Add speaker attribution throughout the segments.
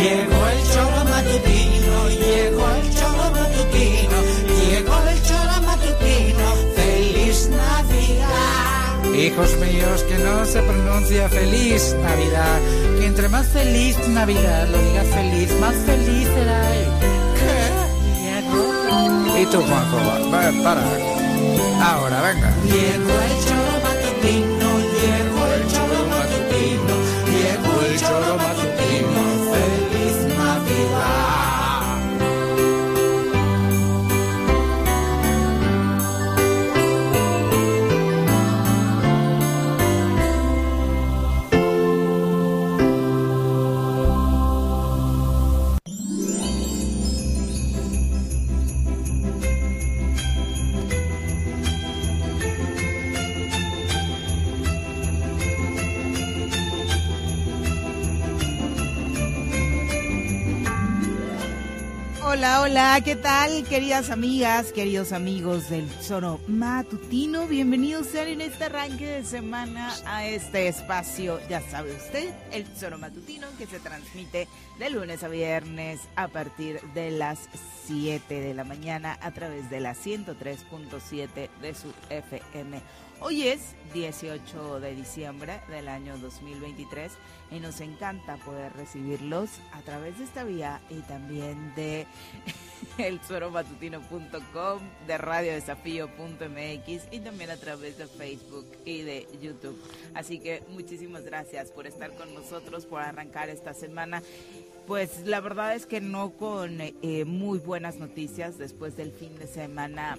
Speaker 1: Llegó el choro matutino, llegó el choro matutino, llegó el choro matutino, feliz Navidad.
Speaker 2: Hijos míos, que no se pronuncia feliz Navidad, que entre más feliz Navidad lo digas feliz, más feliz será ¿Qué? ¿Y tú, Juanjo? Va, para. Ahora, venga.
Speaker 1: Llegó el choro matutino, llegó el choro matutino, llegó el choro matutino.
Speaker 3: Hola, hola, ¿qué tal queridas amigas, queridos amigos del Zoro Matutino? Bienvenidos sean en este arranque de semana a este espacio, ya sabe usted, el Zoro Matutino que se transmite de lunes a viernes a partir de las 7 de la mañana a través de la 103.7 de su FM. Hoy es 18 de diciembre del año 2023 y nos encanta poder recibirlos a través de esta vía y también de elsueromatutino.com, de radiodesafío.mx y también a través de Facebook y de YouTube. Así que muchísimas gracias por estar con nosotros, por arrancar esta semana. Pues la verdad es que no con eh, muy buenas noticias después del fin de semana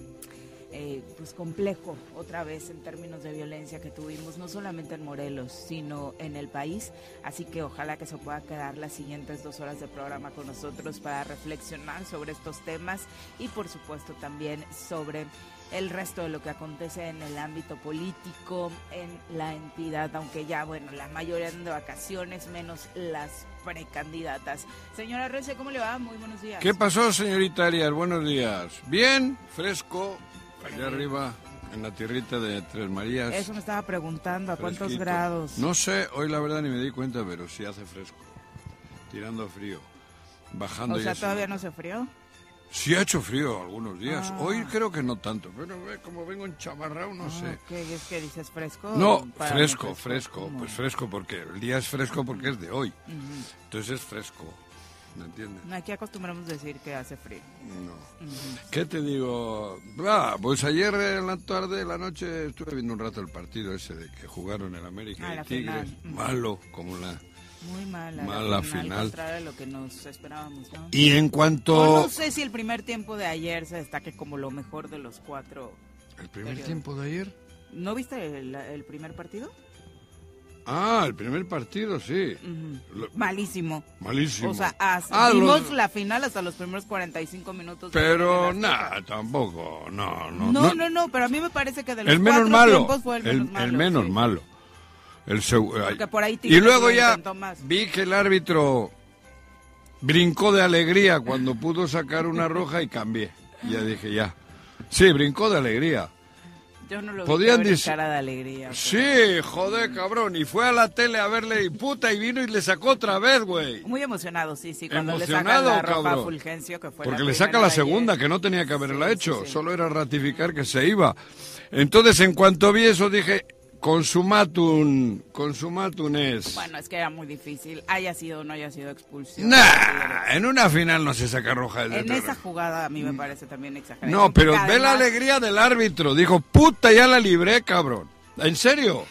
Speaker 3: eh, pues complejo otra vez en términos de violencia que tuvimos no solamente en Morelos sino en el país así que ojalá que se pueda quedar las siguientes dos horas de programa con nosotros para reflexionar sobre estos temas y por supuesto también sobre el resto de lo que acontece en el ámbito político en la entidad aunque ya bueno la mayoría andan de vacaciones menos las precandidatas. Señora Rece, ¿cómo le va? Muy buenos días.
Speaker 4: ¿Qué pasó, señorita Arias? Buenos días. Bien, fresco, Allá arriba, en la tierrita de Tres Marías.
Speaker 3: Eso me estaba preguntando, ¿a cuántos fresquito? grados?
Speaker 4: No sé, hoy la verdad ni me di cuenta, pero sí hace fresco. Tirando frío, bajando.
Speaker 3: O sea, todavía no se frío.
Speaker 4: Sí ha hecho frío algunos días. Ah. Hoy creo que no tanto, pero como vengo en chamarrao, no ah, sé.
Speaker 3: ¿Qué es que dices fresco?
Speaker 4: No, fresco, fresco, fresco pues fresco porque el día es fresco porque es de hoy. Uh -huh. Entonces es fresco. ¿Me entiendes?
Speaker 3: Aquí acostumbramos decir que hace frío.
Speaker 4: No. Uh -huh. ¿Qué te digo? Ah, pues ayer en la tarde, en la noche, estuve viendo un rato el partido ese de que jugaron el América ah, y Tigres. Final. Malo, como la.
Speaker 3: Muy
Speaker 4: mala. Mala final.
Speaker 3: final. De lo que nos esperábamos, ¿no?
Speaker 4: Y en cuanto. Oh,
Speaker 3: no sé si el primer tiempo de ayer se destaque como lo mejor de los cuatro.
Speaker 4: ¿El primer periodos. tiempo de ayer?
Speaker 3: ¿No viste el, el, primer partido?
Speaker 4: Ah, el primer partido, sí. Uh
Speaker 3: -huh. lo... Malísimo.
Speaker 4: Malísimo.
Speaker 3: O sea, hasta ah, vimos los... la final hasta los primeros 45 minutos.
Speaker 4: Pero nada, tampoco. No no,
Speaker 3: no, no, no. No, pero a mí me parece que de los
Speaker 4: el
Speaker 3: cuatro
Speaker 4: menos malo.
Speaker 3: tiempos fue el menos
Speaker 4: el,
Speaker 3: malo.
Speaker 4: El menos sí. malo. El
Speaker 3: por ahí
Speaker 4: y luego ya vi que el árbitro brincó de alegría cuando pudo sacar una roja y cambié. Ya dije, ya. Sí, brincó de alegría.
Speaker 3: Yo no lo Podían vi cara de alegría. Pero...
Speaker 4: Sí, joder, cabrón. Y fue a la tele a verle y puta y vino y le sacó otra vez, güey.
Speaker 3: Muy emocionado, sí, sí. Cuando emocionado, le saca la ropa cabrón. A Fulgencio, que fue
Speaker 4: Porque
Speaker 3: la
Speaker 4: le saca la segunda, que no tenía que haberla sí, hecho. Sí, sí. Solo era ratificar que se iba. Entonces, en cuanto vi eso, dije, Consumatum, consumatum es.
Speaker 3: Bueno, es que era muy difícil. Haya sido o no haya sido expulsión.
Speaker 4: Nah, en una final no se saca roja el
Speaker 3: En
Speaker 4: detrás.
Speaker 3: esa jugada a mí me parece también exagerado.
Speaker 4: No, pero
Speaker 3: Porque
Speaker 4: ve la
Speaker 3: además-
Speaker 4: alegría del árbitro. Dijo, puta, ya la libré, cabrón. ¿En serio?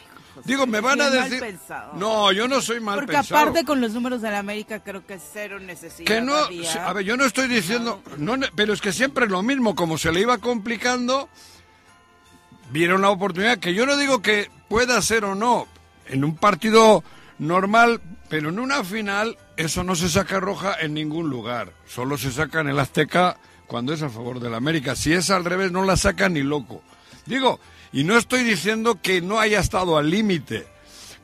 Speaker 4: Digo, me van
Speaker 3: qué
Speaker 4: a
Speaker 3: Pues mal
Speaker 4: decir.
Speaker 3: pensado.
Speaker 4: No, yo no soy mal
Speaker 3: Porque
Speaker 4: pensado.
Speaker 3: aparte con los números de la América creo que cero necesidad.
Speaker 4: Que no,
Speaker 3: había.
Speaker 4: a ver, yo no estoy diciendo, no, ne- pero es que siempre es lo mismo, como se le iba complicando, vieron la oportunidad, que yo no digo que pueda ser o no, en un partido normal, pero en una final, eso no se saca roja en ningún lugar, solo se saca en el Azteca cuando es a favor del América, si es al revés no la saca ni loco. Digo, y no estoy diciendo que no haya estado al límite,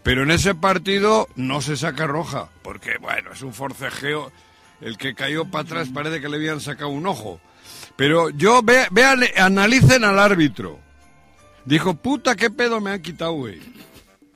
Speaker 4: pero en ese partido no se saca roja, porque bueno, es un forcejeo. El que cayó para atrás parece que le habían sacado un ojo. Pero yo, ve- vean, analicen al árbitro. Dijo, puta, qué pedo me ha quitado, güey.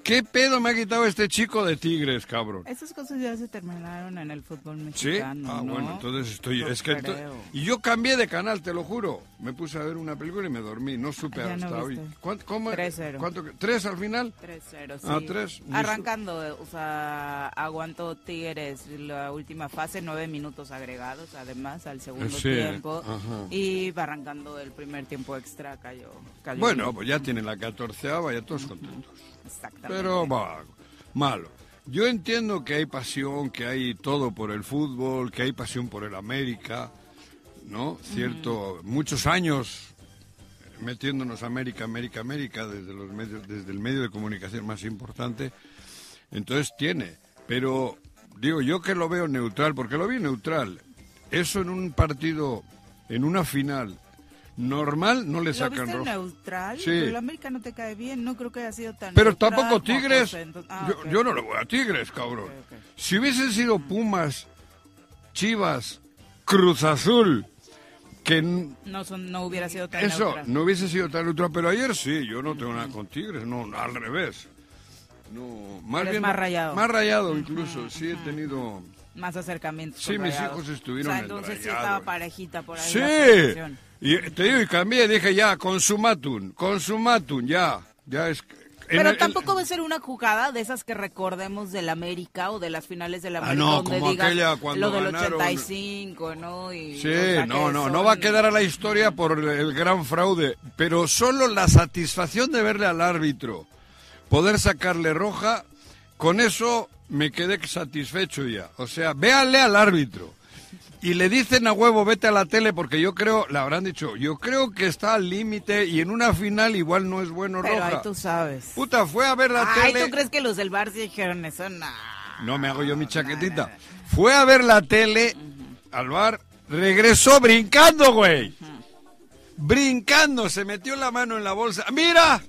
Speaker 4: ¿Qué pedo me ha quitado este chico de Tigres, cabrón?
Speaker 3: Esas cosas ya se terminaron en el fútbol
Speaker 4: ¿Sí?
Speaker 3: mexicano.
Speaker 4: Ah,
Speaker 3: ¿no?
Speaker 4: bueno, entonces estoy...
Speaker 3: No
Speaker 4: es que
Speaker 3: creo.
Speaker 4: ento- Y yo cambié de canal, te lo juro. Me puse a ver una película y me dormí. No supe
Speaker 3: Ya no
Speaker 4: hasta hoy.
Speaker 3: viste.
Speaker 4: ¿Cuánto, cómo,
Speaker 3: 3-0.
Speaker 4: ¿Cuánto? que- ¿Tres al final?
Speaker 3: 3-0, sí.
Speaker 4: Ah, tres.
Speaker 3: Arrancando, o sea, aguantó Tigres la última fase, nueve minutos agregados, además, al segundo
Speaker 4: Sí,
Speaker 3: tiempo.
Speaker 4: ajá.
Speaker 3: Y va arrancando el primer tiempo extra, cayó. cayó
Speaker 4: Bueno, pues ya tiene la catorceava, ya todos contentos.
Speaker 3: exactamente.
Speaker 4: Pero va, malo. Yo entiendo que hay pasión, que hay todo por el fútbol, que hay pasión por el América, ¿no? Cierto, muchos años metiéndonos América, América, América desde los medios, desde el medio de comunicación más importante. Entonces tiene, pero digo yo que lo veo neutral, porque lo vi neutral. Eso en un partido, en una final normal no le
Speaker 3: ¿Lo
Speaker 4: sacan
Speaker 3: viste
Speaker 4: rojo.
Speaker 3: neutral?
Speaker 4: Sí.
Speaker 3: Pero el América no te cae bien, no creo que haya sido tan
Speaker 4: Pero
Speaker 3: neutral,
Speaker 4: tampoco
Speaker 3: mocoso,
Speaker 4: Tigres.
Speaker 3: entonces- ah,
Speaker 4: yo,
Speaker 3: ok.
Speaker 4: yo no le voy a Tigres, cabrón.
Speaker 3: Ok, ok.
Speaker 4: Si hubiesen sido Pumas, Chivas, Cruz Azul, que n-
Speaker 3: No, son, no hubiera sido tan
Speaker 4: eso
Speaker 3: neutral.
Speaker 4: no hubiese sido tan neutral, pero ayer sí, yo no tengo nada con Tigres, no, al revés. No, más
Speaker 3: Eres
Speaker 4: bien
Speaker 3: más rayado.
Speaker 4: Más rayado incluso, sí he tenido
Speaker 3: Más acercamiento.
Speaker 4: Sí, mis hijos
Speaker 3: o
Speaker 4: estuvieron
Speaker 3: sea,
Speaker 4: en el
Speaker 3: entonces sí
Speaker 4: Rayado.
Speaker 3: estaba parejita por ahí. la
Speaker 4: Sí.
Speaker 3: selección.
Speaker 4: Y te digo, y cambié, dije ya, consumatum, consumatum, ya, ya es en
Speaker 3: Pero
Speaker 4: el- el-
Speaker 3: tampoco va a ser una jugada de esas que recordemos del América o de las finales del América.
Speaker 4: Ah, no,
Speaker 3: donde
Speaker 4: como
Speaker 3: digas
Speaker 4: aquella cuando
Speaker 3: Lo del
Speaker 4: ganaron.
Speaker 3: 85, ¿no? Y,
Speaker 4: Sí,
Speaker 3: o sea, que
Speaker 4: no, no, no
Speaker 3: son-
Speaker 4: va a quedar a la historia por el gran fraude, pero solo la satisfacción de verle al árbitro, poder sacarle roja, con eso me quedé satisfecho ya. O sea, véanle al árbitro. Y le dicen a huevo, vete a la tele, porque yo creo, le habrán dicho, yo creo que está al límite y en una final igual no es bueno
Speaker 3: Pero ahí
Speaker 4: roja.
Speaker 3: tú sabes.
Speaker 4: Puta, fue a ver la
Speaker 3: Ay,
Speaker 4: tele.
Speaker 3: ¿tú crees que los del Barça dijeron eso? No.
Speaker 4: No me hago yo mi
Speaker 3: no,
Speaker 4: chaquetita.
Speaker 3: no.
Speaker 4: Fue a ver la tele al bar, regresó brincando, güey. Brincando, se metió la mano en la bolsa. ¡Mira!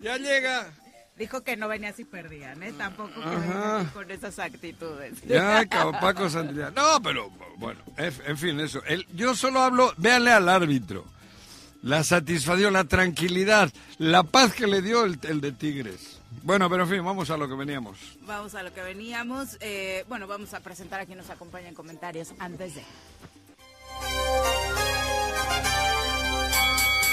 Speaker 4: Ya llega.
Speaker 3: Dijo que no venía si perdían, ¿eh? Tampoco que
Speaker 4: Ajá.
Speaker 3: venía así con esas actitudes.
Speaker 4: Ya, cabrón, Paco Santillán. No, pero bueno, en en fin, eso. El- yo solo hablo, véanle al árbitro. La satisfacción, la tranquilidad, la paz que le dio el- el de Tigres. Bueno, pero en fin, vamos a lo que veníamos.
Speaker 3: Vamos a lo que veníamos. Eh, bueno, vamos a presentar a quien nos acompaña en comentarios antes de.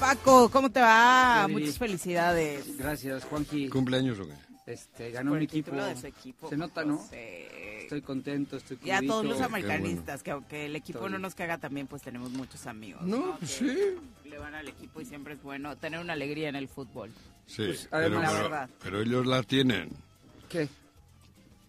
Speaker 3: Paco, ¿cómo te va? Muchas felicidades.
Speaker 2: Gracias, Juanji.
Speaker 4: ¿Cumpleaños o qué?
Speaker 2: Este, ganó
Speaker 3: Por
Speaker 2: mi
Speaker 3: el
Speaker 2: equipo.
Speaker 3: título de su equipo.
Speaker 2: Se nota, ¿no?
Speaker 3: José.
Speaker 2: Estoy contento, estoy
Speaker 3: Y a todos los
Speaker 2: crudito.
Speaker 3: americanistas, que aunque el equipo no nos caga también, pues tenemos muchos amigos.
Speaker 4: No,
Speaker 3: Que
Speaker 4: pues sí.
Speaker 3: Le van al equipo y siempre es bueno tener una alegría en el fútbol.
Speaker 4: Sí,
Speaker 2: Pues,
Speaker 4: pero,
Speaker 2: además-
Speaker 3: La
Speaker 4: pero-
Speaker 3: verdad.
Speaker 4: pero ellos la tienen.
Speaker 2: ¿Qué?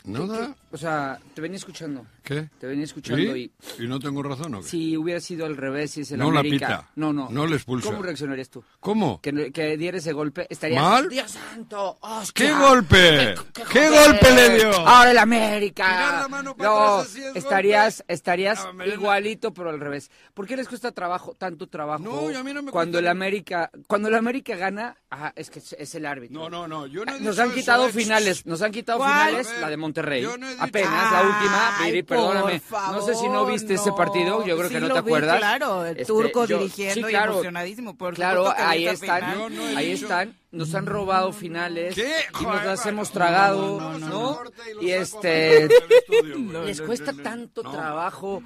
Speaker 4: ¿No da?
Speaker 5: O sea, te venía escuchando.
Speaker 4: ¿Qué?
Speaker 5: Te venía escuchando
Speaker 4: ¿Y?
Speaker 5: y,
Speaker 4: ¿Y no tengo razón o qué?
Speaker 5: si hubiera sido al revés, si es el
Speaker 4: No la
Speaker 5: América.
Speaker 4: pita.
Speaker 5: No, no.
Speaker 4: No la expulsa.
Speaker 5: ¿Cómo reaccionarías tú?
Speaker 4: ¿Cómo?
Speaker 5: Que, no- que diera ese golpe, estarías...
Speaker 4: ¿Mal?
Speaker 5: ¡Dios santo!
Speaker 4: ¿Qué
Speaker 5: ¡Hostia!
Speaker 4: golpe? ¿Qué,
Speaker 5: joder!
Speaker 4: golpe le dio?
Speaker 5: Ahora el América.
Speaker 4: Tirar la mano para
Speaker 5: no,
Speaker 4: atrás así es
Speaker 5: estarías,
Speaker 4: golpe.
Speaker 5: estarías
Speaker 4: Ah, me la-
Speaker 5: igualito, pero al revés. ¿Por qué les cuesta trabajo, tanto trabajo?
Speaker 4: No, y a mí no me
Speaker 5: cuando
Speaker 4: cuesta.
Speaker 5: el América, cuando el América gana, ajá, es que es- es el árbitro. Ah,
Speaker 4: No, no, no. Yo no he
Speaker 5: Nos
Speaker 4: dicho
Speaker 5: han
Speaker 4: eso,
Speaker 5: quitado
Speaker 4: eh.
Speaker 5: finales, nos han quitado
Speaker 4: ¿Cuál?
Speaker 5: finales,
Speaker 4: A ver,
Speaker 5: la de Monterrey.
Speaker 4: yo no he dicho- Ah,
Speaker 5: Apenas, la última, Viri, perdóname. no sé si no viste ese partido, yo creo
Speaker 3: Sí
Speaker 5: que no
Speaker 3: lo
Speaker 5: te
Speaker 3: vi,
Speaker 5: acuerdas.
Speaker 3: Claro, el
Speaker 5: Este,
Speaker 3: turco
Speaker 5: yo-
Speaker 3: dirigiendo
Speaker 5: sí, claro.
Speaker 3: y emocionadísimo. Por
Speaker 5: Claro,
Speaker 3: supuesto que
Speaker 5: ahí
Speaker 3: viste al
Speaker 5: están,
Speaker 3: final.
Speaker 4: no he
Speaker 5: ahí
Speaker 4: dicho.
Speaker 5: están, nos han robado finales
Speaker 4: ¿Qué?
Speaker 5: y nos
Speaker 4: Joder,
Speaker 5: las hemos
Speaker 4: no,
Speaker 5: tragado,
Speaker 4: no,
Speaker 5: ¿no?
Speaker 4: no, no, corta y lo
Speaker 5: Y
Speaker 4: saco
Speaker 5: este,
Speaker 4: abajo del estudio, güey.
Speaker 5: les
Speaker 4: No,
Speaker 5: cuesta
Speaker 4: no, no,
Speaker 5: tanto
Speaker 4: no.
Speaker 5: trabajo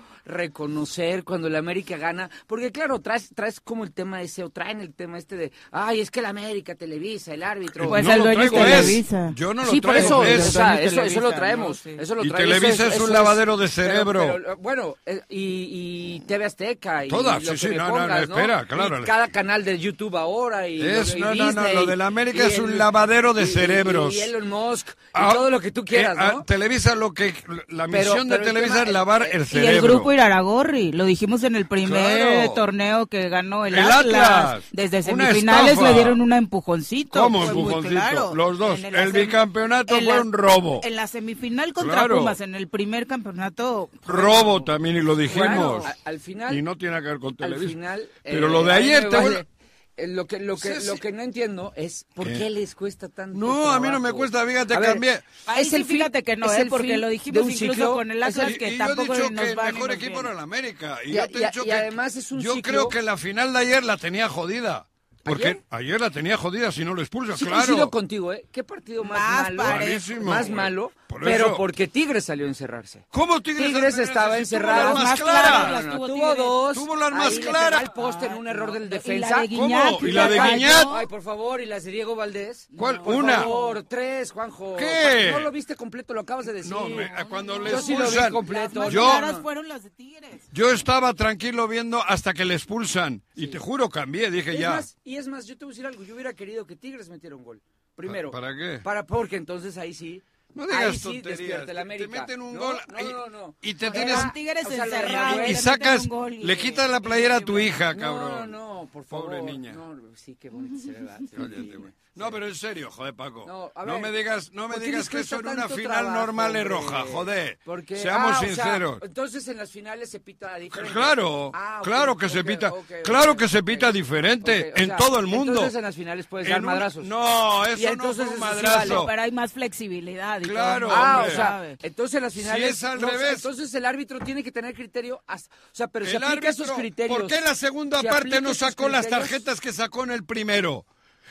Speaker 5: reconocer cuando el América gana, porque claro, traes, traes como el tema ese, o traen el tema este de, ay, es que el América, Televisa, el árbitro.
Speaker 3: Pues
Speaker 4: No
Speaker 3: el
Speaker 4: lo
Speaker 3: dueño
Speaker 4: traigo, es.
Speaker 3: Televisa.
Speaker 4: Yo no lo
Speaker 5: sí, por
Speaker 4: traigo,
Speaker 5: eso, o
Speaker 4: es.
Speaker 5: sea,
Speaker 3: Televisa,
Speaker 5: eso, eso lo
Speaker 3: ¿no?
Speaker 5: traemos.
Speaker 3: Sí.
Speaker 5: Eso lo
Speaker 4: Y
Speaker 5: traemos,
Speaker 4: Televisa
Speaker 5: eso-
Speaker 4: es un
Speaker 5: eso
Speaker 4: lavadero de
Speaker 5: pero-
Speaker 4: cerebro.
Speaker 5: pero, eh, bueno, eh, y, y TV Azteca. Y,
Speaker 4: Todas,
Speaker 5: y lo
Speaker 4: sí, sí,
Speaker 5: que me
Speaker 4: no, no, no,
Speaker 5: pongas,
Speaker 4: espera, claro.
Speaker 5: Y cada canal de YouTube ahora. Y,
Speaker 4: Es-
Speaker 5: y
Speaker 4: no, no, no,
Speaker 5: Disney,
Speaker 4: lo del América
Speaker 5: y
Speaker 4: es un lavadero de
Speaker 5: y- y-
Speaker 4: cerebros.
Speaker 5: Y, Elon Musk, y
Speaker 4: Ah,
Speaker 5: todo lo que tú quieras,
Speaker 4: eh, ah,
Speaker 5: ¿no?
Speaker 4: Televisa lo que la
Speaker 5: Pero-
Speaker 4: misión
Speaker 5: pero
Speaker 4: de
Speaker 5: el
Speaker 4: Televisa
Speaker 5: tema-
Speaker 4: es lavar
Speaker 5: y
Speaker 4: el
Speaker 5: el
Speaker 3: Y
Speaker 4: cerebro.
Speaker 3: el grupo Iraragorri, lo dijimos en el primer
Speaker 4: Claro.
Speaker 3: eh, torneo que ganó el,
Speaker 4: El
Speaker 3: Atlas.
Speaker 4: Atlas.
Speaker 3: Desde
Speaker 4: Una
Speaker 3: semifinales
Speaker 4: estafa.
Speaker 3: le dieron un empujoncito.
Speaker 4: ¿Cómo
Speaker 3: Fue muy
Speaker 4: empujoncito?
Speaker 3: claro.
Speaker 4: Los dos.
Speaker 3: En
Speaker 4: El,
Speaker 3: la sem-
Speaker 4: bicampeonato
Speaker 3: en la-
Speaker 4: fue un robo.
Speaker 3: En la semifinal contra
Speaker 4: Claro.
Speaker 3: Pumas, en el primer campeonato.
Speaker 4: Robo también, y lo dijimos.
Speaker 5: Bueno, a- al final-
Speaker 4: Y no tiene que ver con
Speaker 5: Al
Speaker 4: Televisa.
Speaker 5: final.
Speaker 4: ah, Pero
Speaker 5: eh,
Speaker 4: lo de
Speaker 5: a mí
Speaker 4: ayer
Speaker 5: me
Speaker 4: te
Speaker 5: vale.
Speaker 4: vuelvo-
Speaker 5: Eh, Lo que, lo, que,
Speaker 4: Sí, sí.
Speaker 5: lo que no entiendo es por
Speaker 4: ¿Qué?
Speaker 5: qué, les cuesta tanto
Speaker 4: No, a mí no me
Speaker 5: trabajo?
Speaker 4: cuesta, fíjate,
Speaker 5: A ver,
Speaker 4: cambié.
Speaker 3: Ahí
Speaker 5: es
Speaker 3: sí,
Speaker 5: el fin-
Speaker 3: fíjate que no,
Speaker 5: es
Speaker 3: ¿eh?
Speaker 5: el
Speaker 3: porque
Speaker 5: fin
Speaker 3: lo
Speaker 5: de
Speaker 3: dijimos
Speaker 5: un
Speaker 3: incluso
Speaker 5: ciclo,
Speaker 3: con el
Speaker 5: es
Speaker 3: Atlas,
Speaker 4: Y-
Speaker 3: que
Speaker 4: y yo he
Speaker 3: tampoco
Speaker 4: dicho
Speaker 3: nos
Speaker 4: que el
Speaker 3: va ni
Speaker 4: mejor
Speaker 3: nos
Speaker 4: equipo
Speaker 3: viene.
Speaker 4: era el América. Y,
Speaker 5: Y-
Speaker 4: yo te he
Speaker 5: y-
Speaker 4: dicho
Speaker 5: y
Speaker 4: que-
Speaker 5: además es un
Speaker 4: Yo
Speaker 5: ciclo-
Speaker 4: creo que la final de ayer la tenía jodida. Porque
Speaker 5: ¿Ayer?
Speaker 4: ¿Ayer? la tenía jodida si no lo expulsa,
Speaker 5: Sí,
Speaker 4: claro.
Speaker 5: coincido contigo, ¿eh? ¿Qué partido más,
Speaker 3: Más
Speaker 5: malo?
Speaker 4: parejo.
Speaker 5: más
Speaker 4: Malísimo,
Speaker 5: malo,
Speaker 4: güey. Por
Speaker 5: pero
Speaker 4: eso-
Speaker 5: porque Tigres salió a encerrarse.
Speaker 4: ¿Cómo Tigres,
Speaker 5: Tigres
Speaker 4: Almenas
Speaker 5: estaba
Speaker 4: si tuvo
Speaker 5: encerrado.
Speaker 4: las más
Speaker 3: Más
Speaker 4: claras?
Speaker 3: claras.
Speaker 5: No, no,
Speaker 3: tuvo
Speaker 5: tuvo
Speaker 3: Tigres.
Speaker 5: dos.
Speaker 4: Tuvo las
Speaker 5: Ahí
Speaker 4: más
Speaker 5: le pegó
Speaker 4: claras.
Speaker 5: al poste en un error del defensa.
Speaker 3: Y la de
Speaker 4: ¿Cómo?
Speaker 3: Guiñac,
Speaker 4: ¿Y la de
Speaker 3: Guiñac?
Speaker 4: Guiñac?
Speaker 5: Ay, por favor, y las de Diego Valdés.
Speaker 4: ¿Cuál?
Speaker 5: Por
Speaker 4: Una.
Speaker 5: favor, tres, Juanjo.
Speaker 4: ¿Qué?
Speaker 5: No lo viste completo, lo acabas de decir.
Speaker 4: No, me- a- cuando le
Speaker 5: Yo sí lo vi
Speaker 4: expulsan,
Speaker 5: completo.
Speaker 4: yo-
Speaker 5: No,
Speaker 3: Claras
Speaker 5: no.
Speaker 3: fueron las de Tigres.
Speaker 4: Yo estaba tranquilo viendo hasta que le expulsan. Y te juro, cambié, dije
Speaker 5: Y es,
Speaker 4: ya.
Speaker 5: más, y es más, yo te voy a decir algo. Yo hubiera querido que Tigres metiera un gol. Primero.
Speaker 4: ¿Para qué?
Speaker 5: Para porque entonces ahí sí.
Speaker 4: No digas
Speaker 5: ahí sí
Speaker 4: tonterías.
Speaker 5: despierta el
Speaker 4: Te- te
Speaker 5: América.
Speaker 4: meten un
Speaker 5: No,
Speaker 4: gol
Speaker 5: No,
Speaker 4: y-
Speaker 5: no, no.
Speaker 4: y te
Speaker 5: Era-
Speaker 4: tienes-
Speaker 3: Tigres
Speaker 5: lo de
Speaker 3: encerrados.
Speaker 5: Nahuel.
Speaker 4: Y
Speaker 3: le
Speaker 4: sacas,
Speaker 3: meten un gol y-
Speaker 4: le quitas la playera a tu hija,
Speaker 5: No,
Speaker 4: cabrón.
Speaker 5: no, por favor.
Speaker 4: Pobre niña.
Speaker 5: No, sí, qué bonita se le da. sí,
Speaker 4: Cállate,
Speaker 5: sí.
Speaker 4: güey. No, pero en serio, joder, Paco. No,
Speaker 5: No, a ver,
Speaker 4: me digas, no me
Speaker 5: ¿por qué
Speaker 4: digas
Speaker 5: les
Speaker 4: que eso en
Speaker 5: cuesta
Speaker 4: una
Speaker 5: tanto
Speaker 4: final
Speaker 5: trabajo,
Speaker 4: normal es
Speaker 5: hombre?
Speaker 4: roja, joder.
Speaker 5: Porque-
Speaker 4: Seamos
Speaker 5: ah, o sea,
Speaker 4: sinceros.
Speaker 5: entonces en las finales se pita diferente.
Speaker 4: Claro,
Speaker 5: Ah, ok,
Speaker 4: claro que se
Speaker 5: ok,
Speaker 4: pita,
Speaker 5: ok,
Speaker 4: claro
Speaker 5: ok,
Speaker 4: que se
Speaker 5: ok.
Speaker 4: pita diferente
Speaker 5: Ok, o
Speaker 4: en
Speaker 5: sea,
Speaker 4: todo el mundo.
Speaker 5: Entonces en las finales puedes dar
Speaker 4: En un-
Speaker 3: pues,
Speaker 5: madrazos.
Speaker 4: No,
Speaker 5: Y
Speaker 4: eso
Speaker 5: entonces
Speaker 4: no
Speaker 5: eso sí
Speaker 4: fue un
Speaker 5: vale,
Speaker 4: madrazo.
Speaker 3: Pero hay más flexibilidad. y todo.
Speaker 4: Claro,
Speaker 5: Ah,
Speaker 4: hombre.
Speaker 5: o sea, entonces las finales.
Speaker 4: es al
Speaker 5: no,
Speaker 4: revés.
Speaker 5: Entonces el árbitro tiene que tener criterio. hasta- o sea, pero se
Speaker 4: El
Speaker 5: aplica
Speaker 4: árbitro,
Speaker 5: esos criterios.
Speaker 4: ¿Por qué en la segunda
Speaker 5: Se
Speaker 4: parte
Speaker 5: aplica
Speaker 4: no
Speaker 5: esos
Speaker 4: sacó las
Speaker 5: criterios.
Speaker 4: tarjetas que sacó en el primero?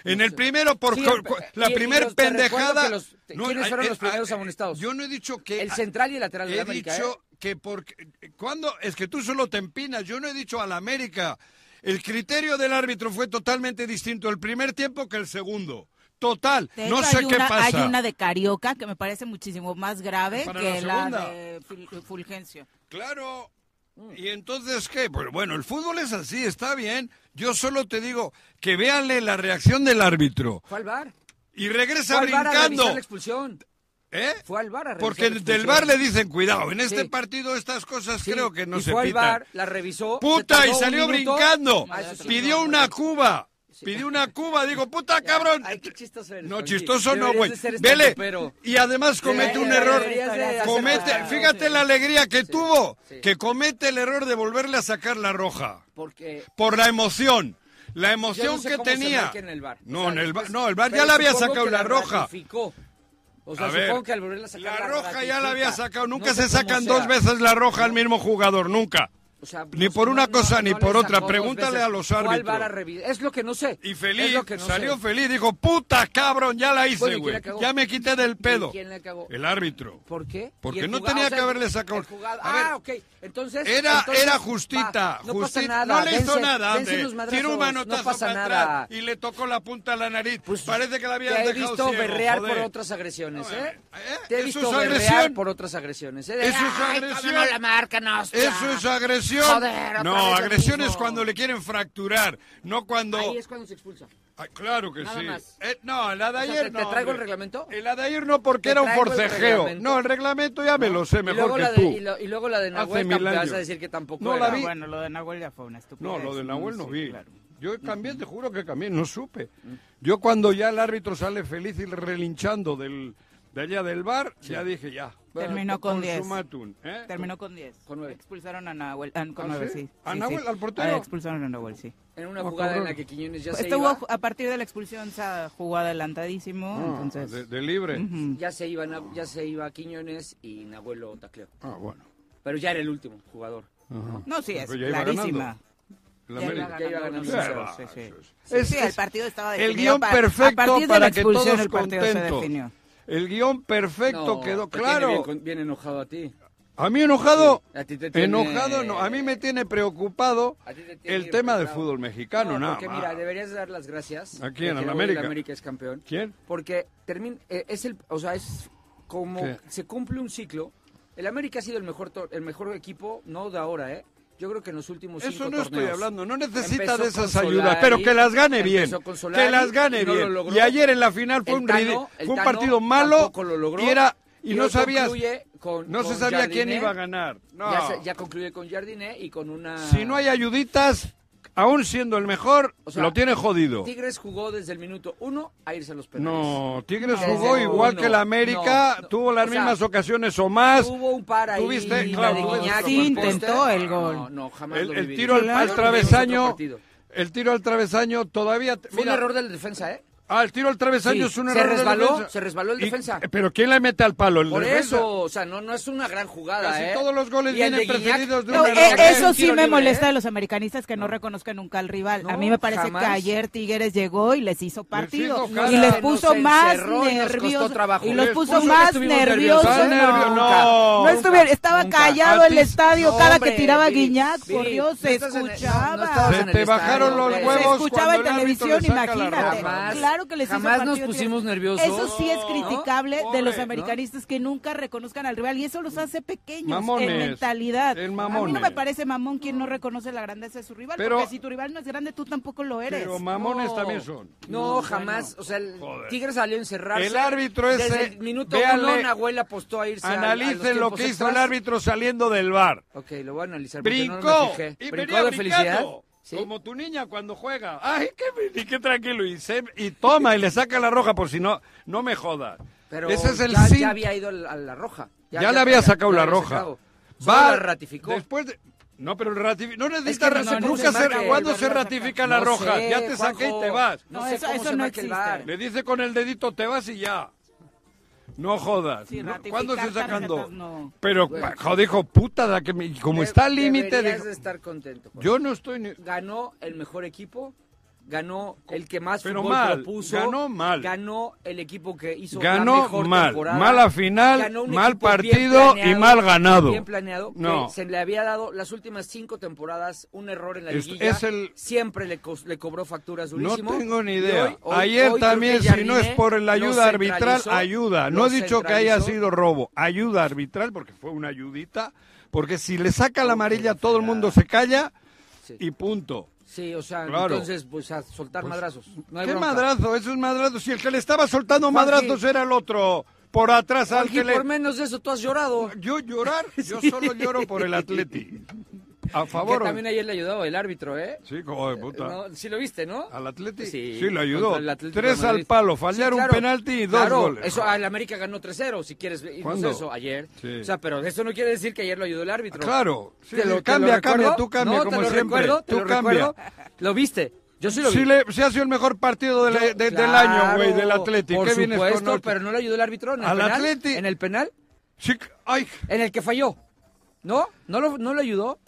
Speaker 4: En el primero, por
Speaker 5: Sí,
Speaker 4: cu-
Speaker 5: el-
Speaker 4: cu- la
Speaker 5: y- y
Speaker 4: primera
Speaker 5: los- te recuerdo
Speaker 4: pendejada.
Speaker 5: que los- ¿quiénes
Speaker 4: ay,
Speaker 5: fueron los
Speaker 4: eh,
Speaker 5: primeros
Speaker 4: ah, eh,
Speaker 5: amonestados?
Speaker 4: Yo no he dicho que.
Speaker 5: El central y el lateral
Speaker 4: Ah,
Speaker 5: de
Speaker 4: He
Speaker 5: la América,
Speaker 4: dicho
Speaker 5: ¿eh?
Speaker 4: que porque. ¿Cuándo? Es que tú solo te empinas. Yo no he dicho al América. El criterio del árbitro fue totalmente distinto el primer tiempo que el segundo. Total.
Speaker 3: De
Speaker 4: no
Speaker 3: hecho,
Speaker 4: sé
Speaker 3: hay
Speaker 4: qué
Speaker 3: una,
Speaker 4: pasa.
Speaker 3: Hay una de Carioca que me parece muchísimo más grave
Speaker 4: Para
Speaker 3: que
Speaker 4: la
Speaker 3: la,
Speaker 4: segunda.
Speaker 3: de Fil- Fulgencio.
Speaker 4: Claro.
Speaker 5: Mm.
Speaker 4: ¿Y entonces qué? Pues bueno, el fútbol es así, está bien. Yo solo te digo que véanle la reacción del árbitro.
Speaker 5: Fue al bar.
Speaker 4: Y regresa
Speaker 5: Fue al bar a
Speaker 4: brincando.
Speaker 5: revisar la expulsión.
Speaker 4: ¿Eh?
Speaker 5: Fue al bar a revisar
Speaker 4: Porque
Speaker 5: la
Speaker 4: del
Speaker 5: expulsión.
Speaker 4: bar le dicen, cuidado, en este
Speaker 5: Sí.
Speaker 4: partido estas cosas
Speaker 5: Sí,
Speaker 4: creo que no
Speaker 5: y
Speaker 4: se
Speaker 5: fue al
Speaker 4: pitan.
Speaker 5: bar, la revisó. se
Speaker 4: ¡Puta! Y
Speaker 5: tardó un
Speaker 4: salió
Speaker 5: minuto.
Speaker 4: brincando.
Speaker 5: Ah, eso sí,
Speaker 4: Pidió
Speaker 5: no,
Speaker 4: una
Speaker 5: no,
Speaker 4: cuba. Pidió una cuba. Digo, ¡puta cabrón!
Speaker 5: Ay, qué chistoso eres,
Speaker 4: No,
Speaker 5: Juanqui.
Speaker 4: chistoso no,
Speaker 5: Deberías
Speaker 4: güey.
Speaker 5: de ser
Speaker 4: Vele.
Speaker 5: estandupero.
Speaker 4: Y además comete un
Speaker 5: Deberías
Speaker 4: error.
Speaker 5: de hacer
Speaker 4: Comete,
Speaker 5: más.
Speaker 4: fíjate la alegría que tuvo,
Speaker 5: sí.
Speaker 4: que comete el error de volverle a sacar la roja.
Speaker 5: Porque
Speaker 4: Por la emoción. La
Speaker 5: yo
Speaker 4: emoción
Speaker 5: no sé
Speaker 4: que
Speaker 5: cómo se
Speaker 4: tenía.
Speaker 5: marca en el VAR.
Speaker 4: No,
Speaker 5: O sea,
Speaker 4: en el bar,
Speaker 5: después-
Speaker 4: no, el bar ya
Speaker 5: pero
Speaker 4: la había
Speaker 5: supongo
Speaker 4: sacado
Speaker 5: que
Speaker 4: la roja.
Speaker 5: ratificó. O sea,
Speaker 4: A ver,
Speaker 5: supongo que al volverla a sacar
Speaker 4: la roja ya la
Speaker 5: ratifica.
Speaker 4: había sacado. Nunca
Speaker 5: No sé
Speaker 4: se
Speaker 5: cómo
Speaker 4: sacan
Speaker 5: sea.
Speaker 4: dos veces la roja al mismo jugador, nunca.
Speaker 5: O sea,
Speaker 4: Ni
Speaker 5: no-
Speaker 4: por una
Speaker 5: no-
Speaker 4: cosa
Speaker 5: no-
Speaker 4: ni
Speaker 5: no le
Speaker 4: por otra.
Speaker 5: sacó dos
Speaker 4: Pregúntale
Speaker 5: veces.
Speaker 4: a los
Speaker 5: Fue al
Speaker 4: árbitros.
Speaker 5: VAR a revisar. Es lo que no sé.
Speaker 4: Y
Speaker 5: Es
Speaker 4: feliz,
Speaker 5: lo que no
Speaker 4: salió
Speaker 5: sé.
Speaker 4: feliz, dijo, puta cabrón, ya la
Speaker 5: Bueno,
Speaker 4: hice,
Speaker 5: ¿y quién
Speaker 4: güey.
Speaker 5: la cagó?
Speaker 4: Ya me quité del
Speaker 5: ¿Y
Speaker 4: pedo.
Speaker 5: quién la cagó?
Speaker 4: El árbitro.
Speaker 5: ¿Por qué?
Speaker 4: Porque
Speaker 5: ¿Y el
Speaker 4: no
Speaker 5: jugado-
Speaker 4: tenía
Speaker 5: o sea,
Speaker 4: que haberle sacado-
Speaker 5: el jugado-
Speaker 4: A ver,
Speaker 5: ah, ok. Entonces.
Speaker 4: Era,
Speaker 5: entonces,
Speaker 4: era justita,
Speaker 5: va, no pasa
Speaker 4: justita.
Speaker 5: nada,
Speaker 4: no le hizo
Speaker 5: dense-
Speaker 4: nada,
Speaker 5: dense
Speaker 4: hombre.
Speaker 5: unos madrazos,
Speaker 4: Tiró un manotazo
Speaker 5: No pasa
Speaker 4: para
Speaker 5: nada.
Speaker 4: atrás y le tocó la punta a la nariz.
Speaker 5: Pues,
Speaker 4: Parece que la habían
Speaker 5: te he
Speaker 4: dejado
Speaker 5: visto
Speaker 4: ciego,
Speaker 5: berrear
Speaker 4: joder.
Speaker 5: por otras agresiones,
Speaker 4: No,
Speaker 5: ¿eh?
Speaker 4: eh,
Speaker 5: Te he
Speaker 4: eso
Speaker 5: visto
Speaker 4: es
Speaker 5: berrear
Speaker 4: agresión.
Speaker 5: por otras agresiones, ¿eh? De,
Speaker 4: Eso es
Speaker 5: "Ay,
Speaker 4: agresión.
Speaker 5: cómo no la marcan, hostia".
Speaker 4: Eso es agresión.
Speaker 5: Joder, otra
Speaker 4: no,
Speaker 5: vez lo
Speaker 4: agresión
Speaker 5: mismo.
Speaker 4: es cuando le quieren fracturar, no cuando
Speaker 5: Ahí es cuando se expulsa.
Speaker 4: Ah, claro que
Speaker 5: Nada
Speaker 4: sí.
Speaker 5: más.
Speaker 4: Eh, no, la de
Speaker 5: O sea,
Speaker 4: ayer
Speaker 5: ¿te-
Speaker 4: no.
Speaker 5: ¿Te traigo el
Speaker 4: hombre.
Speaker 5: reglamento?
Speaker 4: El la de ayer no, porque
Speaker 5: ¿Te
Speaker 4: era un
Speaker 5: traigo el
Speaker 4: forcejeo.
Speaker 5: reglamento?
Speaker 4: no, el reglamento ya me lo sé
Speaker 5: y luego
Speaker 4: mejor que
Speaker 5: la de,
Speaker 4: tú.
Speaker 5: Y, lo- y luego la de
Speaker 4: Hace
Speaker 5: Nahuel,
Speaker 4: mil
Speaker 5: te vas
Speaker 4: años.
Speaker 5: a decir que tampoco
Speaker 4: No,
Speaker 5: era.
Speaker 4: la vi.
Speaker 3: Bueno, lo de Nahuel ya fue una estupidez.
Speaker 4: No, lo de Nahuel no
Speaker 3: sí,
Speaker 4: vi.
Speaker 3: claro.
Speaker 4: Yo
Speaker 5: Mm.
Speaker 4: cambié, te juro que cambié, no supe. Yo cuando ya el árbitro sale feliz y relinchando del, de allá del bar, ya dije ya.
Speaker 3: Terminó con 10.
Speaker 4: consumatum, ¿eh?
Speaker 3: Terminó con 10.
Speaker 5: Con nueve.
Speaker 3: Expulsaron a Nahuel. ah, con
Speaker 4: ¿Ah,
Speaker 3: nueve,
Speaker 4: sí?
Speaker 3: sí.
Speaker 4: ¿A
Speaker 3: Sí,
Speaker 4: Nahuel,
Speaker 3: sí.
Speaker 4: al portero?
Speaker 3: Ah, expulsaron a Nahuel, sí.
Speaker 5: En una
Speaker 4: Ah,
Speaker 5: jugada en
Speaker 4: cabrón.
Speaker 5: la que Quiñones ya se
Speaker 3: Estuvo
Speaker 5: iba.
Speaker 3: a, a partir de la expulsión se jugó adelantadísimo,
Speaker 4: Ah,
Speaker 3: entonces...
Speaker 4: de, de libre.
Speaker 3: Ujú.
Speaker 5: Ya se iba, Na- ya se iba Quiñones y Nahuel lo tacleó.
Speaker 4: Ah, bueno.
Speaker 5: Pero ya era el último jugador.
Speaker 4: Ajá.
Speaker 3: No, sí, es
Speaker 4: Pero ya iba
Speaker 3: clarísima.
Speaker 4: ganando. El
Speaker 5: Ya iba
Speaker 4: América.
Speaker 5: ganando.
Speaker 4: Sí, va,
Speaker 3: sí, sí.
Speaker 4: eso es.
Speaker 3: Sí,
Speaker 4: Es-
Speaker 3: sí, el
Speaker 4: es-
Speaker 3: partido estaba
Speaker 4: El
Speaker 3: definido.
Speaker 4: guión
Speaker 3: pa- a
Speaker 4: perfecto
Speaker 3: partir de la
Speaker 4: para que
Speaker 3: expulsión,
Speaker 4: todos
Speaker 3: el partido Se
Speaker 4: contentos.
Speaker 3: definió.
Speaker 4: El guión perfecto
Speaker 5: No,
Speaker 4: quedó
Speaker 5: te tiene Bien,
Speaker 4: claro.
Speaker 5: con- bien enojado a ti.
Speaker 4: A mí enojado,
Speaker 5: Sí, a ti te tiene-
Speaker 4: enojado no, a mí me tiene preocupado
Speaker 5: A ti te tiene
Speaker 4: el
Speaker 5: bien
Speaker 4: tema del
Speaker 5: pensado.
Speaker 4: fútbol mexicano,
Speaker 5: No,
Speaker 4: nada
Speaker 5: Porque
Speaker 4: más.
Speaker 5: mira, deberías dar las gracias.
Speaker 4: ¿A quién?
Speaker 5: de
Speaker 4: ¿A
Speaker 5: que
Speaker 4: la
Speaker 5: hoy
Speaker 4: América?
Speaker 5: es campeón.
Speaker 4: ¿Quién?
Speaker 5: Porque termina, eh, es el, o sea, es como
Speaker 4: ¿Qué?
Speaker 5: se cumple un ciclo. El América ha sido el mejor, tor- el mejor equipo, no de ahora, ¿eh? Yo creo que en los últimos
Speaker 4: Eso
Speaker 5: cinco
Speaker 4: no estoy
Speaker 5: torneos.
Speaker 4: hablando, no necesita
Speaker 5: Empezó
Speaker 4: de esas
Speaker 5: con
Speaker 4: ayudas,
Speaker 5: Solari,
Speaker 4: pero que las gane bien.
Speaker 5: empezó con Solari,
Speaker 4: Que las gane
Speaker 5: no lo
Speaker 4: bien.
Speaker 5: logró.
Speaker 4: Y ayer en la final fue
Speaker 5: El
Speaker 4: un
Speaker 5: Tano,
Speaker 4: ridi-
Speaker 5: el
Speaker 4: fue un
Speaker 5: Tano
Speaker 4: partido malo
Speaker 5: tampoco lo logró.
Speaker 4: y era y,
Speaker 5: Y
Speaker 4: no
Speaker 5: hoy
Speaker 4: sabías
Speaker 5: concluye con-
Speaker 4: no se
Speaker 5: con
Speaker 4: sabía quién
Speaker 5: Jardiné.
Speaker 4: iba a ganar. No.
Speaker 5: Ya, se- ya concluye con Jardiné y con una...
Speaker 4: Si no hay ayuditas, aún siendo el mejor,
Speaker 5: O sea,
Speaker 4: lo tiene jodido.
Speaker 5: Tigres jugó desde el minuto uno a irse a los penales.
Speaker 4: No, Tigres
Speaker 5: No,
Speaker 4: jugó
Speaker 5: no,
Speaker 4: igual
Speaker 5: no,
Speaker 4: que la América,
Speaker 5: no, no.
Speaker 4: tuvo las
Speaker 5: O sea,
Speaker 4: mismas ocasiones o más.
Speaker 5: Hubo un par ahí.
Speaker 4: Tuviste,
Speaker 5: la
Speaker 4: claro,
Speaker 5: de
Speaker 4: tuviste
Speaker 5: Guiñac,
Speaker 4: otro
Speaker 5: sí,
Speaker 4: partido.
Speaker 3: intentó el gol.
Speaker 5: No, no, jamás
Speaker 4: El,
Speaker 5: lo
Speaker 4: el
Speaker 5: viví.
Speaker 4: tiro al,
Speaker 5: Jamás
Speaker 4: al
Speaker 5: lo vivimos otro
Speaker 4: travesaño,
Speaker 5: partido.
Speaker 4: el tiro al travesaño todavía.
Speaker 5: Fue un error de la defensa, ¿eh?
Speaker 4: Ah, el tiro al travesaño
Speaker 5: Sí,
Speaker 4: es un
Speaker 5: se
Speaker 4: error de
Speaker 5: resbaló,
Speaker 4: defensa.
Speaker 5: se resbaló el
Speaker 4: Y-
Speaker 5: defensa.
Speaker 4: Pero ¿quién la mete al palo? ¿El
Speaker 5: Por
Speaker 4: defensa?
Speaker 5: eso, o sea, no, no es una gran jugada,
Speaker 4: Casi
Speaker 5: ¿eh?
Speaker 4: todos los goles
Speaker 5: Y el
Speaker 4: vienen
Speaker 5: de Guiñac-
Speaker 4: precedidos de
Speaker 3: No,
Speaker 4: un
Speaker 3: eh,
Speaker 4: error de
Speaker 3: eso
Speaker 4: defensa.
Speaker 3: sí
Speaker 5: Tiro
Speaker 3: me
Speaker 5: libre,
Speaker 3: molesta
Speaker 5: ¿eh?
Speaker 3: de los americanistas que no, reconozcan nunca al rival. a mí
Speaker 5: No,
Speaker 3: me parece
Speaker 5: jamás.
Speaker 3: que ayer Tigres llegó y les hizo partido
Speaker 4: hizo cara.
Speaker 3: y les
Speaker 5: Nos
Speaker 3: puso más
Speaker 5: encerró y nos costó
Speaker 3: nerviosos
Speaker 5: trabajo.
Speaker 3: y los
Speaker 4: Les
Speaker 3: puso
Speaker 4: puso-
Speaker 3: más
Speaker 5: estuvimos
Speaker 3: nerviosos.
Speaker 4: nerviosos. Nervio- no,
Speaker 3: No
Speaker 4: nunca,
Speaker 3: estuvieron, estaba
Speaker 5: nunca.
Speaker 3: callado el
Speaker 4: Antes-
Speaker 3: estadio
Speaker 5: No,
Speaker 3: cada
Speaker 5: hombre,
Speaker 3: que tiraba
Speaker 5: Vic,
Speaker 3: Guiñac, por
Speaker 5: Vic,
Speaker 3: Dios,
Speaker 5: no
Speaker 3: se
Speaker 5: estás en el- no, no
Speaker 3: escuchaba.
Speaker 5: estabas
Speaker 4: Se
Speaker 5: en el
Speaker 4: te
Speaker 5: estadio,
Speaker 4: bajaron los
Speaker 5: hombre.
Speaker 4: huevos.
Speaker 3: se escuchaba en
Speaker 4: cuando el árbitro le
Speaker 3: televisión,
Speaker 4: saca la
Speaker 3: imagínate.
Speaker 4: roja.
Speaker 5: Jamás,
Speaker 3: claro que les hizo
Speaker 5: jamás nos
Speaker 3: partido Tigres.
Speaker 5: pusimos nerviosos.
Speaker 3: Eso sí es
Speaker 4: No,
Speaker 3: criticable de
Speaker 4: pobre,
Speaker 3: los
Speaker 4: ¿no?
Speaker 3: americanistas que nunca reconozcan al rival y eso los hace pequeños en
Speaker 4: Mamones,
Speaker 3: mentalidad.
Speaker 4: en
Speaker 3: A mí no
Speaker 4: mamones.
Speaker 3: me parece mamón quien no reconoce la grandeza de su rival,
Speaker 4: Pero-
Speaker 3: porque si tu rival no es grande, tú tampoco lo eres.
Speaker 4: Pero mamones
Speaker 5: No.
Speaker 4: también son.
Speaker 5: No, jamás. O sea, el
Speaker 4: Joder.
Speaker 5: Tigres salió a encerrarse.
Speaker 4: El árbitro
Speaker 5: Desde
Speaker 4: ese,
Speaker 5: el minuto
Speaker 4: véanle,
Speaker 5: uno, Nahuel apostó a irse. al- a los
Speaker 4: Analicen lo
Speaker 5: tiempos
Speaker 4: que hizo
Speaker 5: extras.
Speaker 4: el árbitro saliendo del bar.
Speaker 5: Ok, lo voy a analizar. porque
Speaker 4: Brincó
Speaker 5: No me fijé.
Speaker 4: y venía
Speaker 5: Brincó de felicidad.
Speaker 4: brincando.
Speaker 5: Sí.
Speaker 4: Como tu niña cuando juega. Ay, qué, y qué tranquilo. Y, se- y toma y le saca la roja por si no, no me jodas.
Speaker 5: Pero
Speaker 4: Ese es el
Speaker 5: ya,
Speaker 4: sin-
Speaker 5: ya había ido al- a la roja.
Speaker 4: Ya, le había sacado
Speaker 5: ya
Speaker 4: la
Speaker 5: había
Speaker 4: roja.
Speaker 5: sacado. Solo
Speaker 4: Va
Speaker 5: la ratificó.
Speaker 4: Después de- No, pero ratifi- no necesita
Speaker 5: no,
Speaker 4: ra-
Speaker 5: no, no
Speaker 4: nunca
Speaker 5: se
Speaker 4: se-
Speaker 5: marca,
Speaker 4: ¿Cuándo
Speaker 3: el
Speaker 4: se
Speaker 3: VAR la saca.
Speaker 4: ratifica la
Speaker 5: No
Speaker 4: roja?
Speaker 5: sé,
Speaker 4: ya te
Speaker 5: Juanjo.
Speaker 4: saqué y te vas.
Speaker 5: No,
Speaker 3: No,
Speaker 5: sé
Speaker 3: eso-
Speaker 5: cómo
Speaker 3: eso
Speaker 5: se
Speaker 3: no
Speaker 5: marca el
Speaker 3: existe.
Speaker 5: VAR.
Speaker 4: Le dice con el dedito te vas y ya. No jodas.
Speaker 3: Sí,
Speaker 4: No,
Speaker 3: ratificar
Speaker 4: ¿Cuándo se sacando?
Speaker 3: tarjetas, no.
Speaker 4: Pero
Speaker 5: Bueno.
Speaker 4: jo, dijo puta da que me- y como está al
Speaker 5: De-
Speaker 4: límite
Speaker 5: deberías
Speaker 4: dijo,
Speaker 5: de estar contento. Juan.
Speaker 4: yo no estoy ni-
Speaker 5: ganó el mejor equipo, ganó el que más
Speaker 4: Pero
Speaker 5: fútbol
Speaker 4: mal,
Speaker 5: propuso,
Speaker 4: ganó mal.
Speaker 5: ganó el equipo que hizo
Speaker 4: Ganó
Speaker 5: la mejor
Speaker 4: mal,
Speaker 5: temporada,
Speaker 4: mala final,
Speaker 5: ganó un
Speaker 4: mal
Speaker 5: equipo bien
Speaker 4: partido y
Speaker 5: planeado,
Speaker 4: mal ganado.
Speaker 5: bien planeado, que
Speaker 4: No.
Speaker 5: se le había dado las últimas cinco temporadas un error en la
Speaker 4: Es-
Speaker 5: liguilla,
Speaker 4: Este es el-
Speaker 5: siempre le, cos- le cobró facturas
Speaker 4: No
Speaker 5: durísimo.
Speaker 4: tengo ni
Speaker 5: y
Speaker 4: idea.
Speaker 5: hoy- hoy-
Speaker 4: Ayer
Speaker 5: hoy creo
Speaker 4: también,
Speaker 5: que
Speaker 4: si no es
Speaker 5: Jardine
Speaker 4: por la
Speaker 5: lo
Speaker 4: ayuda arbitral,
Speaker 5: centralizó,
Speaker 4: ayuda. No
Speaker 5: lo
Speaker 4: he dicho que haya
Speaker 5: centralizó.
Speaker 4: sido robo, ayuda arbitral, porque fue una ayudita, porque si le saca la amarilla todo el
Speaker 5: fregada.
Speaker 4: mundo se calla
Speaker 5: Sí.
Speaker 4: y punto.
Speaker 5: Sí, o sea,
Speaker 4: Claro.
Speaker 5: entonces, pues a soltar madrazos. No hay
Speaker 4: ¿Qué
Speaker 5: bronca.
Speaker 4: madrazo? Eso es madrazo. Si el que le estaba soltando
Speaker 5: Juanji.
Speaker 4: madrazos era el otro, por atrás al
Speaker 5: Juanji,
Speaker 4: que le...
Speaker 5: por menos de eso tú has llorado.
Speaker 4: Yo eh, llorar, yo solo lloro por el Atleti. A
Speaker 5: Que
Speaker 4: favor. o-
Speaker 5: también ayer le ayudó el árbitro, ¿eh?
Speaker 4: Sí, como de puta.
Speaker 5: No, sí lo viste, ¿no?
Speaker 4: Al Atleti.
Speaker 5: Sí,
Speaker 4: Sí, lo ayudó.
Speaker 5: contra el Atlético
Speaker 4: Tres
Speaker 5: de Madrid.
Speaker 4: al palo, fallar un penalti y dos
Speaker 5: claro,
Speaker 4: goles.
Speaker 5: Eso, al América ganó 3-0, si quieres irnos
Speaker 4: ¿Cuándo?
Speaker 5: a eso, ayer.
Speaker 4: Sí. Ah,
Speaker 5: O sea, pero eso no quiere decir que ayer lo ayudó el árbitro.
Speaker 4: Claro. Sí,
Speaker 5: ¿Te lo- te
Speaker 4: cambia,
Speaker 5: lo
Speaker 4: cambia,
Speaker 5: recuerdo?
Speaker 4: tú cambia,
Speaker 5: No,
Speaker 4: como
Speaker 5: te lo
Speaker 4: siempre.
Speaker 5: Recuerdo, te
Speaker 4: tú
Speaker 5: lo
Speaker 4: cambia.
Speaker 5: recuerdo. Lo viste, yo sí lo vi.
Speaker 4: Sí, le, sí ha sido el mejor partido de la-
Speaker 5: Yo-
Speaker 4: de- del
Speaker 5: claro,
Speaker 4: año, güey, del Atleti.
Speaker 5: Por
Speaker 4: ¿Qué vienes con
Speaker 5: supuesto,
Speaker 4: ocho?
Speaker 5: pero no le ayudó el árbitro en el
Speaker 4: Al
Speaker 5: penal.
Speaker 4: Atleti.
Speaker 5: En el penal,
Speaker 4: Sí, ay,
Speaker 5: en el que falló. ¿No? ¿No lo, no lo ayudó?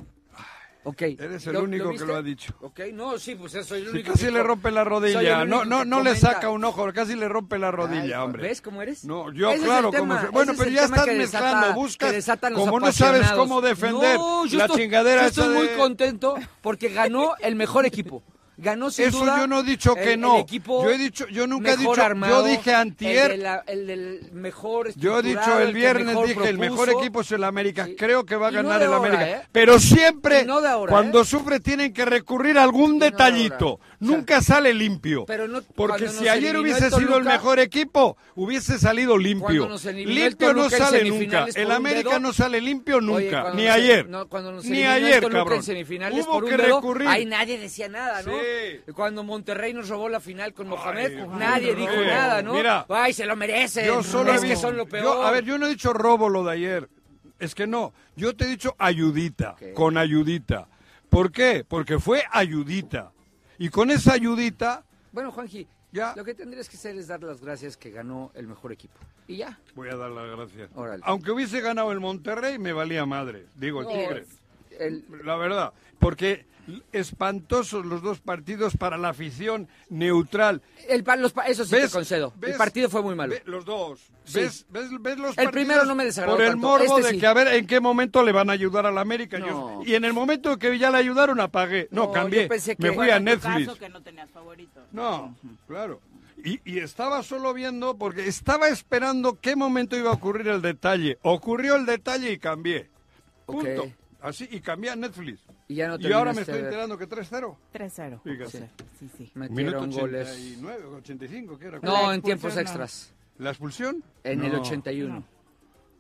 Speaker 5: Ok.
Speaker 4: Eres el único que
Speaker 5: viste?
Speaker 4: lo ha dicho.
Speaker 5: Ok, no, sí, pues eso. Soy el
Speaker 4: sí,
Speaker 5: único
Speaker 4: casi
Speaker 5: que-
Speaker 4: le rompe la
Speaker 5: soy el
Speaker 4: rodilla.
Speaker 5: único
Speaker 4: No, no,
Speaker 5: que
Speaker 4: no le
Speaker 5: comenta.
Speaker 4: saca un ojo, casi le rompe la rodilla,
Speaker 5: Ay,
Speaker 4: hombre.
Speaker 5: ¿Ves cómo eres?
Speaker 4: No, yo
Speaker 5: Ese es
Speaker 4: claro,
Speaker 5: el tema,
Speaker 4: como se-
Speaker 5: ese
Speaker 4: bueno,
Speaker 5: es
Speaker 4: pero
Speaker 5: el
Speaker 4: ya
Speaker 5: tema
Speaker 4: estás
Speaker 5: que desata-
Speaker 4: mezclando,
Speaker 5: que
Speaker 4: buscas,
Speaker 5: desatan los
Speaker 4: como no sabes
Speaker 5: apasionados.
Speaker 4: cómo defender
Speaker 5: No, yo
Speaker 4: la
Speaker 5: estoy-
Speaker 4: chingadera
Speaker 5: yo
Speaker 4: esa
Speaker 5: estoy muy
Speaker 4: de-
Speaker 5: contento porque ganó el mejor equipo. Ganó sin
Speaker 4: Eso
Speaker 5: duda
Speaker 4: yo no he dicho que
Speaker 5: el-
Speaker 4: no.
Speaker 5: el equipo
Speaker 4: Yo he dicho- yo nunca he
Speaker 5: mejor
Speaker 4: dicho- yo
Speaker 5: armado,
Speaker 4: dije antier-
Speaker 5: el, de la- el del mejor
Speaker 4: Yo he dicho
Speaker 5: estructurado,
Speaker 4: el
Speaker 5: que
Speaker 4: viernes,
Speaker 5: mejor
Speaker 4: dije, el mejor
Speaker 5: propuso.
Speaker 4: equipo es el América.
Speaker 5: Sí.
Speaker 4: Creo que va a
Speaker 5: Y no
Speaker 4: ganar
Speaker 5: de
Speaker 4: el
Speaker 5: ahora,
Speaker 4: América.
Speaker 5: ¿eh?
Speaker 4: Pero siempre,
Speaker 5: Y no de ahora,
Speaker 4: cuando
Speaker 5: ¿eh?
Speaker 4: sufre, tienen que recurrir a algún
Speaker 5: de
Speaker 4: detallito.
Speaker 5: ahora.
Speaker 4: No, nunca sale limpio.
Speaker 5: Pero no-
Speaker 4: porque
Speaker 5: cuando nos
Speaker 4: si ayer
Speaker 5: eliminó
Speaker 4: hubiese
Speaker 5: el
Speaker 4: sido el
Speaker 5: Toluca-
Speaker 4: mejor equipo, hubiese salido limpio.
Speaker 5: Cuando nos eliminó el
Speaker 4: Limpio no
Speaker 5: Toluca en
Speaker 4: sale nunca.
Speaker 5: semifinales por
Speaker 4: El
Speaker 5: un
Speaker 4: América
Speaker 5: dedo.
Speaker 4: no sale limpio
Speaker 5: Oye,
Speaker 4: nunca,
Speaker 5: cuando
Speaker 4: ni
Speaker 5: nos-
Speaker 4: ayer.
Speaker 5: no, cuando nos
Speaker 4: ni
Speaker 5: eliminó el
Speaker 4: ayer,
Speaker 5: Toluca
Speaker 4: cabrón.
Speaker 5: En semifinales
Speaker 4: Hubo
Speaker 5: por un
Speaker 4: que
Speaker 5: dedo,
Speaker 4: recurrir.
Speaker 5: Ahí nadie decía nada, ¿no?
Speaker 4: Sí.
Speaker 5: Cuando Monterrey nos robó la final con Mohamed,
Speaker 4: Dios
Speaker 5: nadie
Speaker 4: mío.
Speaker 5: dijo nada, ¿no?
Speaker 4: Mira,
Speaker 5: Ay, se lo merecen.
Speaker 4: Yo solo
Speaker 5: es
Speaker 4: he
Speaker 5: que
Speaker 4: visto-
Speaker 5: son lo peor.
Speaker 4: yo- a ver, yo no he dicho robo lo de ayer. Es que no. Yo te he dicho ayudita, con ayudita. ¿Por qué? Porque fue ayudita. Y con esa ayudita,
Speaker 5: Bueno, Juanji,
Speaker 4: Ya.
Speaker 5: lo que tendrías que hacer es dar las gracias que ganó el mejor equipo. Y ya.
Speaker 4: voy a dar las gracias.
Speaker 5: Órale.
Speaker 4: Aunque hubiese ganado el Monterrey, me valía madre. Digo, el
Speaker 5: No,
Speaker 4: Tigre.
Speaker 5: el-
Speaker 4: La verdad. Porque espantosos los dos partidos para la afición neutral.
Speaker 5: el pa- los pa- eso sí te
Speaker 4: ¿Ves?
Speaker 5: concedo.
Speaker 4: ¿Ves?
Speaker 5: el partido fue muy malo.
Speaker 4: Ve- los dos.
Speaker 5: Sí.
Speaker 4: ¿Ves, ves, ves los
Speaker 5: El
Speaker 4: partidos
Speaker 5: primero no me desagradó
Speaker 4: Por el
Speaker 5: tanto.
Speaker 4: morbo
Speaker 5: Este
Speaker 4: de
Speaker 5: sí.
Speaker 4: que a ver en qué momento le van a ayudar a la América. Yo-
Speaker 5: No.
Speaker 4: y en el momento que ya le ayudaron, apagué. No,
Speaker 5: No,
Speaker 4: cambié.
Speaker 5: yo pensé que-
Speaker 4: me fui
Speaker 5: Bueno,
Speaker 4: a
Speaker 3: en tu caso,
Speaker 4: Netflix.
Speaker 3: que no tenías favorito.
Speaker 4: No, claro. Y, y estaba solo viendo, porque estaba esperando qué momento iba a ocurrir el detalle. Ocurrió el detalle y cambié. Punto.
Speaker 5: Ok.
Speaker 4: Así, y cambié a Netflix.
Speaker 5: Y ya no
Speaker 4: y ahora
Speaker 5: terminaste
Speaker 4: me estoy
Speaker 5: de ver.
Speaker 4: enterando que 3-0.
Speaker 3: 3-0.
Speaker 4: Fíjate.
Speaker 3: Sí, sí.
Speaker 5: Metieron
Speaker 4: Minuto
Speaker 5: goles.
Speaker 4: 89, 85, ¿qué era?
Speaker 5: No, en
Speaker 4: Expulsión,
Speaker 5: tiempos
Speaker 4: ¿no?
Speaker 5: extras.
Speaker 4: ¿La expulsión?
Speaker 5: En el
Speaker 4: No.
Speaker 5: 81.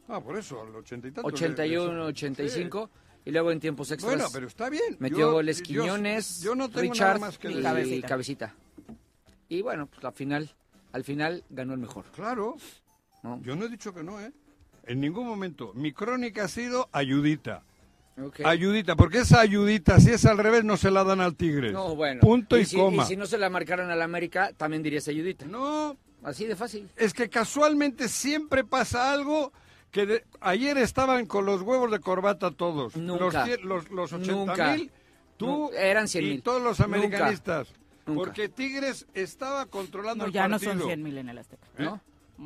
Speaker 4: Ah, por eso, al 80 y tanto. le-
Speaker 5: 81,
Speaker 4: le-
Speaker 5: 85. Y luego en tiempos
Speaker 4: Sí.
Speaker 5: extras.
Speaker 4: Bueno, pero está bien.
Speaker 5: Metió
Speaker 4: Yo- eh,
Speaker 5: goles
Speaker 4: yo-
Speaker 5: Quiñones,
Speaker 4: Yo no tengo
Speaker 5: Richard
Speaker 4: nada más que
Speaker 5: y
Speaker 3: ni
Speaker 4: decir.
Speaker 5: cabecita.
Speaker 3: Cabecita.
Speaker 5: Y bueno, pues la final, al final ganó el mejor.
Speaker 4: Claro,
Speaker 5: ¿no?
Speaker 4: yo no he dicho que no, ¿eh? En ningún momento. Mi crónica ha sido ayudita.
Speaker 5: Ok.
Speaker 4: Ayudita, porque esa ayudita, si es al revés, no se la dan al Tigres.
Speaker 5: No, bueno.
Speaker 4: Punto y,
Speaker 5: si,
Speaker 4: coma.
Speaker 5: Y si no se la marcaron al América, también dirías ayudita.
Speaker 4: no,
Speaker 5: Así de fácil.
Speaker 4: es que casualmente siempre pasa algo que de- ayer estaban con los huevos de corbata todos.
Speaker 5: Nunca.
Speaker 4: Los, cien- los, los
Speaker 5: Nunca.
Speaker 4: 80 mil, tú
Speaker 5: Nu- eran
Speaker 4: y
Speaker 5: 100.000.
Speaker 4: todos los
Speaker 5: Nunca.
Speaker 4: americanistas.
Speaker 5: Nunca.
Speaker 4: Porque Tigres estaba controlando
Speaker 3: No,
Speaker 4: el
Speaker 3: ya no
Speaker 4: partido. ¿Eh?
Speaker 3: son 100 mil en el Azteca.
Speaker 5: ¿No?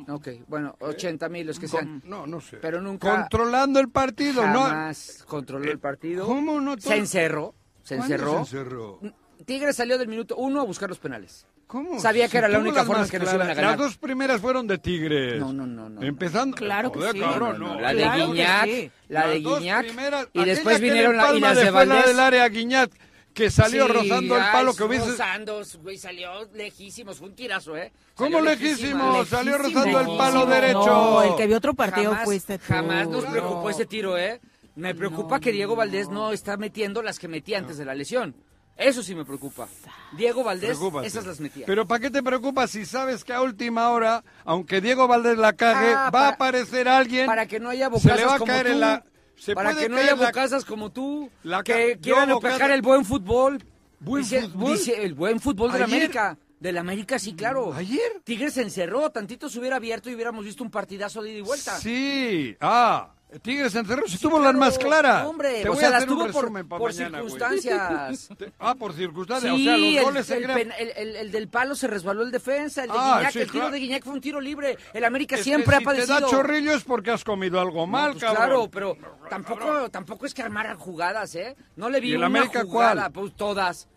Speaker 5: Ok, bueno, 80 mil los que sean.
Speaker 4: Mm. No, no sé.
Speaker 5: Pero nunca-
Speaker 4: Controlando el partido,
Speaker 5: Jamás controló el
Speaker 4: ¿no?
Speaker 5: partido.
Speaker 4: ¿Cómo no?
Speaker 5: Se encerró. Se
Speaker 4: ¿Cuándo
Speaker 5: encerró.
Speaker 4: se encerró?
Speaker 5: Tigres salió del minuto uno a buscar los penales.
Speaker 4: ¿Cómo?
Speaker 5: Sabía que era la
Speaker 4: tuvo
Speaker 5: única
Speaker 4: las
Speaker 5: forma
Speaker 4: más
Speaker 5: que nos
Speaker 4: claras.
Speaker 5: iban a ganar.
Speaker 4: Las dos primeras fueron de Tigres.
Speaker 5: No, no, no, no, no.
Speaker 4: Empezando.
Speaker 3: Claro que
Speaker 4: Joder,
Speaker 3: sí.
Speaker 4: cabrón,
Speaker 5: No,
Speaker 4: no.
Speaker 5: no, la de
Speaker 3: Claro que
Speaker 5: Guiñac,
Speaker 3: sí.
Speaker 5: la de
Speaker 4: Las dos
Speaker 5: Guiñac,
Speaker 4: primeras-
Speaker 5: y
Speaker 4: aquella
Speaker 5: después
Speaker 4: que
Speaker 5: vinieron
Speaker 4: le
Speaker 5: la, y
Speaker 4: empalma
Speaker 5: las de
Speaker 4: fuera
Speaker 5: Valdés.
Speaker 4: del área Guiñac, que salió
Speaker 5: Sí,
Speaker 4: rozando el
Speaker 5: ay,
Speaker 4: palo que hubiese...
Speaker 5: Rozando, güey, salió lejísimos, fue un tirazo, ¿eh?
Speaker 4: ¿Cómo
Speaker 5: Salió
Speaker 4: lejísimos? Salió
Speaker 3: Lejísimo,
Speaker 4: rozando el palo
Speaker 3: lejísimo.
Speaker 4: derecho.
Speaker 3: No, el que vio otro partido
Speaker 5: jamás,
Speaker 3: fuiste tú.
Speaker 5: Jamás nos
Speaker 3: No.
Speaker 5: preocupó ese tiro, ¿eh? Me preocupa que Diego Valdés no está metiendo las que metía antes de la lesión. Eso sí me preocupa. Diego Valdés,
Speaker 4: Preocúpate.
Speaker 5: esas las metía.
Speaker 4: ¿eh? Pero ¿para qué te preocupas si sabes que a última hora, aunque Diego Valdés la cague,
Speaker 5: Ah,
Speaker 4: va
Speaker 5: para-
Speaker 4: a aparecer alguien...
Speaker 5: para que no haya
Speaker 4: Se
Speaker 5: bocazas
Speaker 4: le va a
Speaker 5: como
Speaker 4: caer
Speaker 5: tú.
Speaker 4: en la... Se
Speaker 5: para
Speaker 4: puede
Speaker 5: que no
Speaker 4: caer
Speaker 5: haya
Speaker 4: la-
Speaker 5: bocazas como tú.
Speaker 4: la ca-
Speaker 5: que
Speaker 4: yo
Speaker 5: quieran
Speaker 4: bocazas-
Speaker 5: opacar el buen fútbol.
Speaker 4: ¿Buen
Speaker 5: Dice-
Speaker 4: fútbol?
Speaker 5: dice el buen fútbol de la
Speaker 4: ¿Ayer?
Speaker 5: América. Del América, sí, claro.
Speaker 4: ¿Ayer?
Speaker 5: Tigres se encerró. Tantito se hubiera abierto y hubiéramos visto un partidazo de ida y vuelta.
Speaker 4: Sí, ah, Tigres encerró, si tuvo
Speaker 5: Claro,
Speaker 4: las más claras.
Speaker 5: Hombre,
Speaker 4: Te
Speaker 5: o
Speaker 4: voy
Speaker 5: sea,
Speaker 4: a
Speaker 5: las
Speaker 4: hacer un
Speaker 5: tuvo por,
Speaker 4: resumen pa'
Speaker 5: por
Speaker 4: mañana, güey.
Speaker 5: circunstancias.
Speaker 4: Te- Ah, por circunstancias,
Speaker 5: Sí,
Speaker 4: o sea,
Speaker 5: el-
Speaker 4: los goles se
Speaker 5: el,
Speaker 4: crean.
Speaker 5: pen- el- el- el del palo se resbaló el defensa, el de
Speaker 4: Ah,
Speaker 5: Guiñac,
Speaker 4: sí,
Speaker 5: el tiro
Speaker 4: claro.
Speaker 5: de Guiñac fue un tiro libre. El
Speaker 4: Es
Speaker 5: América
Speaker 4: que
Speaker 5: siempre ha
Speaker 4: si
Speaker 5: padecido.
Speaker 4: te da chorrillo es porque has comido algo
Speaker 5: No,
Speaker 4: mal,
Speaker 5: pues
Speaker 4: cabrón.
Speaker 5: Claro, pero tampoco, tampoco es que armaran jugadas, ¿eh? No le vi
Speaker 4: ¿Y el
Speaker 5: una
Speaker 4: América
Speaker 5: jugada,
Speaker 4: cuál?
Speaker 5: pues todas.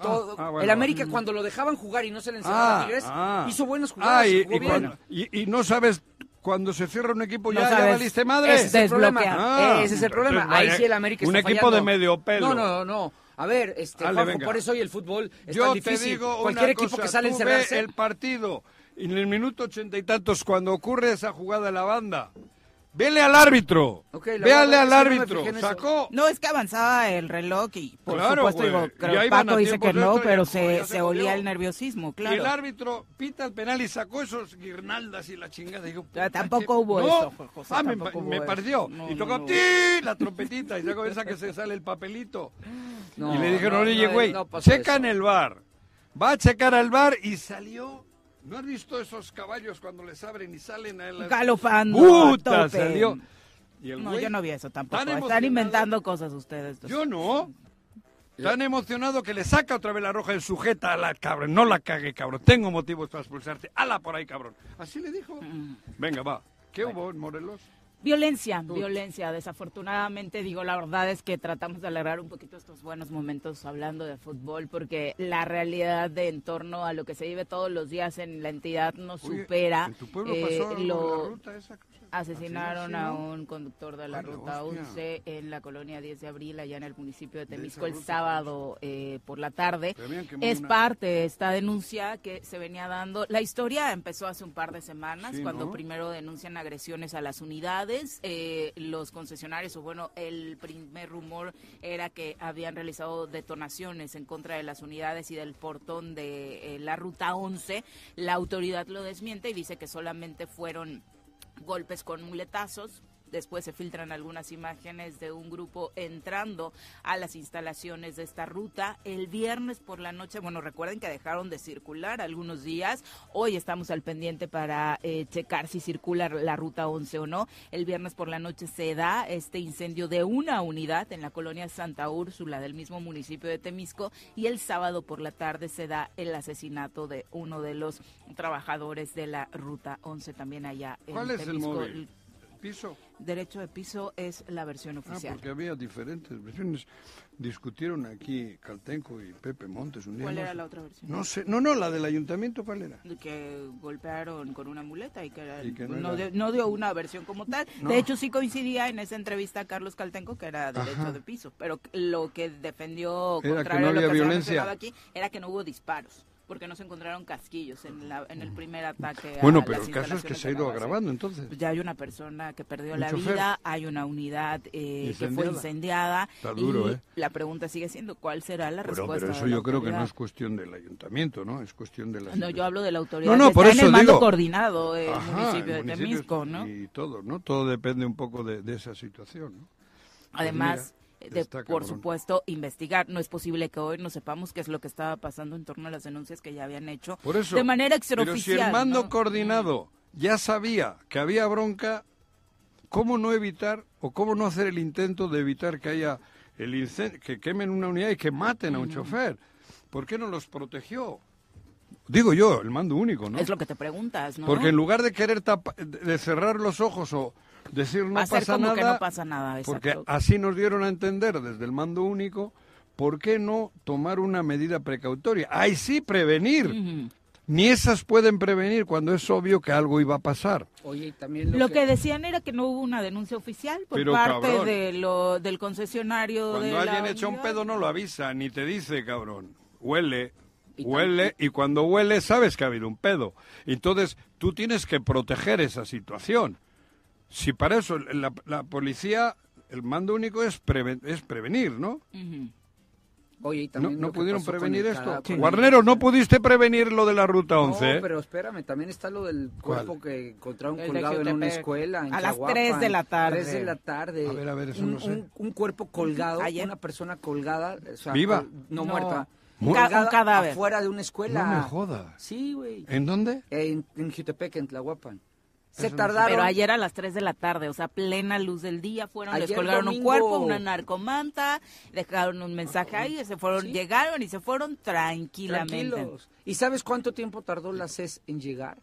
Speaker 5: Todo-
Speaker 4: ah, bueno,
Speaker 5: el América
Speaker 4: bueno.
Speaker 5: cuando lo dejaban jugar y no se le encerraba a
Speaker 4: Ah,
Speaker 5: Tigres,
Speaker 4: ah.
Speaker 5: hizo buenas jugadas.
Speaker 4: Ah, y,
Speaker 5: jugó
Speaker 4: y
Speaker 5: bien.
Speaker 4: cuando- y- y no sabes cuando se cierra un equipo
Speaker 3: No
Speaker 4: ya, ya
Speaker 3: sabes.
Speaker 4: valiste madre.
Speaker 5: Ese es el problema.
Speaker 3: Desbloquear.
Speaker 4: Ah.
Speaker 5: Ese es el problema.
Speaker 4: Entonces,
Speaker 5: Ahí
Speaker 4: vaya,
Speaker 5: sí el América
Speaker 4: un
Speaker 5: está
Speaker 4: equipo
Speaker 5: fallando.
Speaker 4: de medio pelo.
Speaker 5: No, no, no. A ver, este,
Speaker 4: Ale,
Speaker 5: Juanjo,
Speaker 4: venga.
Speaker 5: por eso hoy el fútbol es
Speaker 4: Yo
Speaker 5: tan
Speaker 4: te
Speaker 5: difícil.
Speaker 4: digo
Speaker 5: Cualquier
Speaker 4: una
Speaker 5: equipo
Speaker 4: cosa,
Speaker 5: que sale a
Speaker 4: tú ve
Speaker 5: encerrarse.
Speaker 4: el partido en el minuto ochenta y tantos cuando ocurre esa jugada de la banda. Vele al árbitro.
Speaker 5: Ok, la
Speaker 4: Véale
Speaker 5: verdad
Speaker 4: al
Speaker 5: es que no me
Speaker 4: árbitro.
Speaker 5: fijé en eso.
Speaker 4: Sacó.
Speaker 3: No, es que avanzaba el reloj y por
Speaker 4: Claro,
Speaker 3: supuesto,
Speaker 4: güey.
Speaker 3: digo, creo
Speaker 4: Ya
Speaker 3: que
Speaker 4: iban a
Speaker 3: Paco dice
Speaker 4: tiempos
Speaker 3: que no,
Speaker 4: extra y
Speaker 3: pero
Speaker 4: el juego
Speaker 3: se,
Speaker 4: ya se
Speaker 3: se olía
Speaker 4: jodió.
Speaker 3: el nerviosismo,
Speaker 4: Y el
Speaker 3: claro.
Speaker 4: árbitro pita el penal y sacó esos guirnaldas y la chingada. Y digo,
Speaker 3: Ya,
Speaker 4: puta,
Speaker 3: tampoco
Speaker 4: ¿qué?
Speaker 3: hubo
Speaker 4: No.
Speaker 3: eso, Juan José,
Speaker 4: Ah, me,
Speaker 3: tampoco
Speaker 4: pa-
Speaker 3: hubo
Speaker 4: me
Speaker 3: eso.
Speaker 4: pareció.
Speaker 3: No,
Speaker 4: y
Speaker 3: no,
Speaker 4: tocó
Speaker 3: no.
Speaker 4: "Ti", la trompetita y luego esa que se sale el papelito.
Speaker 5: No,
Speaker 4: y le dijeron,
Speaker 5: no,
Speaker 4: oye,
Speaker 5: no,
Speaker 4: güey,
Speaker 5: no pasó
Speaker 4: checa en
Speaker 5: eso".
Speaker 4: el bar. Va a checar al bar y salió. ¿No has visto esos caballos cuando les abren y salen a la...
Speaker 3: Galopando. a
Speaker 4: ¡Puta!
Speaker 3: tope.
Speaker 4: Salió. Y el
Speaker 3: No,
Speaker 4: güey-
Speaker 3: yo no vi eso tampoco.
Speaker 4: tan
Speaker 3: Están
Speaker 4: emocionado-
Speaker 3: inventando cosas ustedes. dos.
Speaker 4: Yo no. Tan emocionado que le saca otra vez la roja y sujeta a la cabrón. No la cague, cabrón. Tengo motivos para expulsarte. Ala por ahí, cabrón. Así le dijo.
Speaker 3: Mm.
Speaker 4: Venga, va. ¿Qué hubo en Morelos?
Speaker 3: Violencia, violencia. Desafortunadamente, digo, la verdad es que tratamos de alargar un poquito estos buenos momentos hablando de fútbol, porque la realidad de en torno a lo que se vive todos los días en la entidad nos
Speaker 4: Oye,
Speaker 3: supera.
Speaker 4: ¿En tu pueblo
Speaker 3: Eh,
Speaker 4: pasó algo en
Speaker 3: lo-
Speaker 4: la ruta esa cosa?
Speaker 3: asesinaron
Speaker 5: Así es, sí,
Speaker 3: a
Speaker 5: ¿no?
Speaker 3: un conductor de la
Speaker 5: Ay, la
Speaker 3: ruta
Speaker 5: hostia.
Speaker 3: 11 en la colonia 10 de abril, allá en el municipio de Temisco,
Speaker 5: esa
Speaker 3: el
Speaker 4: pues.
Speaker 5: ruta,
Speaker 3: sábado eh, por la tarde.
Speaker 5: Pero habían quemado
Speaker 3: Es
Speaker 5: una-
Speaker 3: parte de esta denuncia que se venía dando. La historia empezó hace un par de semanas,
Speaker 5: Sí,
Speaker 3: cuando
Speaker 5: ¿no?
Speaker 3: primero denuncian agresiones a las unidades. eh, los concesionarios, o bueno, el primer rumor era que habían realizado detonaciones en contra de las unidades y del portón de eh, la ruta 11. La autoridad lo desmiente y dice que solamente fueron golpes con muletazos. Después se filtran algunas imágenes de un grupo entrando a las instalaciones de esta ruta. El viernes por la noche, bueno, recuerden que dejaron de circular algunos días. Hoy estamos al pendiente para eh, checar si circula la ruta 11 o no. El viernes por la noche se da este incendio de una unidad en la colonia Santa Úrsula del mismo municipio de Temisco. Y el sábado por la tarde se da el asesinato de uno de los trabajadores de la ruta 11 también allá en
Speaker 4: ¿Cuál es el
Speaker 3: Temisco.
Speaker 4: móvil? Piso.
Speaker 3: Derecho de piso es la versión
Speaker 4: Ah,
Speaker 3: oficial.
Speaker 4: porque había diferentes versiones. Discutieron aquí Caltenco y Pepe Montes un día.
Speaker 3: ¿Cuál
Speaker 4: no
Speaker 3: era
Speaker 4: sé.
Speaker 3: la otra versión?
Speaker 4: No sé, no, no, la del ayuntamiento, ¿cuál era?
Speaker 3: que golpearon con una muleta y que, era-
Speaker 4: Y que no
Speaker 3: no,
Speaker 4: era-
Speaker 3: dio, no dio una versión como tal.
Speaker 4: No.
Speaker 3: De hecho, sí coincidía en esa entrevista a Carlos Caltenco que era derecho
Speaker 4: Ajá.
Speaker 3: de piso, pero lo que defendió
Speaker 4: Era que
Speaker 3: contrario
Speaker 4: no
Speaker 3: a lo que
Speaker 4: había
Speaker 3: se ha
Speaker 4: violencia.
Speaker 3: mencionado aquí era que no hubo disparos, porque no se encontraron casquillos en, la- en el primer ataque. Eh, a
Speaker 4: Bueno,
Speaker 3: las
Speaker 4: pero el caso es que
Speaker 3: instalaciones
Speaker 4: se ha
Speaker 3: de la
Speaker 4: ido
Speaker 3: base.
Speaker 4: agravando entonces.
Speaker 3: Pues ya hay una persona que perdió
Speaker 4: Un
Speaker 3: la
Speaker 4: chofer.
Speaker 3: vida, hay una unidad eh, que fue
Speaker 4: Incendiada.
Speaker 3: incendiada.
Speaker 4: Está duro,
Speaker 3: y
Speaker 4: ¿eh?
Speaker 3: La pregunta sigue siendo: ¿cuál será la
Speaker 4: Bueno,
Speaker 3: respuesta?
Speaker 4: pero eso
Speaker 3: de la
Speaker 4: yo creo que no
Speaker 3: autoridad?
Speaker 4: es cuestión del ayuntamiento, ¿no? Es cuestión de la
Speaker 3: No, yo hablo de la autoridad.
Speaker 4: No, no,
Speaker 3: que
Speaker 4: por
Speaker 3: está en
Speaker 4: eso
Speaker 3: el mando
Speaker 4: digo.
Speaker 3: coordinado el
Speaker 4: Ajá,
Speaker 3: municipio de
Speaker 4: el municipio
Speaker 3: Temisco,
Speaker 4: es-
Speaker 3: ¿no?
Speaker 4: Y todo, ¿no? Todo depende un poco de, de esa situación, ¿no?
Speaker 3: Además,
Speaker 4: pues
Speaker 3: eh,
Speaker 4: mira,
Speaker 3: de,
Speaker 4: está
Speaker 3: por
Speaker 4: cabrón.
Speaker 3: supuesto, investigar. No es posible que hoy no sepamos qué es lo que estaba pasando en torno a las denuncias que ya habían hecho
Speaker 4: Por eso.
Speaker 3: de manera
Speaker 4: Pero si
Speaker 3: extraoficial.
Speaker 4: el mando
Speaker 3: ¿no? Mm.
Speaker 4: coordinado ya sabía que había bronca, ¿cómo no evitar o cómo no hacer el intento de evitar que haya el incendio, que quemen una unidad y que maten
Speaker 3: Mm.
Speaker 4: a un chofer? ¿Por qué no los protegió? Digo yo, el mando único, ¿no?
Speaker 3: Es lo que te preguntas, ¿no?
Speaker 4: Porque en lugar de querer tapa- de de cerrar los ojos o decir no
Speaker 3: Hacer
Speaker 4: pasa
Speaker 3: como
Speaker 4: nada,
Speaker 3: que no pasa nada,
Speaker 4: porque
Speaker 3: exacto.
Speaker 4: así nos dieron a entender desde el mando único, ¿por qué no tomar una medida precautoria? Ahí sí prevenir. Ni esas pueden prevenir cuando es obvio que algo iba a pasar.
Speaker 5: Oye, y también lo,
Speaker 3: Lo que decían era que no hubo una denuncia oficial por
Speaker 4: Pero,
Speaker 3: parte
Speaker 4: cabrón.
Speaker 3: de lo, del concesionario de
Speaker 4: Cuando
Speaker 3: la
Speaker 4: alguien echa un
Speaker 3: unidad.
Speaker 4: pedo no lo avisa, ni te dice, cabrón. Huele, huele, y cuando huele sabes que ha habido un pedo. Entonces tú tienes que proteger esa situación. Si para eso la, la policía, el mando único es, preven- es prevenir, ¿no?
Speaker 3: Ujú.
Speaker 5: Oye, y
Speaker 4: ¿No,
Speaker 5: también
Speaker 4: no
Speaker 5: lo que
Speaker 4: pudieron
Speaker 5: pasó con
Speaker 4: prevenir
Speaker 5: el
Speaker 4: esto?
Speaker 5: cada- con el-
Speaker 4: Guarnero, no pudiste prevenir lo de la Ruta 11. ¿eh?
Speaker 5: Ah, pues No, pero espérame, también está lo del
Speaker 4: ¿Cuál?
Speaker 5: cuerpo que encontraron
Speaker 3: El de
Speaker 5: colgado en una
Speaker 3: Jutepec.
Speaker 5: escuela. En
Speaker 3: A las
Speaker 5: Chaguapa,
Speaker 3: tres de la tarde.
Speaker 5: 3 de la tarde.
Speaker 4: A ver, a ver, eso
Speaker 5: un,
Speaker 4: no sé.
Speaker 5: un- un cuerpo colgado,
Speaker 3: Ayer.
Speaker 5: una persona colgada. o sea,
Speaker 4: ¿Viva?
Speaker 5: col-
Speaker 3: No.
Speaker 5: no, muerta.
Speaker 3: Un ca-
Speaker 5: Colgada
Speaker 3: un cadáver.
Speaker 5: Afuera de una escuela.
Speaker 4: No me jodas.
Speaker 5: Sí, güey.
Speaker 4: ¿En dónde?
Speaker 5: En, en Jutepec, en Tlahuapan. Se
Speaker 4: Eso no
Speaker 5: tardaron.
Speaker 3: Pero ayer a las 3 de la tarde, o sea, plena luz del día, fueron, les
Speaker 5: Ayer
Speaker 3: colgaron un
Speaker 5: domingo.
Speaker 3: cuerpo, una narcomanta, dejaron un mensaje ahí, se fueron,
Speaker 5: Sí.
Speaker 3: llegaron y se fueron tranquilamente.
Speaker 5: Tranquilos. ¿Y sabes cuánto tiempo tardó la CES en llegar?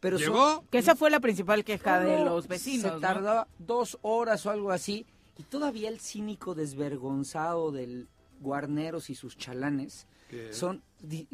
Speaker 5: Pero son-
Speaker 4: ¿Llegó?
Speaker 3: Que esa fue la principal queja de
Speaker 5: No,
Speaker 3: los vecinos. ¿no?
Speaker 5: Se tardaba dos horas o algo así. Y todavía el cínico desvergonzado del Guarneros y sus chalanes son di-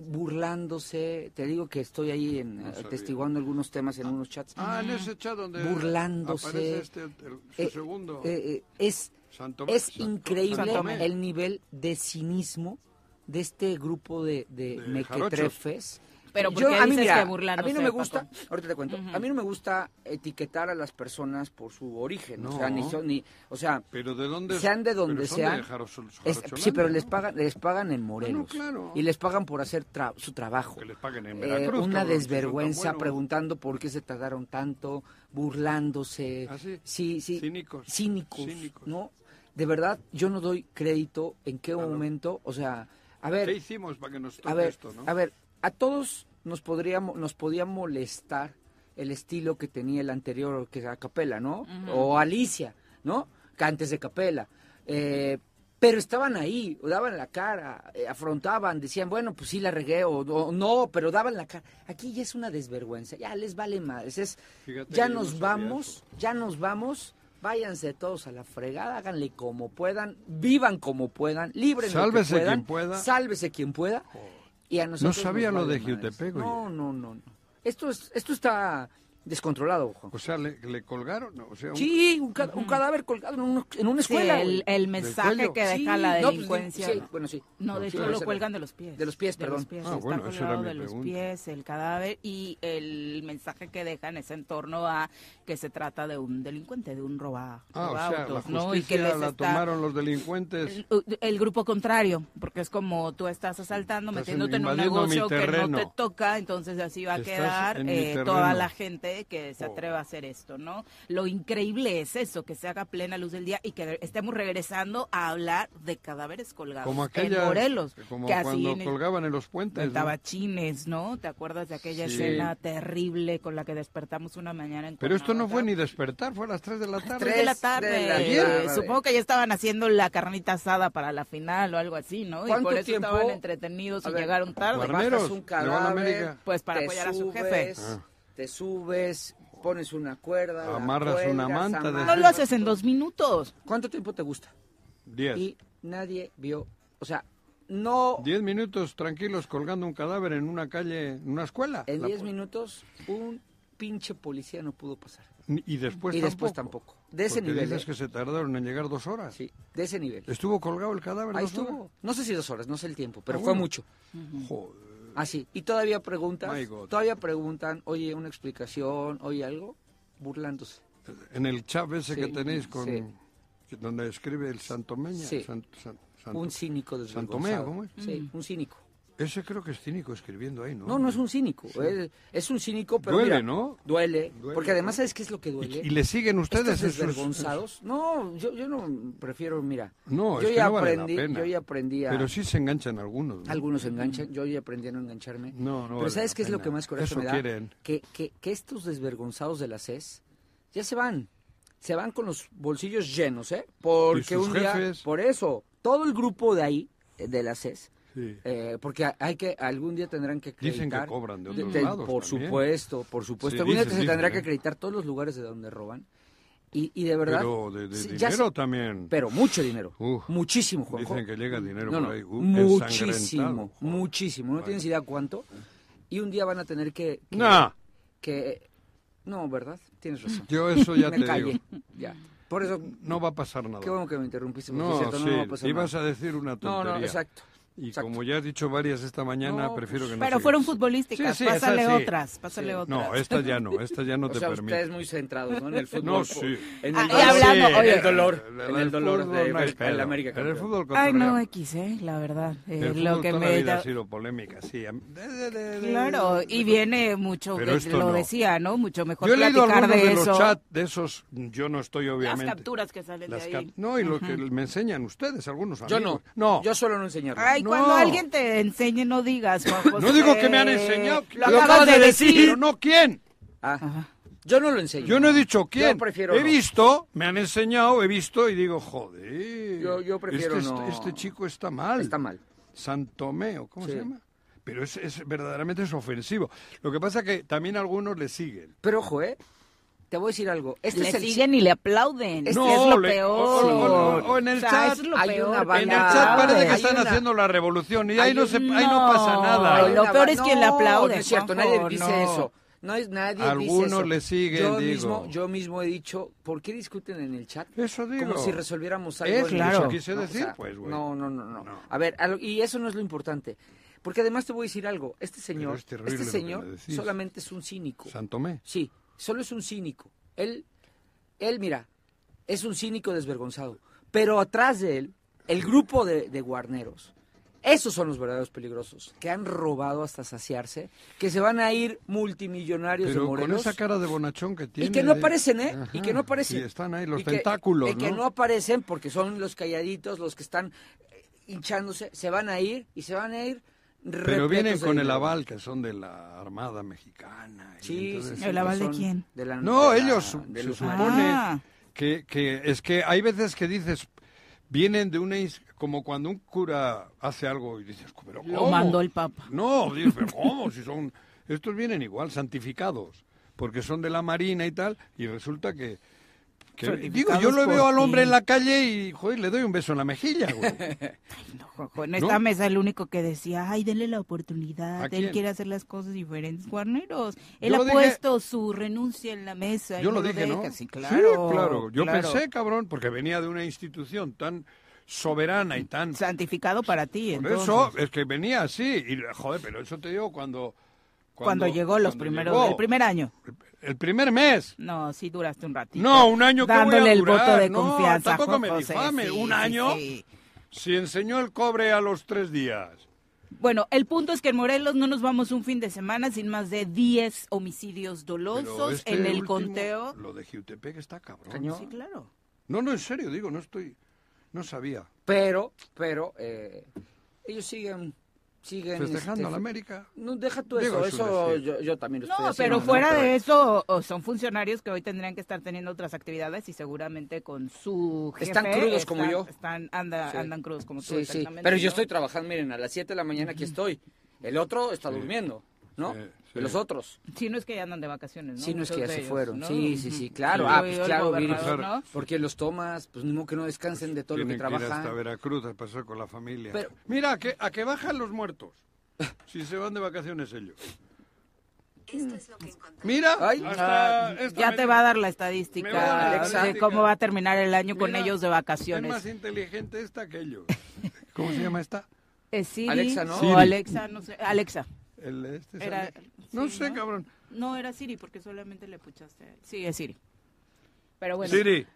Speaker 5: burlándose. Te digo que estoy ahí en,
Speaker 4: sabía.
Speaker 5: atestiguando algunos temas en unos chats.
Speaker 4: Ah, en ese chat donde
Speaker 5: Burlándose.
Speaker 4: aparece este, el- su
Speaker 5: Eh,
Speaker 4: segundo.
Speaker 5: eh, eh, es
Speaker 4: Santo-
Speaker 5: es
Speaker 4: Santo-
Speaker 5: increíble
Speaker 4: Santomé.
Speaker 5: el nivel de cinismo de este grupo de, de
Speaker 4: De
Speaker 5: mequetrefes.
Speaker 3: Pero ¿por qué
Speaker 5: a mí,
Speaker 3: dices
Speaker 5: mira,
Speaker 3: que burlándose,
Speaker 5: a mí no me gusta,
Speaker 3: Paco?
Speaker 5: ahorita te cuento, a mí no me gusta etiquetar a las personas por su origen, o sea,
Speaker 4: No.
Speaker 5: ni son- ni, o sea,
Speaker 4: Pero de dónde
Speaker 5: sean de
Speaker 4: pero
Speaker 5: donde
Speaker 4: son de
Speaker 5: sean.
Speaker 4: Jaros-
Speaker 5: es-
Speaker 4: Jarocholandia,
Speaker 5: sí, pero
Speaker 4: ¿no?
Speaker 5: les pagan, les pagan en Morelos
Speaker 4: claro.
Speaker 5: y les pagan por hacer tra- su trabajo.
Speaker 4: Que les paguen en
Speaker 5: Eh,
Speaker 4: Veracruz,
Speaker 5: una
Speaker 4: cabrón, si son tan
Speaker 5: desvergüenza
Speaker 4: buenos.
Speaker 5: preguntando por qué se tardaron tanto, burlándose.
Speaker 4: ¿Ah, sí?
Speaker 5: Sí, sí.
Speaker 4: Cínicos.
Speaker 5: Cínicos,
Speaker 4: Cínicos.
Speaker 5: ¿no? De verdad, yo no doy crédito en qué momento, o sea, a ver,
Speaker 4: ¿Qué hicimos para que nos toque
Speaker 5: a ver,
Speaker 4: esto, no?
Speaker 5: a ver, a todos nos podríamos, nos podía molestar el estilo que tenía el anterior, que era Capela, ¿no? O Alicia, ¿no? Que antes de Capela. Eh, pero estaban ahí, o daban la cara, eh, afrontaban, decían, bueno, pues sí la regué, o, o no, pero daban la cara. Aquí ya es una desvergüenza, ya les vale madres, es,
Speaker 4: Fíjate
Speaker 5: ya
Speaker 4: que yo no
Speaker 5: nos
Speaker 4: sabía
Speaker 5: vamos,
Speaker 4: eso.
Speaker 5: ya nos vamos, váyanse todos a la fregada, háganle como puedan, vivan como puedan, libren lo que
Speaker 4: Sálvese quien
Speaker 5: puedan,
Speaker 4: pueda.
Speaker 5: Sálvese quien pueda. Y a nosotros
Speaker 4: sabía
Speaker 5: nos
Speaker 4: lo de
Speaker 5: vale madres.
Speaker 4: Jutepec, oye.
Speaker 5: No, no, no, no. Esto es, esto está descontrolado, Juan.
Speaker 4: O sea, le, le colgaron. ¿no? O sea, un-
Speaker 5: Sí, un, ca- un cadáver colgado en, un- en una
Speaker 3: Sí,
Speaker 5: escuela.
Speaker 3: el,
Speaker 5: güey.
Speaker 3: el
Speaker 4: cuello.
Speaker 3: mensaje que deja
Speaker 5: Sí,
Speaker 3: la
Speaker 5: no, pues,
Speaker 3: delincuencia.
Speaker 5: sí, bueno, sí.
Speaker 3: No, de
Speaker 5: Sí,
Speaker 3: hecho
Speaker 5: puede
Speaker 3: lo
Speaker 5: ser.
Speaker 3: cuelgan de los pies.
Speaker 5: De los pies,
Speaker 3: De
Speaker 5: perdón.
Speaker 3: los pies,
Speaker 4: Ah,
Speaker 3: está
Speaker 4: bueno, esa era
Speaker 3: colgado
Speaker 4: mi
Speaker 3: de los
Speaker 4: pregunta.
Speaker 3: pies, el cadáver y el mensaje que dejan es en torno a que se trata de un delincuente, de un roba,
Speaker 4: Ah, o sea, la
Speaker 3: robautos,
Speaker 4: justicia
Speaker 3: ¿no? Y que les
Speaker 4: la
Speaker 3: está-
Speaker 4: tomaron los delincuentes.
Speaker 3: el, el grupo contrario, porque es como tú estás asaltando,
Speaker 4: Estás
Speaker 3: metiéndote en un
Speaker 4: invadiendo mi
Speaker 3: negocio que no
Speaker 4: terreno.
Speaker 3: te toca, entonces así va a
Speaker 4: Estás
Speaker 3: quedar
Speaker 4: en mi
Speaker 3: eh,
Speaker 4: terreno.
Speaker 3: toda la gente que se
Speaker 4: Oh.
Speaker 3: atreva a hacer esto, ¿no? Lo increíble es eso, que se haga plena luz del día y que estemos regresando a hablar de cadáveres colgados
Speaker 4: Como
Speaker 3: en
Speaker 4: aquella.
Speaker 3: Morelos,
Speaker 4: Como
Speaker 3: que así
Speaker 4: cuando
Speaker 3: en el-
Speaker 4: colgaban en los
Speaker 3: de
Speaker 4: puentes. ¿no?
Speaker 3: tabachines, ¿no? ¿Te acuerdas de aquella
Speaker 4: Sí.
Speaker 3: escena terrible con la que despertamos una mañana en
Speaker 4: Pero esto no
Speaker 3: Cuernavaca?
Speaker 4: fue ni despertar, fue a las 3 de la tarde.
Speaker 3: Tres de la
Speaker 5: Tres de
Speaker 3: tarde.
Speaker 5: la
Speaker 3: Eh,
Speaker 5: tarde.
Speaker 3: Supongo que ya estaban haciendo la carnita asada para la final o algo así, ¿no? Y
Speaker 5: ¿Cuánto
Speaker 3: por eso
Speaker 5: tiempo?
Speaker 3: estaban entretenidos
Speaker 5: A
Speaker 3: y
Speaker 5: ver,
Speaker 3: llegaron tarde.
Speaker 4: Guarneros,
Speaker 5: Bajas un
Speaker 4: le van a
Speaker 5: cadáver,
Speaker 4: América.
Speaker 3: Pues para
Speaker 5: te
Speaker 3: apoyar a su
Speaker 5: subes,
Speaker 3: jefe.
Speaker 4: Ah.
Speaker 5: Te subes, pones una cuerda, la
Speaker 4: Amarras una
Speaker 5: cuelgas,
Speaker 4: manta de-
Speaker 5: amarras.
Speaker 3: No lo haces en dos minutos.
Speaker 5: ¿Cuánto tiempo te gusta?
Speaker 4: 10.
Speaker 5: Y nadie vio, o sea, no
Speaker 4: 10 minutos tranquilos colgando un cadáver en una calle, en una escuela.
Speaker 5: en
Speaker 4: La
Speaker 5: 10
Speaker 4: po-
Speaker 5: minutos un pinche policía no pudo pasar.
Speaker 4: Ni- Y después
Speaker 5: y
Speaker 4: tampoco.
Speaker 5: después tampoco. De ese
Speaker 4: Porque
Speaker 5: nivel,
Speaker 4: dices
Speaker 5: ¿eh?
Speaker 4: que se tardaron en llegar dos horas.
Speaker 5: Sí, de ese nivel.
Speaker 4: Estuvo colgado el cadáver
Speaker 5: Ahí
Speaker 4: dos
Speaker 5: estuvo. No sé si dos horas, no sé el tiempo, pero
Speaker 4: Ah,
Speaker 5: fue
Speaker 4: bueno.
Speaker 5: mucho.
Speaker 4: horas. Joder.
Speaker 5: Así. Y todavía preguntas,
Speaker 4: My God.
Speaker 5: todavía preguntan, oye, una explicación, oye, algo, burlándose.
Speaker 4: En el chat ese
Speaker 5: Sí,
Speaker 4: que tenéis con
Speaker 5: sí.
Speaker 4: que- donde escribe el Santomeña.
Speaker 5: Sí.
Speaker 4: San- San- Santo-
Speaker 5: Un cínico desvergonzado.
Speaker 4: Santomeo, ¿cómo es?
Speaker 5: Sí, un cínico.
Speaker 4: Ese creo que es cínico escribiendo ahí, ¿no?
Speaker 5: No, no es un cínico. Es, es un cínico, pero.
Speaker 4: Duele,
Speaker 5: mira,
Speaker 4: ¿no?
Speaker 5: Duele.
Speaker 4: Duele,
Speaker 5: porque además,
Speaker 4: ¿no?
Speaker 5: ¿sabes qué es lo que
Speaker 4: ¿Y,
Speaker 5: duele?
Speaker 4: y le siguen ustedes
Speaker 5: Estos
Speaker 4: en sus-
Speaker 5: desvergonzados. No, yo, yo no prefiero, mira.
Speaker 4: No, es
Speaker 5: yo
Speaker 4: que
Speaker 5: ya
Speaker 4: no vale la
Speaker 5: aprendí,
Speaker 4: pena.
Speaker 5: yo ya aprendí a.
Speaker 4: Pero sí se enganchan algunos. ¿no?
Speaker 5: Algunos se enganchan, yo ya aprendí a no engancharme.
Speaker 4: No, no
Speaker 5: Pero
Speaker 4: vale
Speaker 5: ¿sabes
Speaker 4: la
Speaker 5: qué es lo
Speaker 4: pena.
Speaker 5: que más coraje
Speaker 4: Eso
Speaker 5: me da?
Speaker 4: quieren.
Speaker 5: Que, que, que estos desvergonzados de la CES ya se van. Se van con los bolsillos llenos, ¿eh? Porque
Speaker 4: sus
Speaker 5: un día.
Speaker 4: jefes.
Speaker 5: Por eso, todo el grupo de ahí, eh, de la CES,
Speaker 4: Sí.
Speaker 5: eh, porque hay que algún día tendrán que acreditar.
Speaker 4: Dicen que cobran de otros
Speaker 5: Te-
Speaker 4: lados
Speaker 5: Por
Speaker 4: también.
Speaker 5: supuesto, por supuesto.
Speaker 4: Sí,
Speaker 5: algún día
Speaker 4: dicen,
Speaker 5: se tendrá
Speaker 4: dicen,
Speaker 5: que
Speaker 4: ¿eh?
Speaker 5: acreditar todos los lugares de donde roban. Y, y de verdad.
Speaker 4: Pero de, de
Speaker 5: sí, ya
Speaker 4: dinero
Speaker 5: se-
Speaker 4: también.
Speaker 5: Pero mucho dinero.
Speaker 4: Uf.
Speaker 5: muchísimo, Juanjo.
Speaker 4: Dicen que llega dinero
Speaker 5: No,
Speaker 4: por
Speaker 5: no,
Speaker 4: ahí. uh, ensangrentado,
Speaker 5: muchísimo,
Speaker 4: joder.
Speaker 5: muchísimo. No
Speaker 4: Vale.
Speaker 5: tienes idea cuánto. Y un día van a tener que. que-
Speaker 4: Nah,
Speaker 5: que- no, ¿verdad? Tienes razón.
Speaker 4: yo eso ya
Speaker 5: me
Speaker 4: te
Speaker 5: callé.
Speaker 4: digo.
Speaker 5: Ya. Por eso,
Speaker 4: No va a pasar nada.
Speaker 5: qué bueno que me interrumpiste. porque
Speaker 4: No,
Speaker 5: es Pues, cierto,
Speaker 4: sí,
Speaker 5: no, va a pasar
Speaker 4: ibas
Speaker 5: nada.
Speaker 4: a decir una
Speaker 5: No,
Speaker 4: tontería.
Speaker 5: no, exacto.
Speaker 4: Y
Speaker 5: exacto.
Speaker 4: como ya has dicho varias esta mañana,
Speaker 5: No, pues,
Speaker 4: prefiero que no
Speaker 3: Pero
Speaker 4: sigas.
Speaker 3: fueron futbolísticas.
Speaker 4: Sí, sí,
Speaker 3: pásale
Speaker 4: esas sí.
Speaker 3: otras, pásale
Speaker 5: Sí.
Speaker 3: otras.
Speaker 4: No, esta ya no, esta ya no
Speaker 5: o
Speaker 4: te
Speaker 5: sea,
Speaker 4: permite.
Speaker 5: ustedes muy centrados, ¿no? En el fútbol.
Speaker 4: No, sí.
Speaker 5: En
Speaker 3: Ah,
Speaker 5: el
Speaker 3: y
Speaker 5: dolor,
Speaker 3: hablando,
Speaker 5: en
Speaker 3: oye.
Speaker 5: el dolor,
Speaker 4: En
Speaker 5: en el dolor
Speaker 4: fútbol
Speaker 5: de
Speaker 4: no hay
Speaker 5: el
Speaker 4: pedo.
Speaker 5: América.
Speaker 4: En el
Speaker 5: campeón.
Speaker 4: fútbol
Speaker 3: Ay, no,
Speaker 4: cotorreamos.
Speaker 3: X, ¿eh? La verdad. eh,
Speaker 4: El
Speaker 3: lo
Speaker 4: fútbol
Speaker 3: que
Speaker 4: toda
Speaker 3: me
Speaker 4: la vida
Speaker 3: da-
Speaker 4: ha sido polémica, sí. Am- de- de- de- de-
Speaker 3: Claro, y viene mucho,
Speaker 4: eh, Pero
Speaker 3: que
Speaker 4: esto
Speaker 3: lo
Speaker 4: no.
Speaker 3: decía, ¿no? Mucho mejor
Speaker 4: Yo he leído
Speaker 3: platicar
Speaker 4: algunos de,
Speaker 3: de eso.
Speaker 4: los chats, de esos, yo no estoy obviamente.
Speaker 3: Las capturas que salen
Speaker 4: Las
Speaker 3: de
Speaker 4: cap-
Speaker 3: ahí.
Speaker 4: No, y lo que me enseñan ustedes, algunos
Speaker 5: Yo
Speaker 4: amigos.
Speaker 5: no.
Speaker 4: No,
Speaker 5: Yo solo no enseñar.
Speaker 3: Ay,
Speaker 4: No.
Speaker 3: cuando alguien te enseñe, no digas, Juan
Speaker 4: no digo que me han
Speaker 3: José.
Speaker 4: enseñado.
Speaker 3: Lo acabas de decir.
Speaker 4: Pero no quién.
Speaker 5: Ah, yo no lo enseño.
Speaker 4: Yo no he dicho quién.
Speaker 5: Yo prefiero
Speaker 4: he
Speaker 5: no.
Speaker 4: visto, me han enseñado, he visto y digo, joder.
Speaker 5: Yo- yo prefiero
Speaker 4: este,
Speaker 5: no.
Speaker 4: este chico está mal.
Speaker 5: Está mal.
Speaker 4: Santomeo, ¿cómo
Speaker 5: Sí.
Speaker 4: se llama? Pero es, es- verdaderamente es ofensivo. Lo que pasa que también algunos le siguen.
Speaker 5: Pero ojo, ¿eh? Te voy a decir algo. Este es
Speaker 3: Le
Speaker 5: el
Speaker 3: siguen y le aplauden.
Speaker 5: Este
Speaker 3: Es,
Speaker 4: No,
Speaker 3: que es lo
Speaker 4: le- o-
Speaker 3: peor.
Speaker 4: o- o- o en el
Speaker 3: sea,
Speaker 4: chat-
Speaker 3: es lo
Speaker 5: hay
Speaker 3: peor.
Speaker 5: una
Speaker 4: En
Speaker 5: vaina-
Speaker 4: el
Speaker 5: Ah,
Speaker 4: chat parece
Speaker 5: hay
Speaker 4: que están
Speaker 3: una-
Speaker 4: haciendo la revolución y ahí
Speaker 5: Hay
Speaker 4: no, se,
Speaker 3: un-
Speaker 4: ahí no pasa
Speaker 3: no,
Speaker 4: nada.
Speaker 3: lo- peor es quien le aplaude,
Speaker 5: No es cierto,
Speaker 3: Juanjo,
Speaker 5: nadie dice
Speaker 3: no.
Speaker 5: eso. No es nadie dice
Speaker 4: Algunos
Speaker 5: eso.
Speaker 4: le siguen,
Speaker 5: yo
Speaker 4: digo.
Speaker 5: mismo, yo mismo he dicho, ¿por qué discuten en el chat?
Speaker 4: Eso digo.
Speaker 5: Como si resolviéramos algo.
Speaker 4: Es
Speaker 5: en el
Speaker 4: claro.
Speaker 5: chat.
Speaker 4: quise
Speaker 5: No,
Speaker 4: decir, pues, güey.
Speaker 5: No, no, no, no.
Speaker 4: No.
Speaker 5: A ver, a lo- y eso no es lo importante. Porque además te voy a decir algo, este señor,
Speaker 4: es terrible
Speaker 5: este
Speaker 4: lo que
Speaker 5: señor
Speaker 4: me decís.
Speaker 5: solamente es un cínico.
Speaker 4: Santomé.
Speaker 5: Sí, solo es un cínico. Él, él, mira, es un cínico desvergonzado. Pero atrás de él, el grupo de, de guarneros, esos son los verdaderos peligrosos, que han robado hasta saciarse, que se van a ir multimillonarios
Speaker 4: Pero
Speaker 5: de
Speaker 4: con
Speaker 5: Morelos.
Speaker 4: esa cara de bonachón que tiene.
Speaker 5: Y que no
Speaker 4: de-
Speaker 5: aparecen, ¿eh? y
Speaker 4: Ajá,
Speaker 5: que no aparecen.
Speaker 4: Y están ahí los
Speaker 5: Y que-
Speaker 4: tentáculos,
Speaker 5: Y que
Speaker 4: ¿no?
Speaker 5: no aparecen porque son los calladitos, los que están eh, hinchándose, se van a ir y se van a ir.
Speaker 4: Pero
Speaker 5: repletos
Speaker 4: vienen
Speaker 5: de
Speaker 4: con el
Speaker 5: dinero.
Speaker 4: aval que son de la Armada Mexicana. y
Speaker 5: Sí,
Speaker 4: entonces-
Speaker 5: sí, sí,
Speaker 3: ¿El aval
Speaker 5: que
Speaker 3: de
Speaker 5: son
Speaker 3: quién?
Speaker 5: de la-
Speaker 4: No,
Speaker 5: de la-
Speaker 4: ellos su-
Speaker 5: de
Speaker 4: se
Speaker 5: los
Speaker 4: supone
Speaker 3: Ah.
Speaker 4: que, que es que hay veces que dices vienen de una ins- como cuando un cura hace algo y dices pero
Speaker 3: Lo
Speaker 4: ¿cómo?
Speaker 3: mandó el Papa.
Speaker 4: No, dices pero cómo si son estos vienen igual santificados porque son de la marina y tal y resulta que Que-
Speaker 3: Certificados
Speaker 4: digo, yo lo
Speaker 3: por
Speaker 4: veo al
Speaker 3: ti.
Speaker 4: hombre en la calle y, joder, le doy un beso en la mejilla, güey.
Speaker 3: Jojo, en esta
Speaker 4: ¿No?
Speaker 3: mesa el único que decía, ay, denle la oportunidad,
Speaker 4: ¿A
Speaker 3: él
Speaker 4: quién?
Speaker 3: quiere hacer las cosas diferentes, guarneros. Él
Speaker 4: Yo
Speaker 3: ha
Speaker 4: lo dije-
Speaker 3: puesto su renuncia en la mesa.
Speaker 4: Yo
Speaker 3: y
Speaker 4: lo
Speaker 3: no
Speaker 4: dije, ¿no?
Speaker 3: deja. Sí,
Speaker 4: Sí,
Speaker 3: claro.
Speaker 4: claro. Yo
Speaker 3: claro.
Speaker 4: pensé, cabrón, porque venía de una institución tan soberana y tan...
Speaker 3: Santificado para ti,
Speaker 4: Por
Speaker 3: entonces.
Speaker 4: eso es que venía así. Y, joder, pero eso te digo cuando...
Speaker 3: Cuando, llegó los
Speaker 4: cuando
Speaker 3: primeros,
Speaker 4: llegó.
Speaker 3: el primer año.
Speaker 4: El primer mes.
Speaker 3: No, sí duraste un ratito.
Speaker 4: No, un año que voy a
Speaker 3: Dándole el
Speaker 4: durar?
Speaker 3: voto de
Speaker 4: No,
Speaker 3: confianza.
Speaker 4: tampoco me
Speaker 3: José,
Speaker 4: difame.
Speaker 3: sí,
Speaker 4: Un
Speaker 3: sí,
Speaker 4: año.
Speaker 3: sí.
Speaker 4: Si enseñó el cobre a los tres días.
Speaker 3: Bueno, el punto es que en Morelos no nos vamos un fin de semana sin más de 10 homicidios
Speaker 4: Pero
Speaker 3: dolosos
Speaker 4: este
Speaker 3: en el
Speaker 4: último,
Speaker 3: conteo.
Speaker 4: Lo de Jutepec está cabrón.
Speaker 3: Sí, claro.
Speaker 4: No, no, en serio, digo, no estoy... No sabía.
Speaker 5: Pero, pero, eh, ellos siguen, siguen...
Speaker 4: Festejando
Speaker 5: este,
Speaker 4: a la América.
Speaker 5: No, deja tú
Speaker 4: Digo,
Speaker 5: eso,
Speaker 4: es un
Speaker 5: eso
Speaker 4: decir.
Speaker 5: yo, yo también lo
Speaker 3: No,
Speaker 5: estoy haciendo.
Speaker 3: pero fuera
Speaker 5: Pero-
Speaker 3: de eso, o son funcionarios que hoy tendrían que estar teniendo otras actividades y seguramente con su jefe
Speaker 5: Están crudos como
Speaker 3: están-
Speaker 5: yo.
Speaker 3: Están, anda-
Speaker 5: Sí.
Speaker 3: Andan crudos como tú.
Speaker 5: Sí, sí,
Speaker 3: exactamente,
Speaker 5: pero yo
Speaker 3: ¿no?
Speaker 5: estoy trabajando, miren, a las 7 de la mañana aquí estoy. El otro está durmiendo, ¿no?
Speaker 4: sí, sí.
Speaker 5: Los otros.
Speaker 3: Si no es que ya andan de vacaciones, ¿no?
Speaker 5: Sí, no es
Speaker 3: Muchos
Speaker 5: que ya
Speaker 3: de
Speaker 5: se
Speaker 3: ellos,
Speaker 5: fueron.
Speaker 3: ¿no?
Speaker 5: Sí, sí, sí,
Speaker 3: Ujú.
Speaker 5: claro.
Speaker 3: Sí,
Speaker 5: ah,
Speaker 3: hoy
Speaker 5: pues
Speaker 3: el
Speaker 5: claro, Viri.
Speaker 3: gobernador, ¿no?
Speaker 5: Porque los tomas, pues ni modo que no descansen de todo lo que
Speaker 4: Tienen que ir hasta
Speaker 5: trabajan.
Speaker 4: Veracruz a pasar con la familia.
Speaker 5: Pero-
Speaker 4: Mira, a que, a que bajan los muertos. Si se van de vacaciones ellos. Mira,
Speaker 5: Ay.
Speaker 4: hasta esta
Speaker 3: Ya
Speaker 4: me
Speaker 3: te
Speaker 4: dijo,
Speaker 3: va a dar la
Speaker 4: Me va a dar la
Speaker 3: estadística de
Speaker 4: estadística.
Speaker 3: cómo va a terminar el año con
Speaker 4: mira,
Speaker 3: ellos de
Speaker 4: Es
Speaker 3: vacaciones.
Speaker 4: más inteligente esta que ellos. ¿Cómo se llama esta?
Speaker 3: Eh, Siri,
Speaker 5: Alexa, ¿no?
Speaker 3: o
Speaker 4: Siri.
Speaker 3: Alexa, no sé. Alexa.
Speaker 4: El, este, es
Speaker 3: Era-
Speaker 4: Ale- no
Speaker 3: sí,
Speaker 4: sé,
Speaker 3: ¿no?
Speaker 4: cabrón.
Speaker 3: No, era Siri porque solamente le escuchaste. a él. Sí, es Siri. Pero bueno,
Speaker 4: Siri,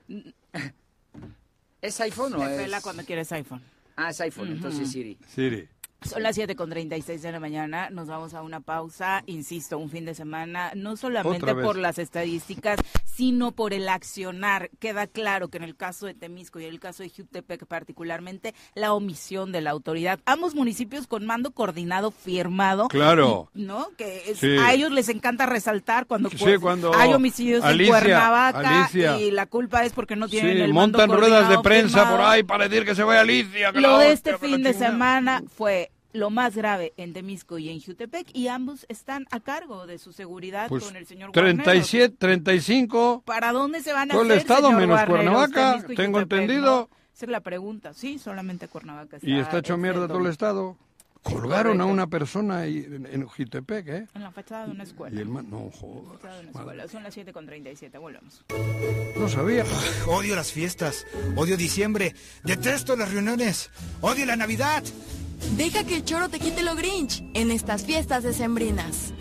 Speaker 5: ¿Es iPhone o
Speaker 3: te pela
Speaker 5: es...?
Speaker 3: cuando quieres iPhone.
Speaker 5: Ah, es iPhone, entonces Siri.
Speaker 4: Siri.
Speaker 3: Son las 7 con 36 de la mañana, nos vamos a una pausa, insisto, un fin de semana, no solamente
Speaker 4: Otra vez.
Speaker 3: por las estadísticas, sino por el accionar. Queda claro que en el caso de Temisco y en el caso de Jutepec particularmente, la omisión de la autoridad. Ambos municipios con mando coordinado firmado.
Speaker 4: Claro.
Speaker 3: y- ¿No? Que es-
Speaker 4: Sí.
Speaker 3: a ellos les encanta resaltar cuando,
Speaker 4: Sí,
Speaker 3: pues,
Speaker 4: cuando
Speaker 3: hay homicidios en
Speaker 4: Alicia,
Speaker 3: Cuernavaca
Speaker 4: Alicia.
Speaker 3: y la culpa es porque no tienen
Speaker 4: Sí,
Speaker 3: el mando
Speaker 4: montan ruedas de
Speaker 3: coordinado
Speaker 4: prensa
Speaker 3: firmado.
Speaker 4: por ahí para decir que se vaya Alicia. que
Speaker 3: Lo
Speaker 4: la
Speaker 3: de este
Speaker 4: hostia,
Speaker 3: fin
Speaker 4: que la
Speaker 3: de
Speaker 4: chingada.
Speaker 3: semana fue lo más grave en Temisco y en Jutepec y ambos están a cargo de su seguridad
Speaker 4: Pues,
Speaker 3: con el señor Guarneros.
Speaker 4: 37, 35.
Speaker 3: ¿Para dónde se van a
Speaker 4: Todo
Speaker 3: hacer,
Speaker 4: el estado
Speaker 3: señor
Speaker 4: menos
Speaker 3: Guarneros,
Speaker 4: Cuernavaca,
Speaker 3: Temisco y
Speaker 4: tengo
Speaker 3: Jutepec,
Speaker 4: entendido.
Speaker 3: no? Esa es la pregunta. Sí, solamente Cuernavaca está
Speaker 4: Y está hecho mierda
Speaker 3: exento.
Speaker 4: todo el Estado. Colgaron a
Speaker 3: Correcto.
Speaker 4: una persona ahí en, en Ojitepec, ¿eh?
Speaker 3: En la fachada de una escuela.
Speaker 4: Y el man, no
Speaker 3: En la fachada de una
Speaker 4: jodas. madre.
Speaker 3: escuela. Son las 7 con 37, volvemos.
Speaker 4: No sabía.
Speaker 6: Odio las fiestas, odio diciembre, detesto las reuniones, odio la Navidad.
Speaker 7: Deja que el choro te quite lo grinch en estas fiestas decembrinas.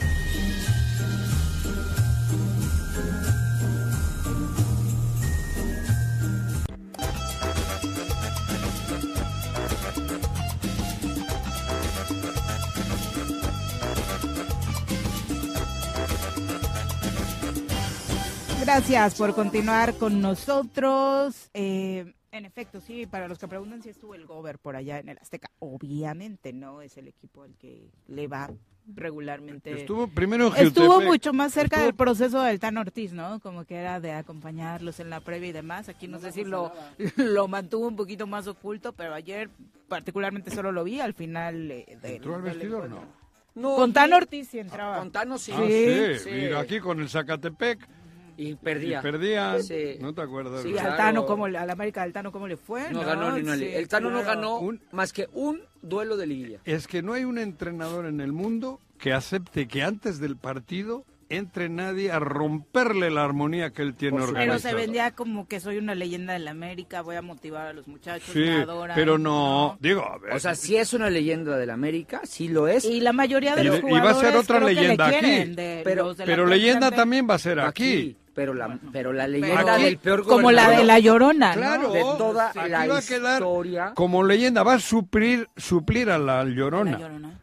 Speaker 3: Gracias por continuar con nosotros. Eh, en efecto, sí, para los que preguntan si estuvo el Gober por allá en el Azteca, obviamente no es el equipo al que le va regularmente.
Speaker 4: Estuvo primero en
Speaker 3: Estuvo
Speaker 4: Jutepec.
Speaker 3: mucho más cerca
Speaker 4: Estuvo-
Speaker 3: del proceso del Tan Ortiz, ¿no? Como que era de acompañarlos en la previa y demás. Aquí no, sé si lo, lo mantuvo un poquito más oculto, pero ayer particularmente solo lo vi al final eh, del-
Speaker 4: ¿Entró al
Speaker 3: del
Speaker 4: vestidor o
Speaker 3: encuentro.
Speaker 4: no?
Speaker 5: No,
Speaker 3: Con Tan
Speaker 5: sí.
Speaker 3: Ortiz sí entraba.
Speaker 5: Con Tano sí.
Speaker 4: Ah, sí.
Speaker 5: Sí.
Speaker 4: Mira, aquí con el Zacatepec.
Speaker 5: Y
Speaker 4: Y
Speaker 5: perdía.
Speaker 4: perdían.
Speaker 5: Sí.
Speaker 4: No te acuerdas.
Speaker 5: Sí,
Speaker 3: Y
Speaker 4: ¿verdad?
Speaker 3: al
Speaker 5: Claro.
Speaker 3: Tano, ¿cómo le- a la América del Tano, ¿cómo le fue?
Speaker 5: No ganó ni una
Speaker 3: Sí,
Speaker 5: liga. El Tano no
Speaker 3: claro.
Speaker 5: ganó
Speaker 4: Un-
Speaker 5: más que un duelo de liguilla.
Speaker 4: Es que no hay un entrenador en el mundo que acepte que antes del partido entre nadie a romperle la armonía que él tiene
Speaker 5: Por supuesto.
Speaker 3: Pero
Speaker 4: organizada.
Speaker 3: se vendía como que soy una leyenda de la América, voy a motivar a los muchachos,
Speaker 4: Sí,
Speaker 3: me adoran,
Speaker 4: pero no. Digo, a ver.
Speaker 5: O sea, si es una leyenda del América, sí lo es.
Speaker 3: Y la mayoría de
Speaker 4: Y
Speaker 3: los
Speaker 4: de- y va a
Speaker 3: jugadores
Speaker 4: ser otra
Speaker 3: creo que le
Speaker 4: leyenda aquí.
Speaker 3: quieren, de
Speaker 5: Pero-
Speaker 3: los de la
Speaker 4: pero
Speaker 3: plantilla
Speaker 4: leyenda
Speaker 3: de-
Speaker 4: también va a ser aquí.
Speaker 5: Pero la, pero la
Speaker 3: Pero
Speaker 5: leyenda
Speaker 4: Aquí.
Speaker 5: del peor
Speaker 3: como la de
Speaker 5: gobernador
Speaker 3: la Llorona, ¿no?
Speaker 4: Claro,
Speaker 5: de toda
Speaker 4: aquí
Speaker 5: la
Speaker 4: va a quedar
Speaker 5: historia.
Speaker 4: como leyenda, va a suplir, suplir a la
Speaker 3: La
Speaker 4: llorona.
Speaker 3: Llorona.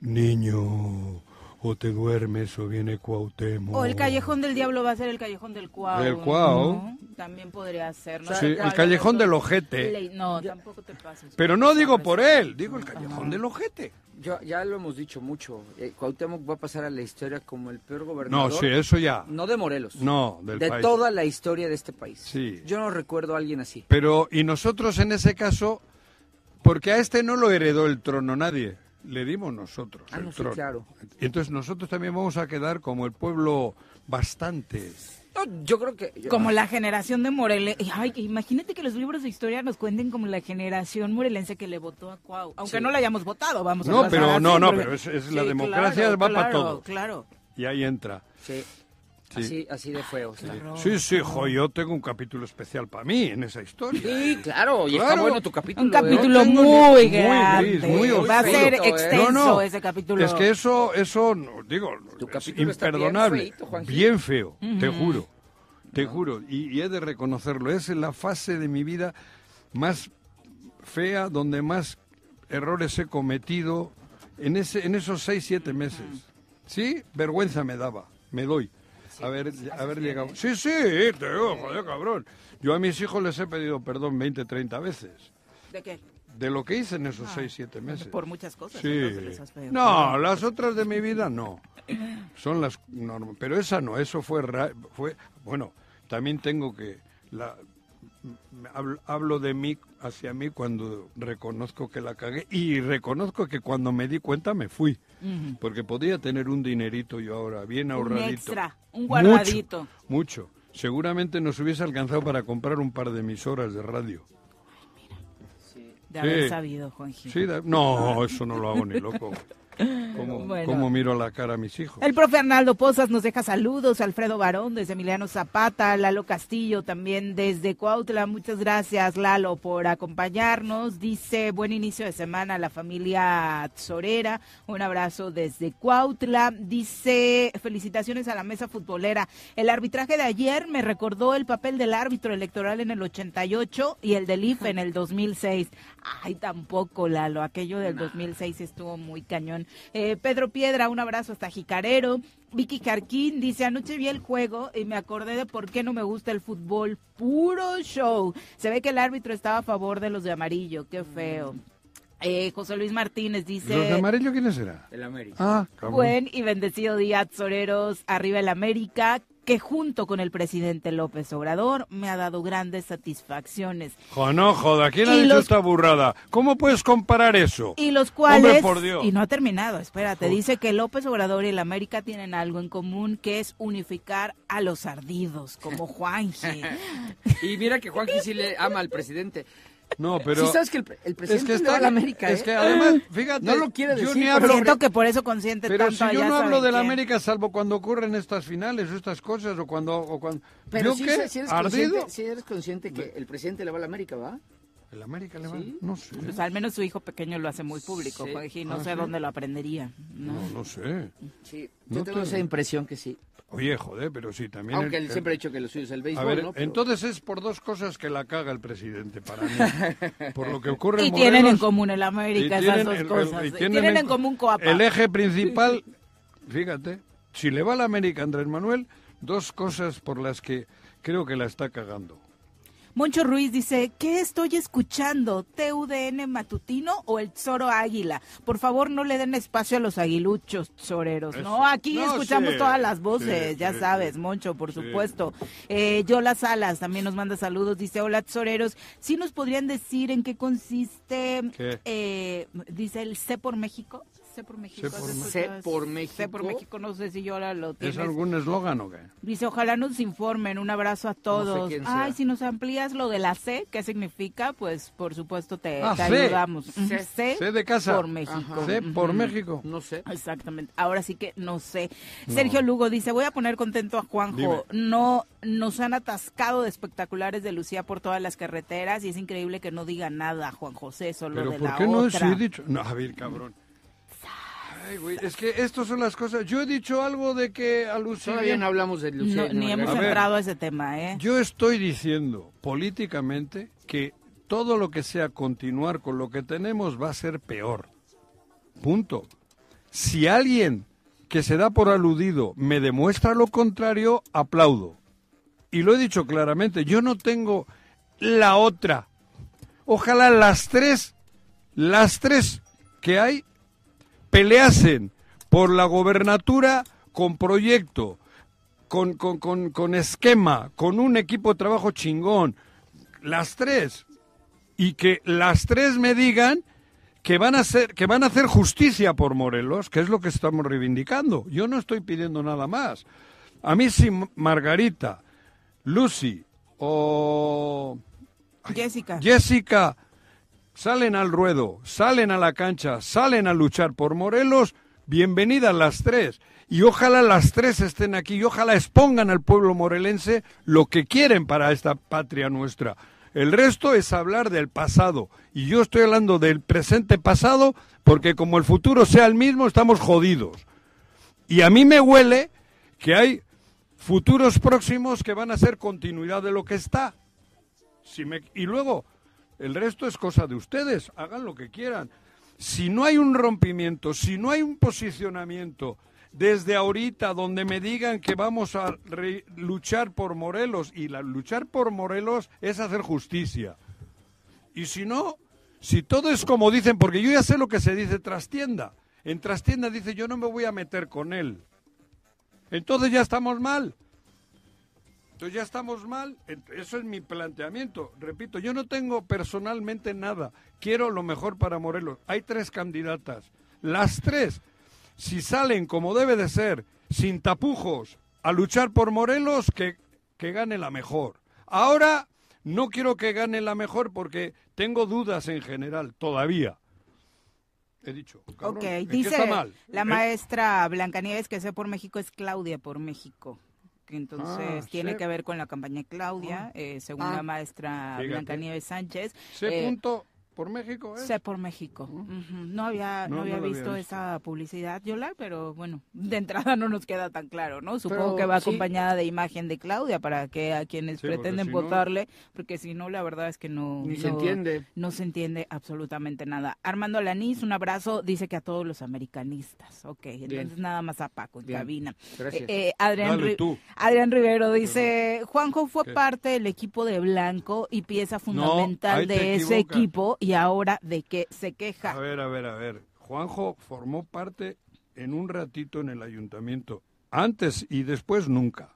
Speaker 4: Niño, o te duermes o viene Cuauhtémoc.
Speaker 3: O el Callejón del Diablo va a ser el Callejón del Cuau.
Speaker 4: Del Cuau.
Speaker 3: ¿no? También podría ser, ¿no?
Speaker 4: Sí,
Speaker 3: Cuau,
Speaker 4: el Callejón
Speaker 3: otro-
Speaker 4: del Ojete.
Speaker 3: Ley- No, tampoco te pases.
Speaker 4: Pero no digo por él, digo el Callejón del Ojete.
Speaker 5: Yo- ya lo hemos dicho mucho. eh, Cuauhtémoc va a pasar a la historia como el peor
Speaker 4: No,
Speaker 5: gobernador.
Speaker 4: sí, eso ya.
Speaker 5: No de Morelos.
Speaker 4: No, del
Speaker 5: de
Speaker 4: país.
Speaker 5: toda la historia de este país.
Speaker 4: Sí.
Speaker 5: Yo no recuerdo a alguien así.
Speaker 4: Pero, y nosotros en ese caso, porque a este no lo heredó el trono nadie, le dimos nosotros
Speaker 5: Ah,
Speaker 4: el
Speaker 5: no, sí,
Speaker 4: trono.
Speaker 5: claro.
Speaker 4: Y entonces nosotros también vamos a quedar como el pueblo bastante
Speaker 5: yo creo que... yo-
Speaker 3: Como la generación de Morelia. Ay, imagínate que los libros de historia nos cuenten como la generación morelense que le votó a Cuau. Aunque
Speaker 4: Sí.
Speaker 3: no la hayamos votado, vamos a
Speaker 4: No,
Speaker 3: pasar
Speaker 4: pero
Speaker 3: así,
Speaker 4: no, no,
Speaker 3: porque-
Speaker 4: pero es, es la
Speaker 3: Sí,
Speaker 4: democracia
Speaker 3: claro,
Speaker 4: va para
Speaker 3: claro,
Speaker 4: todo.
Speaker 3: Claro.
Speaker 4: Y ahí entra.
Speaker 5: Sí.
Speaker 4: Sí.
Speaker 5: Así, así de feo. está.
Speaker 4: Sí, sí, jo, yo tengo un capítulo especial para mí en esa historia.
Speaker 5: Sí, claro, y está
Speaker 4: Claro.
Speaker 5: bueno tu capítulo.
Speaker 3: Un
Speaker 5: ¿eh?
Speaker 3: capítulo
Speaker 4: tengo
Speaker 3: muy
Speaker 4: ni- muy
Speaker 3: grande.
Speaker 4: gris, muy
Speaker 3: va a
Speaker 4: oscuro. ¿eh?
Speaker 3: ser
Speaker 5: No, no,
Speaker 3: extenso
Speaker 4: no,
Speaker 3: ese capítulo.
Speaker 4: Es que eso, eso, no, digo, es
Speaker 5: capítulo está bien
Speaker 4: imperdonable. Bien,
Speaker 5: feíto, Juanji.
Speaker 4: feo, te juro, te juro. Y, y he de reconocerlo, es la fase de mi vida más fea, donde más errores he cometido en, ese, en esos seis, siete meses. ¿Sí? Vergüenza me daba, me doy. haber, haber llegado. Sí, sí, eh, te digo, joder, cabrón. Yo a mis hijos les he pedido perdón 20, 30 veces
Speaker 3: ¿De qué?
Speaker 4: de lo que hice en esos seis, siete meses.
Speaker 3: Ah. Por muchas cosas. entonces les has
Speaker 4: Sí.
Speaker 3: pedido
Speaker 4: No, las otras de mi vida no. Son las normas. Pero esa no, eso fue, ra- fue bueno, también tengo que... La, m- hablo, hablo de mí hacia mí cuando reconozco que la cagué y reconozco que cuando me di cuenta me fui. Porque podía tener un dinerito yo ahora, bien ahorradito.
Speaker 3: extra, un guardadito.
Speaker 4: Mucho, mucho. Seguramente nos hubiese alcanzado para comprar un par de emisoras de radio.
Speaker 3: De haber
Speaker 4: Sí.
Speaker 3: sabido, Juanji.
Speaker 4: Sí, da- no, eso no lo hago ni loco. ¿Cómo,
Speaker 3: Bueno.
Speaker 4: cómo miro la cara a mis hijos?
Speaker 3: El profe Arnaldo Pozas nos deja saludos, Alfredo Barón desde Emiliano Zapata, Lalo Castillo también desde Cuautla. Muchas gracias, Lalo, por acompañarnos. Dice, buen inicio de semana a la familia Sorera. Un abrazo desde Cuautla. Dice, felicitaciones a la mesa futbolera. El arbitraje de ayer me recordó el papel del árbitro electoral en el 88 y el del IFE en el 2006. Ay, tampoco, Lalo. Aquello del 2006 estuvo muy cañón. Eh, Pedro Piedra, un abrazo hasta Jicarero. Vicky Carquín dice, anoche vi el juego y me acordé de por qué no me gusta el fútbol. Puro show. Se ve que el árbitro estaba a favor de los de amarillo. Qué feo. Eh, José Luis Martínez dice...
Speaker 4: ¿Los de amarillo quiénes será?
Speaker 5: El América.
Speaker 4: Ah, cabrón.
Speaker 3: Buen y bendecido día, Soreros, arriba el América, que junto con el presidente López Obrador me ha dado grandes satisfacciones.
Speaker 4: Jo, no, joda, ¿quién ha
Speaker 3: Y
Speaker 4: dicho
Speaker 3: los-
Speaker 4: esta burrada? ¿Cómo puedes comparar eso?
Speaker 3: Y los
Speaker 4: Hombre,
Speaker 3: cuales...
Speaker 4: por Dios.
Speaker 3: Y no ha terminado, espérate. Dice que López Obrador y el América tienen algo en común, que es unificar a los ardidos, como Juanji.
Speaker 5: Y mira que Juanqui sí le ama al presidente.
Speaker 4: No, pero...
Speaker 5: Sí sabes que el, pre- el presidente
Speaker 4: es que
Speaker 5: le va
Speaker 4: está...
Speaker 5: a la América,
Speaker 4: es
Speaker 5: ¿eh?
Speaker 4: que además, fíjate...
Speaker 5: No lo quiere
Speaker 4: Yo
Speaker 5: decir,
Speaker 4: ni
Speaker 5: pero
Speaker 4: hablo...
Speaker 3: Siento que por eso consiente
Speaker 4: Pero
Speaker 3: tanto
Speaker 4: si yo
Speaker 3: allá
Speaker 4: no hablo
Speaker 3: saben
Speaker 4: de la
Speaker 3: quién.
Speaker 4: América salvo cuando ocurren estas finales o estas cosas o cuando... O cuando...
Speaker 5: Pero
Speaker 4: ¿Yo
Speaker 5: sí,
Speaker 4: qué?
Speaker 5: sí eres
Speaker 4: ¿Ardido?
Speaker 5: consciente, sí eres consciente que el presidente le va a la América, ¿va?
Speaker 4: ¿El América le va?
Speaker 5: Sí.
Speaker 4: No sé.
Speaker 3: Pues al menos su hijo pequeño lo hace muy público,
Speaker 5: Sí.
Speaker 3: Juanji.
Speaker 4: Ah,
Speaker 3: No sé dónde lo aprendería. ¿no?
Speaker 4: No, no sé.
Speaker 5: Sí. Yo
Speaker 4: No
Speaker 5: tengo
Speaker 4: te-
Speaker 5: esa impresión que sí.
Speaker 4: Oye, joder, pero sí, también...
Speaker 5: Aunque
Speaker 4: el-
Speaker 5: él siempre ha dicho que lo suyo es el
Speaker 4: eh, A
Speaker 5: béisbol,
Speaker 4: ver,
Speaker 5: ¿no? Pero-
Speaker 4: entonces es por dos cosas que la caga el presidente para mí. Por lo que ocurre
Speaker 3: Y
Speaker 4: en
Speaker 3: tienen en
Speaker 4: Morelos,
Speaker 3: común el América,
Speaker 4: y
Speaker 3: esas
Speaker 4: tienen
Speaker 3: dos
Speaker 4: el- el-
Speaker 3: cosas.
Speaker 4: y
Speaker 3: tienen, en común Coapa.
Speaker 4: El eje principal, fíjate, si le va a la América a Andrés Manuel, dos cosas por las que creo que la está cagando.
Speaker 3: Moncho Ruiz dice, ¿qué estoy escuchando? ¿TUDN matutino o el Zoro Águila? Por favor, no le den espacio a los aguiluchos zoreros. No,
Speaker 4: Eso.
Speaker 3: aquí
Speaker 4: No,
Speaker 3: escuchamos
Speaker 4: sí,
Speaker 3: todas las voces,
Speaker 4: sí,
Speaker 3: ya
Speaker 4: sí,
Speaker 3: sabes,
Speaker 4: sí.
Speaker 3: Moncho, por
Speaker 4: Sí.
Speaker 3: supuesto. Eh, Yola Salas también nos manda saludos, dice, hola zoreros, ¿sí nos podrían decir en qué consiste,
Speaker 4: ¿Qué?
Speaker 3: eh, dice el C por México? C por México.
Speaker 4: por
Speaker 3: ¿has
Speaker 4: Me-
Speaker 5: ¿Sé
Speaker 3: escuchado?
Speaker 5: por
Speaker 3: C por México, no sé si yo ahora lo
Speaker 4: ¿Es
Speaker 3: tienes.
Speaker 4: algún eslogan o qué?
Speaker 3: Dice, ojalá nos informen. Un abrazo a todos.
Speaker 5: quién sea.
Speaker 3: Ay, si nos amplías lo de la C, ¿qué significa? Pues, por supuesto, te,
Speaker 4: Ah,
Speaker 3: te
Speaker 4: C.
Speaker 3: ayudamos. Ujú, C,
Speaker 4: C de casa.
Speaker 3: Por México.
Speaker 4: C por
Speaker 3: Ujú.
Speaker 4: México.
Speaker 5: No sé.
Speaker 3: Exactamente. Ahora sí que no sé. Sergio Lugo dice, voy a poner contento a Juanjo.
Speaker 4: Dime.
Speaker 3: No, nos han atascado de espectaculares de Lucía por todas las carreteras y es increíble que no diga nada Juan José, solo
Speaker 4: Pero
Speaker 3: de
Speaker 4: ¿por
Speaker 3: la
Speaker 4: qué no
Speaker 3: otra.
Speaker 4: he dicho? No, a ver, cabrón. Ay, güey, es que estas son las cosas. Yo he dicho algo de que a Lucía-
Speaker 5: Todavía no hablamos de Lucía.
Speaker 3: No,
Speaker 5: y
Speaker 3: ni
Speaker 5: Margarita.
Speaker 3: hemos
Speaker 4: A ver.
Speaker 3: entrado a ese tema, ¿eh?
Speaker 4: Yo estoy diciendo políticamente que todo lo que sea continuar con lo que tenemos va a ser peor. Punto. Si alguien que se da por aludido me demuestra lo contrario, aplaudo. Y lo he dicho claramente, yo no tengo la otra. Ojalá las tres, las tres que hay peleasen por la gobernatura con proyecto, con, con, con, con esquema, con un equipo de trabajo chingón, las tres, y que las tres me digan que van a hacer, que van a hacer justicia por Morelos, que es lo que estamos reivindicando. Yo no estoy pidiendo nada más. A mí si Margarita Lucy o
Speaker 3: Jessica.
Speaker 4: Jessica salen al ruedo, salen a la cancha, salen a luchar por Morelos, bienvenidas las tres. Y ojalá las tres estén aquí y ojalá expongan al pueblo morelense lo que quieren para esta patria nuestra. El resto es hablar del pasado. Y yo estoy hablando del presente pasado porque como el futuro sea el mismo, estamos jodidos. Y a mí me huele que hay futuros próximos que van a ser continuidad de lo que está. Si me- y luego, el resto es cosa de ustedes, hagan lo que quieran. Si no hay un rompimiento, si no hay un posicionamiento desde ahorita donde me digan que vamos a re- luchar por Morelos, y la, luchar por Morelos es hacer justicia. Y si no, si todo es como dicen, porque yo ya sé lo que se dice trastienda. En trastienda dice yo no me voy a meter con él. Entonces ya estamos mal. Entonces ya estamos mal. Ent- Eso es mi planteamiento. Repito, yo no tengo personalmente nada. Quiero lo mejor para Morelos. Hay tres candidatas. Las tres, si salen como debe de ser, sin tapujos, a luchar por Morelos, que, que gane la mejor. Ahora no quiero que gane la mejor porque tengo dudas en general todavía. He dicho. cabrón.
Speaker 3: Ok,
Speaker 4: ¿En qué
Speaker 3: dice
Speaker 4: está mal?
Speaker 3: la
Speaker 4: ¿Eh?
Speaker 3: maestra Blancanieves que sea por México es Claudia por México. que Entonces
Speaker 4: Ah,
Speaker 3: tiene
Speaker 4: sí.
Speaker 3: que ver con la campaña Claudia, eh, según
Speaker 4: Ah.
Speaker 3: la maestra
Speaker 4: Fíjate.
Speaker 3: Blancanieves Sánchez.
Speaker 4: Se
Speaker 3: Eh,
Speaker 4: punto por México, ¿eh?
Speaker 3: Sé por México. Ujú. No había, Ah, no,
Speaker 4: No,
Speaker 3: había
Speaker 4: no lo había
Speaker 3: visto
Speaker 4: visto.
Speaker 3: esa publicidad, Yola, pero bueno, de entrada no nos queda tan claro, ¿no? Supongo
Speaker 8: Pero
Speaker 3: que va
Speaker 8: sí.
Speaker 3: acompañada de imagen de Claudia para que a quienes
Speaker 8: Sí, porque
Speaker 3: pretenden
Speaker 8: si no-
Speaker 3: votarle, porque si no, la verdad es que no.
Speaker 5: Ni se
Speaker 3: no-
Speaker 5: entiende.
Speaker 3: No se entiende absolutamente nada. Armando Lanís, un abrazo, dice que a todos los americanistas. Ok, entonces nada más a Paco en
Speaker 5: Bien.
Speaker 3: cabina.
Speaker 5: Gracias.
Speaker 3: Eh, eh, Adrián,
Speaker 5: Dale
Speaker 3: Ri-
Speaker 5: tú.
Speaker 3: Adrián Rivero dice: Juanjo fue
Speaker 5: ¿Qué?
Speaker 3: parte del equipo de Blanco y pieza
Speaker 4: ahí
Speaker 3: fundamental
Speaker 4: te
Speaker 3: de ese
Speaker 4: equivocas.
Speaker 3: equipo y ahora de qué se queja.
Speaker 4: A ver, a ver, a ver. Juanjo formó parte en un ratito en el ayuntamiento. Antes y después nunca.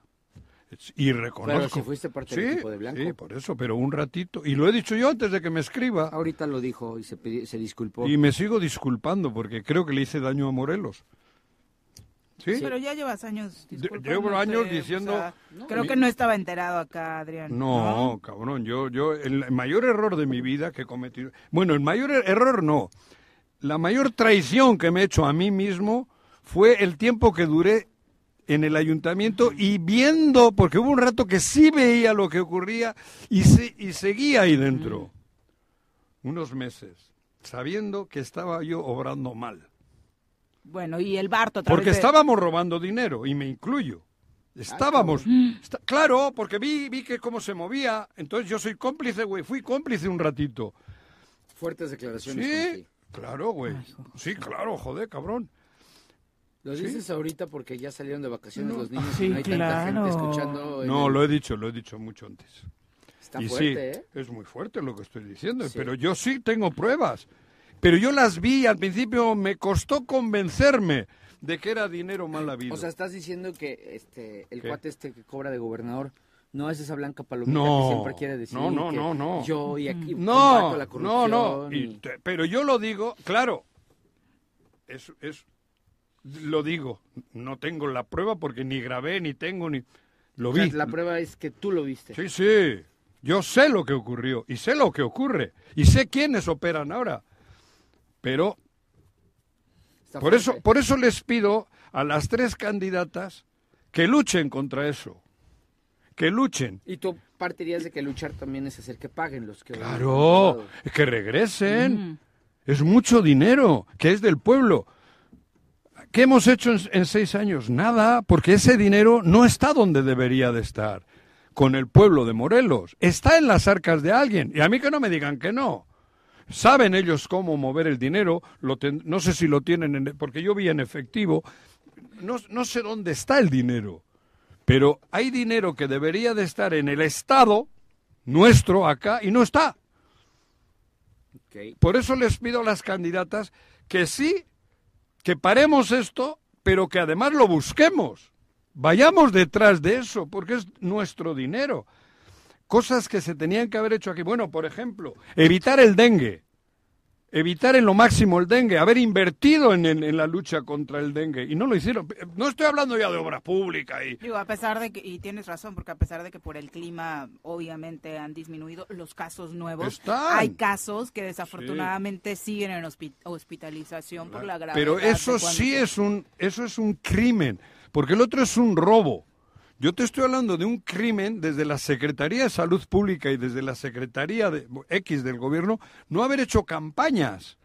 Speaker 4: Es- Y reconozco.
Speaker 5: Pero si fuiste parte del
Speaker 4: Sí,
Speaker 5: equipo de Blanco.
Speaker 4: Sí, por eso, pero un ratito. Y lo he dicho yo antes de que me escriba.
Speaker 5: Ahorita lo dijo y se, pidi- se disculpó.
Speaker 4: Y me sigo disculpando porque creo que le hice daño a Morelos. Sí.
Speaker 3: Pero ya llevas años. disculpándote,
Speaker 4: llevo años
Speaker 3: o sea,
Speaker 4: diciendo-
Speaker 3: creo que no estaba enterado acá, Adrián.
Speaker 4: No, cabrón, yo, yo, el mayor error de mi vida que cometí, bueno, el mayor er- error no, la mayor traición que me he hecho a mí mismo fue el tiempo que duré en el ayuntamiento y viendo, porque hubo un rato que sí veía lo que ocurría y, se- y seguía ahí dentro, unos meses, sabiendo que estaba yo obrando mal.
Speaker 3: Bueno, y el Barto otra
Speaker 4: Porque
Speaker 3: vez de-
Speaker 4: estábamos robando dinero, y me incluyo. Estábamos. Está- claro, porque vi, vi que cómo se movía. Entonces yo soy cómplice, güey. Fui cómplice un ratito.
Speaker 5: Fuertes declaraciones.
Speaker 4: Sí,
Speaker 5: Juanji.
Speaker 4: claro, güey. Sí, claro, joder, cabrón.
Speaker 5: Lo
Speaker 4: Sí.
Speaker 5: dices ahorita porque ya salieron de vacaciones
Speaker 4: No.
Speaker 5: los niños
Speaker 4: Ah, Sí,
Speaker 5: y no hay tanta
Speaker 4: claro.
Speaker 5: gente escuchando. en
Speaker 4: No,
Speaker 5: el-
Speaker 4: lo he dicho, lo he dicho mucho antes.
Speaker 5: Está
Speaker 4: y sí,
Speaker 5: fuerte, ¿eh?
Speaker 4: es muy fuerte lo que estoy diciendo, pero yo sí tengo pruebas. Pero yo las vi al principio, me costó convencerme de que era dinero mal habido.
Speaker 5: O sea, estás diciendo que este el
Speaker 4: ¿Qué?
Speaker 5: cuate este que cobra de gobernador no es esa blanca palomita
Speaker 4: No.
Speaker 5: que Pues siempre quiere decir
Speaker 4: No, no,
Speaker 5: que
Speaker 4: no, no.
Speaker 5: yo y aquí
Speaker 4: no,
Speaker 5: combato la
Speaker 4: no,
Speaker 5: corrupción.
Speaker 4: no. Y
Speaker 5: y-
Speaker 4: te- pero yo lo digo, claro, es, es, lo digo. No tengo la prueba porque ni grabé, ni tengo, ni... Lo
Speaker 5: O sea,
Speaker 4: vi.
Speaker 5: La prueba es que tú lo viste.
Speaker 4: Sí, sí. Yo sé lo que ocurrió y sé lo que ocurre y sé quiénes operan ahora. Pero
Speaker 5: Está
Speaker 4: por eso, por eso les pido a las tres candidatas que luchen contra eso. Que luchen.
Speaker 5: Y tú partirías de que luchar también es hacer que paguen los que
Speaker 4: Claro, que regresen. Es mucho dinero, que es del pueblo. ¿Qué hemos hecho en, en seis años? Nada, porque ese dinero no está donde debería de estar, con el pueblo de Morelos. Está en las arcas de alguien. Y a mí que no me digan que no. Saben ellos cómo mover el dinero, lo ten- no sé si lo tienen, en- porque yo vi en efectivo, no, no sé dónde está el dinero, pero hay dinero que debería de estar en el Estado nuestro acá y no está. Por eso les pido a las candidatas que sí, que paremos esto, pero que además lo busquemos. Vayamos detrás de eso, porque es nuestro dinero. Cosas que se tenían que haber hecho aquí. Bueno, por ejemplo, evitar el dengue. evitar en lo máximo el dengue, haber invertido en, en- en la lucha contra el dengue. Y no lo hicieron. No estoy hablando ya de obras públicas y
Speaker 3: Digo, a pesar de que, y tienes razón, porque a pesar de que por el clima obviamente han disminuido los casos nuevos,
Speaker 4: Están.
Speaker 3: hay casos que desafortunadamente siguen en hospi- hospitalización por la gravedad.
Speaker 4: Pero
Speaker 3: de
Speaker 4: eso
Speaker 3: cuando
Speaker 4: sí es un eso es un crimen, porque el otro es un robo. Yo te estoy hablando de un crimen desde la Secretaría de Salud Pública y desde la Secretaría de X del gobierno no haber hecho campañas.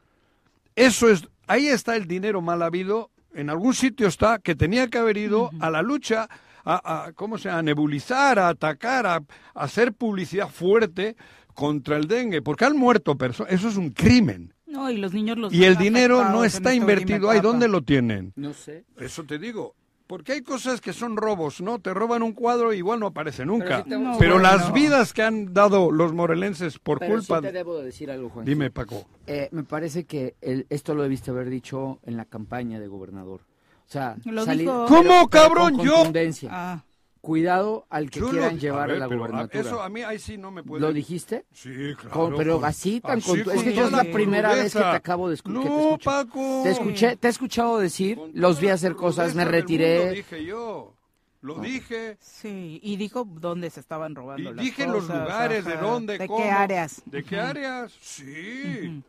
Speaker 4: Eso es ahí está el dinero mal habido, en algún sitio está que tenía que haber ido a la lucha a, a- cómo se llama? a nebulizar, a atacar, a, a hacer publicidad fuerte contra el dengue, porque han muerto personas, eso es un crimen.
Speaker 3: No, y los niños los
Speaker 4: Y el
Speaker 3: ven
Speaker 4: dinero no
Speaker 3: afectados
Speaker 4: está
Speaker 3: en esta última
Speaker 4: invertido. ¿Ahí
Speaker 3: etapa.
Speaker 4: dónde lo tienen?
Speaker 9: No sé.
Speaker 4: Eso te digo. Porque hay cosas que son robos, ¿no? Te roban un cuadro y igual no aparece nunca. Pero,
Speaker 5: Pero sí te- No,
Speaker 9: bueno.
Speaker 4: las vidas que han dado los morelenses por
Speaker 5: Pero
Speaker 4: culpa...
Speaker 5: sí te
Speaker 4: de-
Speaker 5: debo decir algo, Juan.
Speaker 4: Dime, Paco.
Speaker 5: Eh, me parece que el- esto lo debiste haber dicho en la campaña de gobernador. O sea,
Speaker 4: Lo
Speaker 5: salir-
Speaker 4: dijo- Ah.
Speaker 5: pero-
Speaker 4: ¿Cómo,
Speaker 5: pero
Speaker 4: cabrón?
Speaker 5: con
Speaker 4: Yo-
Speaker 5: contundencia. Cuidado al que
Speaker 4: Yo lo-
Speaker 5: quieran
Speaker 4: a
Speaker 5: llevar a,
Speaker 4: ver,
Speaker 5: la
Speaker 4: pero a-
Speaker 5: gobernatura.
Speaker 4: eso a mí ahí sí no me puede-
Speaker 5: ¿Lo dijiste?
Speaker 4: Sí, claro.
Speaker 5: Con- pero
Speaker 4: con-
Speaker 5: así tan
Speaker 4: así
Speaker 5: contu- Es que
Speaker 4: con
Speaker 5: yo es
Speaker 4: toda
Speaker 5: la
Speaker 4: la
Speaker 5: primera vez que te
Speaker 4: crudeza.
Speaker 5: acabo de escuchar.
Speaker 4: No, Paco.
Speaker 5: Te escuché, te he escuchado decir, los vi hacer cosas, Pues me
Speaker 3: crudeza del
Speaker 4: Lo
Speaker 5: retiré.
Speaker 4: dije yo. Lo
Speaker 5: No.
Speaker 4: dije.
Speaker 3: Sí, y dijo dónde se estaban robando.
Speaker 4: Y
Speaker 3: las
Speaker 4: dije los
Speaker 3: cosas,
Speaker 4: lugares, de
Speaker 3: ajá.
Speaker 4: dónde,
Speaker 3: de
Speaker 4: cómo,
Speaker 3: qué áreas.
Speaker 4: ¿De qué
Speaker 3: Ujú.
Speaker 4: áreas? Sí.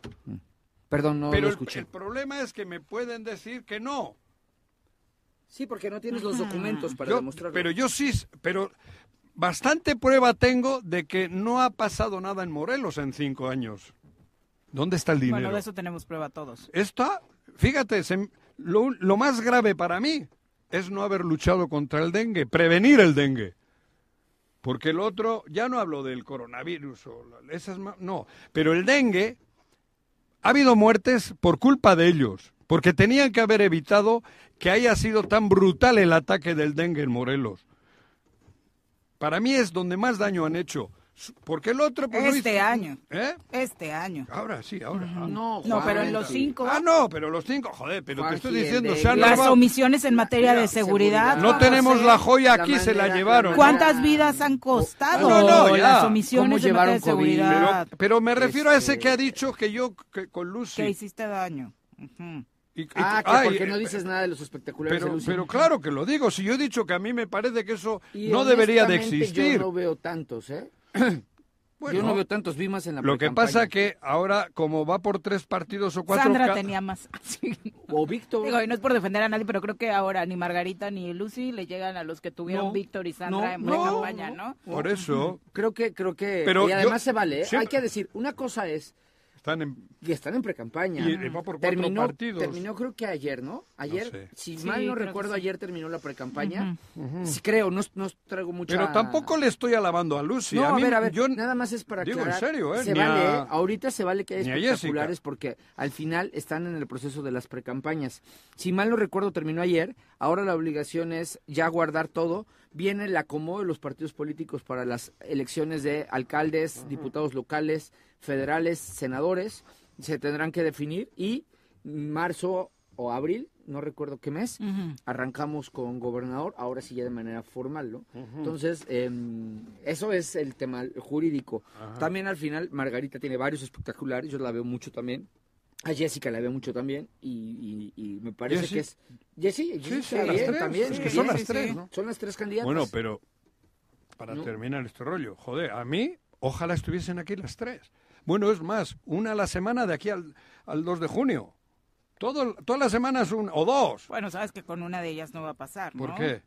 Speaker 5: Perdón, no
Speaker 4: Pero
Speaker 5: lo
Speaker 4: el,
Speaker 5: escuché.
Speaker 4: el problema es que me pueden decir que no.
Speaker 5: Sí, porque no tienes los documentos para
Speaker 4: Yo-
Speaker 5: demostrarlo.
Speaker 4: Pero yo sí, pero bastante prueba tengo de que no ha pasado nada en Morelos en cinco años. ¿Dónde está el dinero?
Speaker 3: Bueno, de eso tenemos prueba todos.
Speaker 4: Está, fíjate, se- lo, lo más grave para mí es no haber luchado contra el dengue, prevenir el dengue. Porque el otro, ya no hablo del coronavirus, o la- esas, ma- no, pero el dengue, ha habido muertes por culpa de ellos, porque tenían que haber evitado que haya sido tan brutal el ataque del dengue en Morelos. Para mí es donde más daño han hecho, porque el otro... pues, no
Speaker 3: Este
Speaker 4: hizo-
Speaker 3: año.
Speaker 4: ¿Eh?
Speaker 3: Este año.
Speaker 4: Ahora sí, ahora.
Speaker 5: No,
Speaker 3: No, pero en los cinco.
Speaker 4: Ah, no, pero los cinco, joder, pero te estoy
Speaker 3: Juanji, el
Speaker 4: diciendo,
Speaker 3: de-
Speaker 4: se han
Speaker 3: Las
Speaker 4: robado-
Speaker 3: omisiones en materia
Speaker 4: Mira,
Speaker 3: de seguridad.
Speaker 4: No tenemos
Speaker 3: sé.
Speaker 4: la joya aquí, se la llevaron.
Speaker 3: ¿Cuántas vidas han costado
Speaker 4: No, no, ya.
Speaker 3: las omisiones en materia de seguridad?
Speaker 4: Pero, pero me refiero a ese
Speaker 5: Este,
Speaker 4: que ha dicho que yo que con Lucy.
Speaker 3: Que hiciste daño.
Speaker 4: Y- y-
Speaker 5: Ah, que
Speaker 4: ay,
Speaker 5: porque
Speaker 4: eh,
Speaker 5: no dices nada de los espectaculares de
Speaker 4: Pero,
Speaker 5: Lucy.
Speaker 4: pero claro que lo digo, si yo he dicho que a mí me parece que eso
Speaker 5: Y
Speaker 4: no debería de
Speaker 5: honestamente,
Speaker 4: existir.
Speaker 5: Yo no veo tantos, ¿eh?
Speaker 4: Bueno,
Speaker 5: yo no veo tantos vimas en la
Speaker 4: Lo que
Speaker 5: precampaña.
Speaker 4: pasa que ahora, como va por tres partidos o cuatro...
Speaker 3: Sandra
Speaker 4: ca-
Speaker 3: tenía más. Sí.
Speaker 5: O Víctor.
Speaker 3: Digo, y no es por defender a nadie, pero creo que ahora ni Margarita ni Lucy le llegan a los que tuvieron
Speaker 5: No,
Speaker 3: Víctor y Sandra en
Speaker 5: no, no,
Speaker 3: pre-campaña, ¿no?
Speaker 4: Por eso
Speaker 5: Creo que, creo que.
Speaker 4: Pero
Speaker 5: y
Speaker 4: yo-
Speaker 5: además se vale. ¿eh?
Speaker 4: Sí.
Speaker 5: Hay que decir, una cosa es.
Speaker 4: están en...
Speaker 5: Y están en precampaña.
Speaker 4: Y, eh, va por cuatro
Speaker 5: terminó,
Speaker 4: partidos.
Speaker 5: Terminó, creo que ayer, ¿no? Ayer,
Speaker 4: sé.
Speaker 5: si
Speaker 3: Sí,
Speaker 5: mal no
Speaker 3: creo que
Speaker 5: recuerdo,
Speaker 3: sí.
Speaker 5: ayer terminó la precampaña.
Speaker 4: Ujú.
Speaker 5: Sí, creo, no, no traigo mucha.
Speaker 4: Pero tampoco le estoy alabando a Lucy.
Speaker 5: no,
Speaker 4: a
Speaker 5: a,
Speaker 4: mí
Speaker 5: ver, a ver,
Speaker 4: yo-
Speaker 5: nada más es para
Speaker 4: digo, en
Speaker 5: aclarar.
Speaker 4: serio, ¿eh?
Speaker 5: Se
Speaker 4: Ni
Speaker 5: vale,
Speaker 4: a-
Speaker 5: ¿eh? ahorita se vale que
Speaker 4: ni
Speaker 5: haya
Speaker 4: a
Speaker 5: espectaculares porque al final están en el proceso de las precampañas. Si mal no recuerdo, terminó ayer. Ahora la obligación es ya guardar todo. Viene el acomodo de los partidos políticos para las elecciones de alcaldes, diputados locales, federales, senadores. Se tendrán que definir y marzo o abril, no recuerdo qué mes, arrancamos con gobernador, ahora sí ya de manera formal, ¿no? Entonces, em, eso es el tema jurídico. También al final, Margarita tiene varios espectaculares, yo la veo mucho también. A Jessica la veo mucho también y, y- y me parece
Speaker 4: Jessy.
Speaker 5: que es... Jessy, Jessica
Speaker 4: sí, a las
Speaker 5: Ariel
Speaker 4: tres,
Speaker 5: también.
Speaker 4: es que son
Speaker 5: Sí,
Speaker 4: las
Speaker 5: sí,
Speaker 4: tres,
Speaker 5: sí.
Speaker 4: ¿no?
Speaker 5: Son las tres candidatas.
Speaker 4: Bueno,
Speaker 3: pues.
Speaker 4: pero para
Speaker 5: No.
Speaker 4: terminar este rollo, joder, a mí ojalá estuviesen aquí las tres. Bueno, es más, una a la semana de aquí al, al 2 de junio. Todo, todas las semanas una o dos.
Speaker 3: Bueno, sabes que con una de ellas no va a pasar, ¿no?
Speaker 4: ¿Por qué?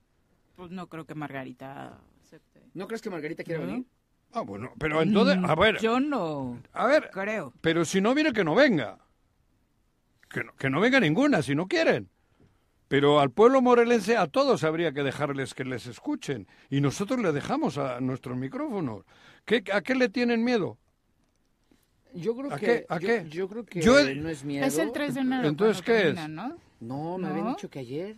Speaker 3: Pues no creo que Margarita acepte.
Speaker 5: ¿No crees que Margarita quiera
Speaker 3: ¿No?
Speaker 5: venir?
Speaker 4: Ah, bueno, pero entonces,
Speaker 5: Mm,
Speaker 4: a ver,
Speaker 3: Mm, Yo no
Speaker 4: a ver,
Speaker 3: creo.
Speaker 4: pero si no viene, que no venga. Que no, que no venga ninguna, si no quieren. Pero al pueblo morelense, a todos habría que dejarles que les escuchen. Y nosotros le dejamos a nuestros micrófonos. ¿Qué, ¿A qué le tienen miedo?
Speaker 5: Yo creo
Speaker 4: ¿A
Speaker 5: que...
Speaker 4: qué? ¿A
Speaker 5: yo,
Speaker 4: qué?
Speaker 5: yo creo que
Speaker 4: Yo-
Speaker 5: no es miedo.
Speaker 3: Es el 3 de enero.
Speaker 4: Entonces,
Speaker 3: cuando
Speaker 4: ¿qué es?
Speaker 3: termina, ¿no?
Speaker 5: No,
Speaker 3: ¿No?
Speaker 5: me habían dicho que ayer.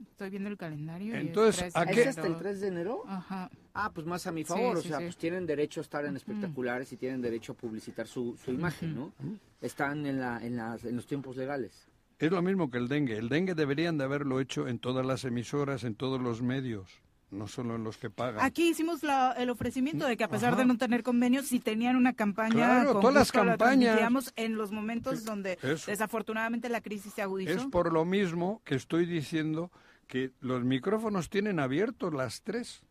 Speaker 3: Estoy viendo el calendario. y es
Speaker 4: Entonces,
Speaker 3: 3 de
Speaker 4: ¿a
Speaker 5: ¿Es
Speaker 4: qué?
Speaker 5: hasta el 3 de enero?
Speaker 3: Ajá.
Speaker 5: Ah, pues más a mi
Speaker 3: Sí,
Speaker 5: favor, o
Speaker 3: sí,
Speaker 5: sea,
Speaker 3: sí. Mm.
Speaker 5: pues tienen derecho a estar en espectaculares y tienen derecho a publicitar su, su imagen, ¿no? Están en, la, en, las, en los tiempos legales.
Speaker 4: Es lo mismo que el dengue. El dengue deberían de haberlo hecho en todas las emisoras, en todos los medios. no solo en los que pagan.
Speaker 3: Aquí hicimos la- el ofrecimiento de que a pesar
Speaker 4: Ajá.
Speaker 3: de no tener convenios, si tenían una campaña,
Speaker 4: Claro,
Speaker 3: con
Speaker 4: todas las
Speaker 3: gusto la
Speaker 4: campañas.
Speaker 3: transmitíamos en los momentos donde
Speaker 4: eso.
Speaker 3: desafortunadamente la crisis se agudizó.
Speaker 4: Es por lo mismo que estoy diciendo que los micrófonos tienen abiertos las tres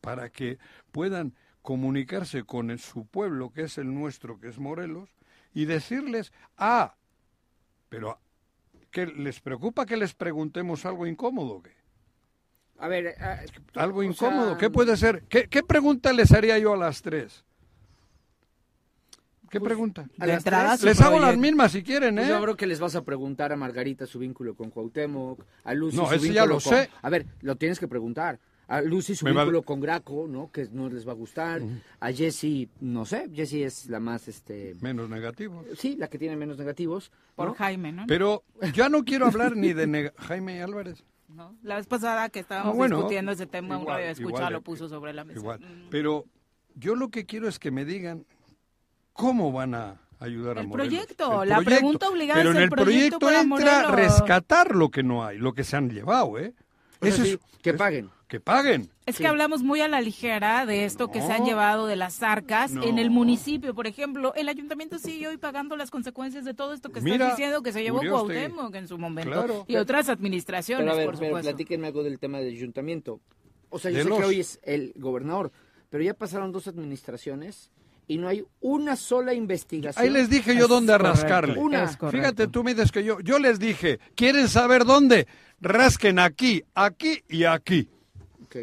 Speaker 4: para que puedan comunicarse con el- su pueblo, que es el nuestro, que es Morelos, y decirles, ah, pero que les preocupa que les preguntemos algo incómodo, ¿qué?
Speaker 5: A ver, ah,
Speaker 4: algo
Speaker 5: o
Speaker 4: incómodo,
Speaker 5: sea,
Speaker 4: ¿qué puede ser? ¿Qué, qué pregunta les haría yo a las tres? ¿Qué pregunta?
Speaker 5: a las tres,
Speaker 4: les
Speaker 5: su
Speaker 4: hago las
Speaker 5: proyecto.
Speaker 4: mismas si quieren,
Speaker 5: Pues
Speaker 4: ¿eh?
Speaker 5: Yo creo que les vas a preguntar a Margarita su vínculo con Cuauhtémoc, a Lucy
Speaker 4: No,
Speaker 5: su
Speaker 4: ese
Speaker 5: vínculo
Speaker 4: ya lo
Speaker 5: con...
Speaker 4: sé.
Speaker 5: A ver, lo tienes que preguntar. A Lucy su
Speaker 4: Me va-
Speaker 5: vínculo con Graco, ¿no? Que no les va a gustar. A Jessy, no sé, Jessy es la más, este...
Speaker 4: Menos negativos.
Speaker 5: Sí, la que tiene menos negativos.
Speaker 3: Por
Speaker 5: ¿no?
Speaker 3: Jaime, ¿no?
Speaker 4: Pero ya no quiero hablar ni de neg- Jaime Álvarez.
Speaker 3: ¿No? La vez pasada que estábamos
Speaker 4: Ah, bueno.
Speaker 3: discutiendo ese tema, un
Speaker 4: Igual,
Speaker 3: radio escucha
Speaker 4: igual de-
Speaker 3: lo puso sobre la mesa.
Speaker 4: Igual.
Speaker 3: Mm.
Speaker 4: Pero yo lo que quiero es que me digan cómo van a ayudar a
Speaker 3: El
Speaker 4: Morelos.
Speaker 3: proyecto, la pregunta obligada
Speaker 4: Pero
Speaker 3: es
Speaker 4: en
Speaker 3: el
Speaker 4: el
Speaker 3: proyecto
Speaker 4: proyecto,
Speaker 3: para
Speaker 4: entra
Speaker 3: Morelos.
Speaker 4: rescatar lo que no hay, lo que se han llevado, ¿eh?
Speaker 5: sea,
Speaker 4: Eso
Speaker 5: sí,
Speaker 4: es, que paguen. Que paguen.
Speaker 3: Es que hablamos muy a la ligera de esto que se han llevado de las arcas
Speaker 4: No.
Speaker 3: en el municipio, por ejemplo. El ayuntamiento sigue hoy pagando las consecuencias de todo esto que
Speaker 5: Mira,
Speaker 3: estás diciendo que se llevó
Speaker 5: Uriostegui.
Speaker 3: Cuauhtémoc en su momento.
Speaker 5: Claro.
Speaker 3: Y otras administraciones,
Speaker 5: Pero a ver,
Speaker 3: por
Speaker 5: pero
Speaker 3: supuesto.
Speaker 5: platíquenme algo del tema del ayuntamiento. O sea, yo
Speaker 4: De
Speaker 5: sé
Speaker 4: los-
Speaker 5: que hoy es el gobernador, pero ya pasaron dos administraciones y no hay una sola investigación.
Speaker 4: Ahí les dije yo dónde rascarle.
Speaker 5: Una.
Speaker 4: Fíjate, tú me dices que yo, yo les dije, ¿quieren saber dónde? Rasquen aquí, aquí y aquí.
Speaker 5: Ok.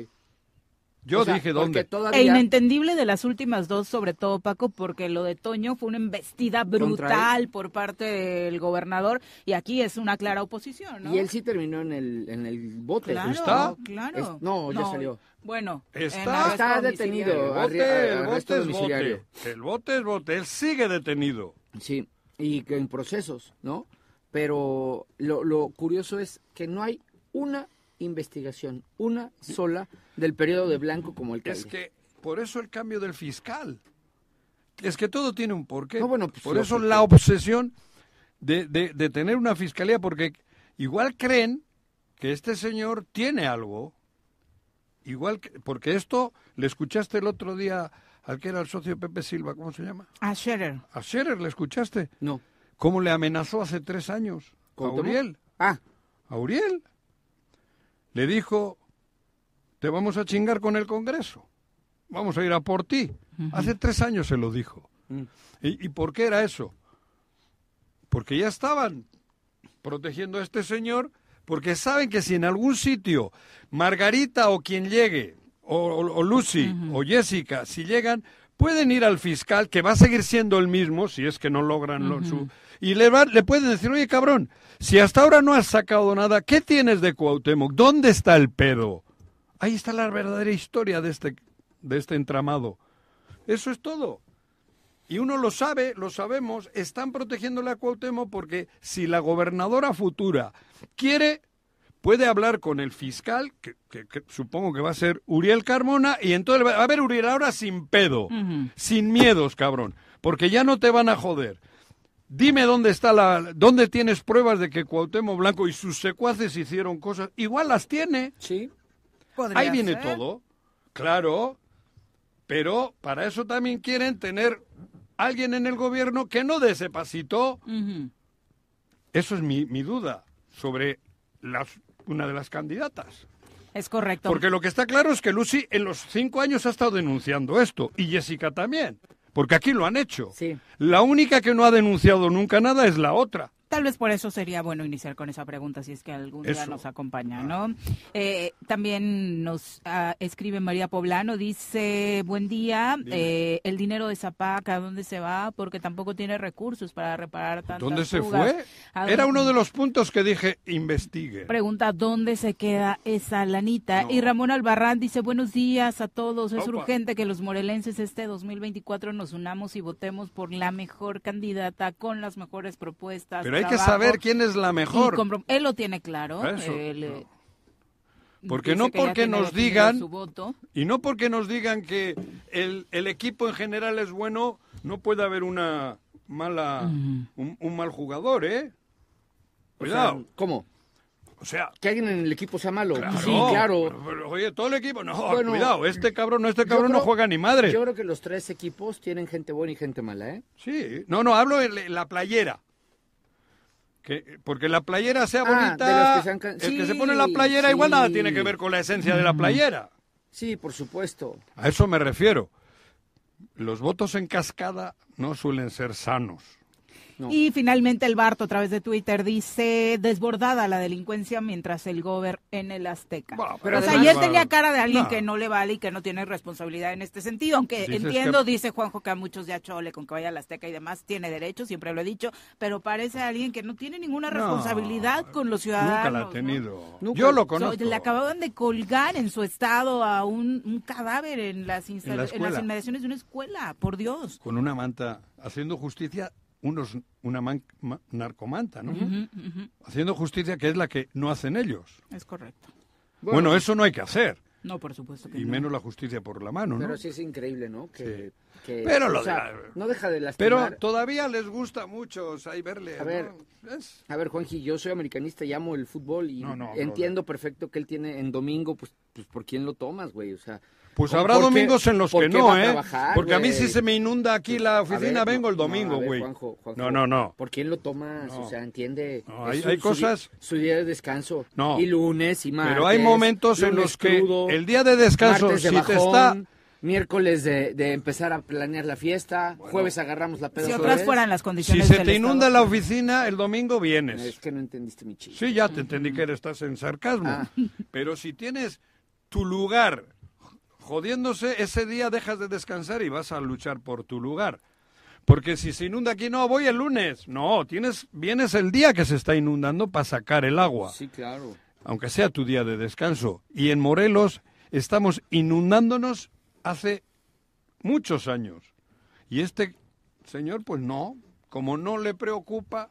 Speaker 4: Yo
Speaker 3: O sea,
Speaker 4: dije
Speaker 3: porque
Speaker 4: dónde.
Speaker 3: E inentendible de las últimas dos, sobre todo Paco, porque lo de Toño fue una embestida
Speaker 5: Contra
Speaker 3: brutal por parte del gobernador y aquí es una clara oposición, ¿no?
Speaker 5: Y él sí terminó en el, en el bote.
Speaker 3: Claro, claro.
Speaker 5: Es- no, ya salió.
Speaker 3: Bueno,
Speaker 4: Está-
Speaker 3: en arresto
Speaker 5: Está
Speaker 3: domiciliario.
Speaker 5: detenido.
Speaker 4: El bote,
Speaker 5: Arre-
Speaker 4: el
Speaker 5: arresto
Speaker 4: bote es
Speaker 5: domiciliario.
Speaker 4: bote. El bote es bote. Él sigue detenido.
Speaker 5: Sí, y que en procesos, ¿no? Pero lo, lo curioso es que no hay una investigación, una sola del periodo de Blanco como el
Speaker 4: Es que por eso el cambio del fiscal. Es que todo tiene un porqué.
Speaker 5: No, bueno, pues,
Speaker 4: por
Speaker 5: lo-
Speaker 4: eso la obsesión de, de- de tener una fiscalía, porque igual creen que este señor tiene algo. Igual que- porque esto le escuchaste el otro día al que era el socio Pepe Silva, ¿cómo se llama?
Speaker 3: A Scherer.
Speaker 4: A Scherer, ¿le escuchaste?
Speaker 5: No.
Speaker 4: ¿Cómo le amenazó hace tres años? A
Speaker 5: ¿Cuauhtémoc?
Speaker 4: Uriel.
Speaker 5: Ah.
Speaker 4: A Uriel. Le dijo, te vamos a chingar con el Congreso. Vamos a ir a por ti. Hace tres años se lo dijo.
Speaker 5: Mm.
Speaker 4: ¿Y, y por qué era eso? Porque ya estaban protegiendo a este señor, porque saben que si en algún sitio Margarita o quien llegue, o, o- o Lucy o Jessica, si llegan, pueden ir al fiscal, que va a seguir siendo el mismo, si es que no logran lo- su... Y le, va- le pueden decir, oye cabrón, si hasta ahora no has sacado nada, ¿qué tienes de Cuauhtémoc? ¿Dónde está el pedo? Ahí está la verdadera historia de este, de este entramado. Eso es todo. Y uno lo sabe, lo sabemos, están protegiéndole a Cuauhtémoc porque si la gobernadora futura quiere, puede hablar con el fiscal, que, que- que supongo que va a ser Uriel Carmona, y entonces le va a ver Uriel ahora sin pedo,
Speaker 10: Ujú.
Speaker 4: sin miedos, cabrón, porque ya no te van a joder. Dime dónde está la, dónde tienes pruebas de que Cuauhtémoc Blanco y sus secuaces hicieron cosas. Igual las tiene.
Speaker 5: Sí.
Speaker 3: Podría
Speaker 4: Ahí viene
Speaker 3: ser.
Speaker 4: todo, claro, pero para eso también quieren tener alguien en el gobierno que no dé ese pasito.
Speaker 3: Ujú.
Speaker 4: Eso es mi, mi duda sobre las- una de las candidatas.
Speaker 3: Es correcto.
Speaker 4: Porque lo que está claro es que Lucy en los cinco años ha estado denunciando esto y Jessica también, porque aquí lo han hecho. La única que no ha denunciado nunca nada es la otra.
Speaker 3: Tal vez por eso sería bueno iniciar con esa pregunta, si es que algún día
Speaker 4: Eso. Ah.
Speaker 3: nos acompaña, ¿no? Eh, también nos ah, escribe María Poblano, dice, buen día, eh, el dinero de Zapaca, ¿a dónde se va? Porque tampoco tiene recursos para reparar tantas
Speaker 4: ¿Dónde se
Speaker 3: fugas.
Speaker 4: fue?
Speaker 3: ¿A
Speaker 4: Era
Speaker 3: dónde-
Speaker 4: uno de los puntos que dije, investigue.
Speaker 3: Pregunta, ¿dónde se queda esa lanita? Y Ramón Albarrán dice, buenos días a todos. Es
Speaker 4: Opa.
Speaker 3: urgente que los morelenses este 2024 nos unamos y votemos por la mejor candidata con las mejores propuestas.
Speaker 4: Pero hay que
Speaker 3: trabajo
Speaker 4: saber quién es la
Speaker 3: y
Speaker 4: mejor.
Speaker 3: comprom- Él lo tiene claro.
Speaker 4: Eso,
Speaker 3: él, eh,
Speaker 4: Porque
Speaker 3: dice
Speaker 4: no
Speaker 3: que ya
Speaker 4: porque
Speaker 3: tiene
Speaker 4: nos
Speaker 3: definido
Speaker 4: digan
Speaker 3: su voto.
Speaker 4: y no porque nos digan que el, el equipo en general es bueno, no puede haber una mala un, un mal jugador, ¿eh?
Speaker 5: O
Speaker 4: Cuidado.
Speaker 5: sea, ¿Cómo?
Speaker 4: O sea,
Speaker 5: que alguien en el equipo sea malo.
Speaker 4: Claro.
Speaker 5: Sí, claro.
Speaker 4: Pero, pero, oye, todo el equipo. No,
Speaker 5: Bueno,
Speaker 4: cuidado, este cabrón, no, este
Speaker 5: yo
Speaker 4: cabrón no
Speaker 5: creo-
Speaker 4: juega ni madre.
Speaker 5: Yo creo que los tres equipos tienen gente buena y gente mala, ¿eh?
Speaker 4: Sí. No, no, hablo de la- la playera. Que, porque la playera sea
Speaker 5: Ah,
Speaker 4: bonita.
Speaker 5: de las que sean can-
Speaker 4: El
Speaker 5: sí,
Speaker 4: que se pone la playera igual nada
Speaker 5: sí.
Speaker 4: tiene que ver con la esencia de la playera.
Speaker 5: Sí, por supuesto.
Speaker 4: A eso me refiero. Los votos en cascada no suelen ser sanos.
Speaker 3: Y finalmente el Barto a través de Twitter dice desbordada la delincuencia mientras el gober en el Azteca.
Speaker 4: pero
Speaker 3: o sea,
Speaker 4: además-
Speaker 3: ayer tenía cara de alguien
Speaker 4: No.
Speaker 3: que no le vale y que no tiene responsabilidad en este sentido, aunque
Speaker 4: Dices
Speaker 3: entiendo,
Speaker 4: que-
Speaker 3: dice Juanjo que a muchos ya chole con que vaya al Azteca y demás, tiene derecho, siempre lo he dicho, pero parece alguien que no tiene ninguna
Speaker 4: No, eh,
Speaker 3: responsabilidad con los
Speaker 4: Nunca la
Speaker 3: ciudadanos.
Speaker 4: ha tenido. Yo lo
Speaker 3: So-
Speaker 4: conozco.
Speaker 3: le acababan de colgar en su estado a un, un cadáver en las, insta-
Speaker 4: En la
Speaker 3: en las
Speaker 4: escuela.
Speaker 3: inmediaciones de una escuela, por Dios.
Speaker 4: Con una manta, haciendo justicia, unos una man- ma- narcomanta, ¿no?
Speaker 3: Ujú, ujú.
Speaker 4: Haciendo justicia que es la que no hacen ellos.
Speaker 3: Es correcto.
Speaker 4: Bueno, eso no hay que hacer.
Speaker 3: No, por supuesto que
Speaker 4: Y
Speaker 3: no.
Speaker 4: menos la justicia por la mano, ¿no?
Speaker 5: Pero sí es increíble, ¿no? Que, que-
Speaker 4: Pero
Speaker 5: o
Speaker 4: lo de
Speaker 5: sea,
Speaker 4: la-
Speaker 5: no deja de
Speaker 4: Pero
Speaker 5: lastimar.
Speaker 4: todavía les gusta mucho, o sea, ahí verle.
Speaker 5: A ver,
Speaker 4: ¿no? Es-
Speaker 5: a ver, Juanji, yo soy americanista y amo el fútbol y
Speaker 4: No, no, brother.
Speaker 5: entiendo perfecto que él tiene en domingo, pues, pues ¿por quién lo tomas, güey? O sea,
Speaker 4: Pues
Speaker 5: ¿por-
Speaker 4: habrá
Speaker 5: por qué-
Speaker 4: domingos en los
Speaker 5: por
Speaker 4: que
Speaker 5: qué
Speaker 4: no,
Speaker 5: va a
Speaker 4: ¿eh?
Speaker 5: trabajar,
Speaker 4: Porque a mí
Speaker 5: güey?
Speaker 4: sí se me inunda aquí la
Speaker 5: A
Speaker 4: oficina,
Speaker 5: ver, no,
Speaker 4: vengo el
Speaker 5: no, a
Speaker 4: domingo,
Speaker 5: ver,
Speaker 4: güey.
Speaker 5: Juanjo, Juanjo,
Speaker 4: No, no, no.
Speaker 5: ¿Por quién lo tomas? O sea, entiende.
Speaker 4: No,
Speaker 5: es
Speaker 4: hay-
Speaker 5: su-
Speaker 4: hay
Speaker 5: su
Speaker 4: cosas-
Speaker 5: di- Su día de descanso.
Speaker 4: No.
Speaker 5: Y lunes y martes.
Speaker 4: Pero hay momentos en
Speaker 5: lunes
Speaker 4: los que
Speaker 5: crudo,
Speaker 4: el día de descanso,
Speaker 5: martes de
Speaker 4: si te
Speaker 5: bajón,
Speaker 4: está-
Speaker 5: Miércoles de, de empezar a planear la fiesta, jueves agarramos la peda.
Speaker 3: Si
Speaker 5: otra
Speaker 3: otras
Speaker 5: vez.
Speaker 3: fueran las
Speaker 4: Si
Speaker 3: condiciones
Speaker 4: se
Speaker 3: del
Speaker 4: te
Speaker 3: estado.
Speaker 4: inunda la oficina, el domingo vienes.
Speaker 5: Es que no entendiste mi chiste. Ah.
Speaker 4: Sí, ya te entendí que eres- estás en sarcasmo. Pero si tienes tu lugar jodiéndose, ese día dejas de descansar y vas a luchar por tu lugar. Porque si se inunda aquí, no, voy el lunes. No, tienes, vienes el día que se está inundando para sacar el agua,
Speaker 5: Sí, claro.
Speaker 4: aunque sea tu día de descanso. Y en Morelos estamos inundándonos hace muchos años. Y este señor, pues no, como no le preocupa,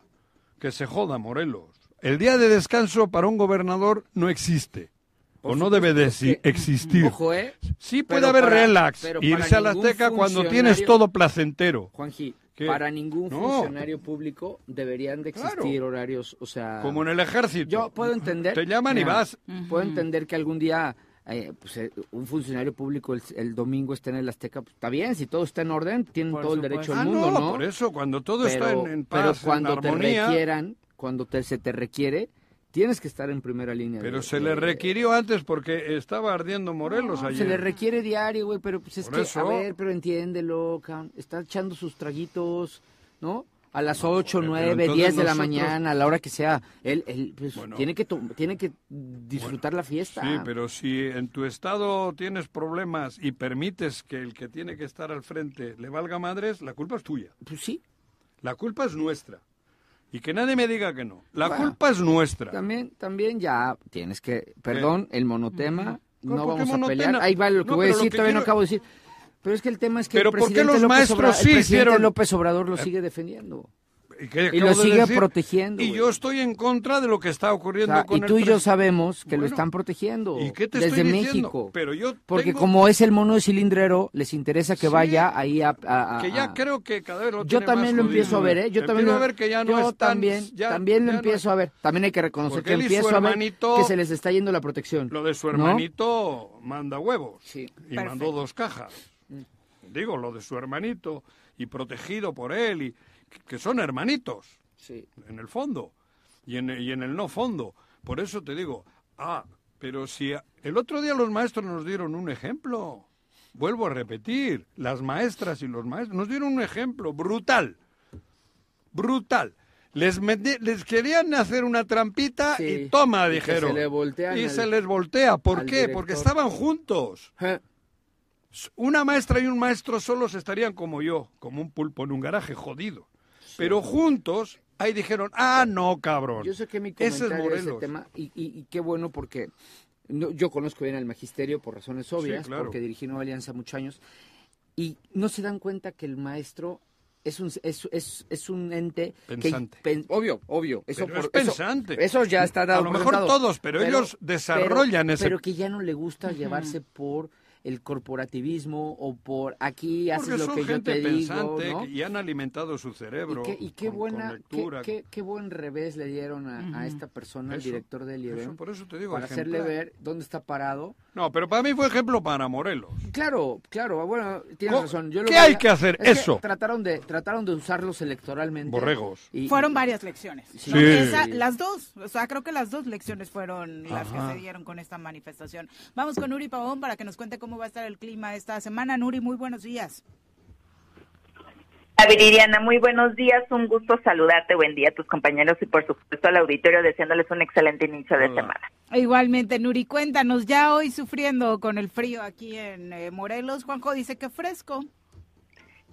Speaker 4: que se joda Morelos. El día de descanso para un gobernador no existe. O no debe de si- existir.
Speaker 5: Ojo, ¿eh?
Speaker 4: Sí
Speaker 5: Pero
Speaker 4: puede haber
Speaker 5: para-
Speaker 4: relax,
Speaker 5: pero
Speaker 4: irse
Speaker 5: para
Speaker 4: a la
Speaker 5: ningún
Speaker 4: Azteca cuando
Speaker 5: funcionario-
Speaker 4: tienes todo placentero.
Speaker 5: Juanji,
Speaker 4: ¿Qué?
Speaker 5: para ningún
Speaker 4: No.
Speaker 5: funcionario público deberían de existir
Speaker 4: Claro.
Speaker 5: horarios, o sea...
Speaker 4: Como en el ejército.
Speaker 5: Yo puedo entender...
Speaker 4: Te llaman y
Speaker 5: Mira,
Speaker 4: vas.
Speaker 5: Puedo entender que algún día eh, pues, eh, un funcionario público el, el domingo esté en el Azteca. pues, está bien, si todo está en orden, tienen
Speaker 4: Por
Speaker 5: todo el
Speaker 4: supuesto.
Speaker 5: derecho
Speaker 4: Ah,
Speaker 5: al mundo,
Speaker 4: no,
Speaker 5: ¿no?
Speaker 4: por eso, cuando todo está en- en paz,
Speaker 5: Pero
Speaker 4: en
Speaker 5: cuando
Speaker 4: armonía.
Speaker 5: te requieran, cuando te, se te requiere, tienes que estar en primera línea. de-
Speaker 4: Pero se
Speaker 5: de-
Speaker 4: le requirió antes porque estaba ardiendo Morelos
Speaker 5: No,
Speaker 4: ayer.
Speaker 5: Se le requiere diario, güey, pero pues es
Speaker 4: Por
Speaker 5: que,
Speaker 4: eso.
Speaker 5: a ver, pero entiéndelo, cabrón. Está echando sus traguitos, ¿no? A las 8,
Speaker 4: pero
Speaker 5: 9,
Speaker 4: entonces
Speaker 5: 10 de la
Speaker 4: nosotros-
Speaker 5: mañana, a la hora que sea. Él, él, pues, tiene, que to- tiene que disfrutar la fiesta.
Speaker 4: Sí, pero si en tu estado tienes problemas y permites que el que tiene que estar al frente le valga madres, la culpa es tuya.
Speaker 5: Pues sí.
Speaker 4: La culpa es nuestra. Y que nadie me diga que no. La
Speaker 5: Bueno.
Speaker 4: culpa es nuestra.
Speaker 5: También, también ya tienes que... Perdón, el monotema,
Speaker 4: No,
Speaker 5: no
Speaker 4: ¿por qué
Speaker 5: vamos a
Speaker 4: monotema?
Speaker 5: pelear. Ahí va lo que
Speaker 4: No,
Speaker 5: voy a
Speaker 4: pero lo
Speaker 5: decir,
Speaker 4: que
Speaker 5: todavía no
Speaker 4: quiero-
Speaker 5: acabo de decir. Pero es que el tema es que
Speaker 4: Pero
Speaker 5: el
Speaker 4: ¿por qué
Speaker 5: presidente
Speaker 4: los
Speaker 5: López
Speaker 4: maestros
Speaker 5: Obrador-
Speaker 4: sí
Speaker 5: el presidente
Speaker 4: hicieron- Eh,
Speaker 5: López Obrador lo sigue defendiendo.
Speaker 4: ¿Y, qué
Speaker 5: y lo
Speaker 4: acabo de
Speaker 5: sigue
Speaker 4: decir?
Speaker 5: protegiendo,
Speaker 4: Y
Speaker 5: güey.
Speaker 4: yo estoy en contra de lo que está
Speaker 5: O
Speaker 4: ocurriendo
Speaker 5: sea,
Speaker 4: con
Speaker 5: y
Speaker 4: el
Speaker 5: tú y yo
Speaker 4: pres-
Speaker 5: sabemos que lo
Speaker 4: Bueno,
Speaker 5: están protegiendo
Speaker 4: ¿Y qué te
Speaker 5: desde
Speaker 4: estoy diciendo?
Speaker 5: México.
Speaker 4: Pero yo
Speaker 5: Porque
Speaker 4: tengo-
Speaker 5: como es el mono de cilindrero, les interesa que
Speaker 4: Sí.
Speaker 5: vaya ahí a... a- a-
Speaker 4: que ya creo que cada vez lo
Speaker 5: yo
Speaker 4: tiene más
Speaker 5: también lo
Speaker 4: jodido.
Speaker 5: empiezo a ver, ¿eh? Yo también,
Speaker 4: Empiezo
Speaker 5: lo,
Speaker 4: a ver que ya no
Speaker 5: yo
Speaker 4: es tan-
Speaker 5: también,
Speaker 4: ya-
Speaker 5: también lo
Speaker 4: ya no
Speaker 5: empiezo a ver. También hay que reconocer
Speaker 4: Porque
Speaker 5: que
Speaker 4: él y su
Speaker 5: empiezo a ver
Speaker 4: hermanito-
Speaker 5: que se les está yendo la protección.
Speaker 4: Lo de su
Speaker 5: ¿no?
Speaker 4: hermanito manda huevos. Y
Speaker 5: Perfecto.
Speaker 4: mandó dos cajas. Digo, lo de su hermanito y protegido por él, y que- que son hermanitos. En el fondo y en, y en el no fondo. Por eso te digo, ah, pero si a- el otro día los maestros nos dieron un ejemplo. Vuelvo a repetir, las maestras y los maestros nos dieron un ejemplo brutal. Brutal. Les, mete- les querían hacer una trampita y toma,
Speaker 5: y que
Speaker 4: dijeron.
Speaker 5: se le voltean
Speaker 4: Y
Speaker 5: al-
Speaker 4: se les voltea. ¿Por
Speaker 5: al
Speaker 4: qué? Porque
Speaker 5: director.
Speaker 4: estaban juntos.
Speaker 5: Eh.
Speaker 4: S- Una maestra y un maestro solos estarían como yo, como un pulpo en un garaje jodido. Pero juntos, ahí dijeron, ah, no, cabrón.
Speaker 5: Yo sé que mi
Speaker 4: Ese es
Speaker 5: comentario de ese
Speaker 4: Morelos.
Speaker 5: tema, y, y- y qué bueno porque no- yo conozco bien al magisterio por razones obvias,
Speaker 4: claro.
Speaker 5: porque dirigí Nueva Alianza muchos años, y no se dan cuenta que el maestro es un, es, es, es un ente... que-
Speaker 4: Pensante.
Speaker 5: pen- obvio, obvio. Eso
Speaker 4: Pero es
Speaker 5: por- eso-
Speaker 4: pensante.
Speaker 5: Eso, ya está dado.
Speaker 4: A lo
Speaker 5: por
Speaker 4: mejor
Speaker 5: sentado.
Speaker 4: todos, pero ellos desarrollan ese-
Speaker 5: Pero que ya no le gusta
Speaker 4: Ujú.
Speaker 5: llevarse por el corporativismo o por aquí haces
Speaker 4: Porque
Speaker 5: lo
Speaker 4: son
Speaker 5: que yo
Speaker 4: gente
Speaker 5: te digo,
Speaker 4: pensante
Speaker 5: ¿no?
Speaker 4: y han alimentado su cerebro.
Speaker 5: Y qué, y qué
Speaker 4: con- con
Speaker 5: buena, qué-
Speaker 4: lectura.
Speaker 5: qué, qué buen revés le dieron a, a
Speaker 4: Ujú.
Speaker 5: esta persona, al
Speaker 4: Eso,
Speaker 5: director del IEBM,
Speaker 4: eso, por eso te digo,
Speaker 5: para hacerle
Speaker 4: ejemplar.
Speaker 5: ver dónde está parado.
Speaker 4: No, pero para mí fue ejemplo para Morelos.
Speaker 5: Claro, claro, bueno, tienes
Speaker 4: ¿Cómo?
Speaker 5: razón. Yo lo
Speaker 4: ¿Qué
Speaker 5: veía-
Speaker 4: hay que hacer?
Speaker 5: es
Speaker 4: Eso.
Speaker 5: trataron de trataron de usarlos electoralmente.
Speaker 4: Borregos.
Speaker 5: Y-
Speaker 3: Fueron varias lecciones.
Speaker 5: Sí.
Speaker 3: ¿no?
Speaker 5: Sí.
Speaker 3: Esa- las dos, o sea, creo que las dos lecciones fueron las
Speaker 5: Ajá.
Speaker 3: que se dieron con esta manifestación. Vamos con Nuri Pavón para que nos cuente cómo va a estar el clima esta semana. Nuri, muy buenos días.
Speaker 11: Hola, Viridiana, muy buenos días, un gusto saludarte, buen día a tus compañeros y por supuesto al auditorio deseándoles un excelente inicio de semana.
Speaker 3: Igualmente, Nuri, cuéntanos, ya hoy sufriendo con el frío aquí en eh, Morelos, Juanjo dice que fresco.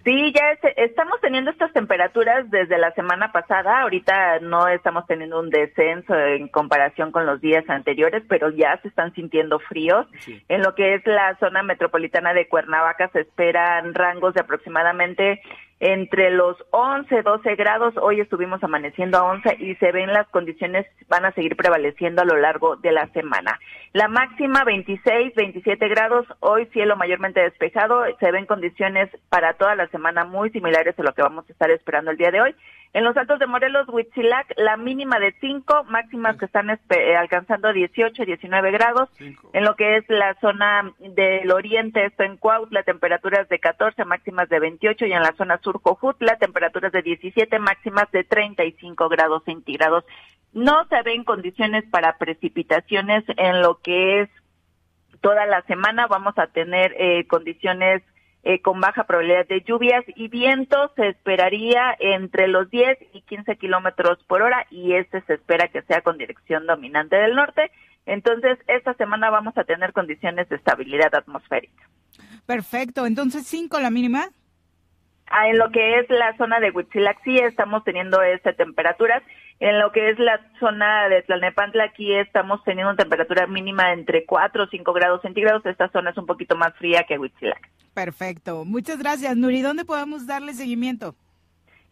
Speaker 11: Sí, ya es- estamos teniendo estas temperaturas desde la semana pasada, ahorita no estamos teniendo un descenso en comparación con los días anteriores, pero ya se están sintiendo fríos. En lo que es la zona metropolitana de Cuernavaca se esperan rangos de aproximadamente entre los 11, 12 grados. Hoy estuvimos amaneciendo a 11 y se ven las condiciones van a seguir prevaleciendo a lo largo de la semana. La máxima 26, 27 grados. Hoy cielo mayormente despejado. Se ven condiciones para toda la semana muy similares a lo que vamos a estar esperando el día de hoy. En los altos de Morelos, Huitzilac, la mínima de 5, máximas que están espe- eh, alcanzando 18, 19 grados. En lo que es la zona del oriente, esto en Cuautla, temperaturas de 14, máximas de 28, y en la zona sur, Cojutla, temperaturas de 17, máximas de 35 grados centígrados. No se ven condiciones para precipitaciones en lo que es toda la semana. Vamos a tener eh, condiciones eh, con baja probabilidad de lluvias y vientos se esperaría entre los 10 y 15 kilómetros por hora y este se espera que sea con dirección dominante del norte. Entonces, esta semana vamos a tener condiciones de estabilidad atmosférica.
Speaker 3: Perfecto, entonces 5 la mínima.
Speaker 11: Ah, en lo que es la zona de Huitzilac, sí estamos teniendo estas temperaturas. En lo que es la zona de Tlalnepantla, aquí estamos teniendo una temperatura mínima entre 4 o 5 grados centígrados. Esta zona es un poquito más fría que Huitzilac.
Speaker 3: Perfecto, muchas gracias, Nuri. ¿Dónde podemos darle seguimiento?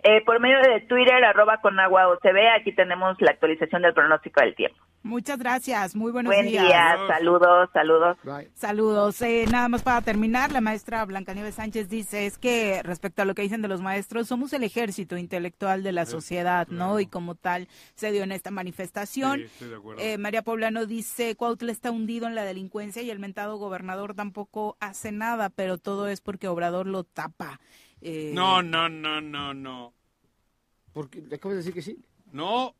Speaker 11: Eh, por medio de Twitter, arroba con agua OCB, aquí tenemos la actualización del pronóstico del tiempo.
Speaker 3: Muchas gracias, muy buenos
Speaker 11: Buen
Speaker 3: días.
Speaker 11: día, saludos, saludos.
Speaker 3: Saludos. Eh, nada más para terminar, la maestra Blancanieves Sánchez dice es que respecto a lo que dicen de los maestros, somos el ejército intelectual de la sociedad, ¿no? Y como tal se dio en esta manifestación.
Speaker 4: Sí, estoy de acuerdo.
Speaker 3: Eh, María Poblano dice, Cuautla está hundido en la delincuencia y el mentado gobernador tampoco hace nada, pero todo es porque Obrador lo tapa. Eh,
Speaker 4: No, no, no, no, no.
Speaker 5: Porque le acabas de decir que sí.
Speaker 4: No.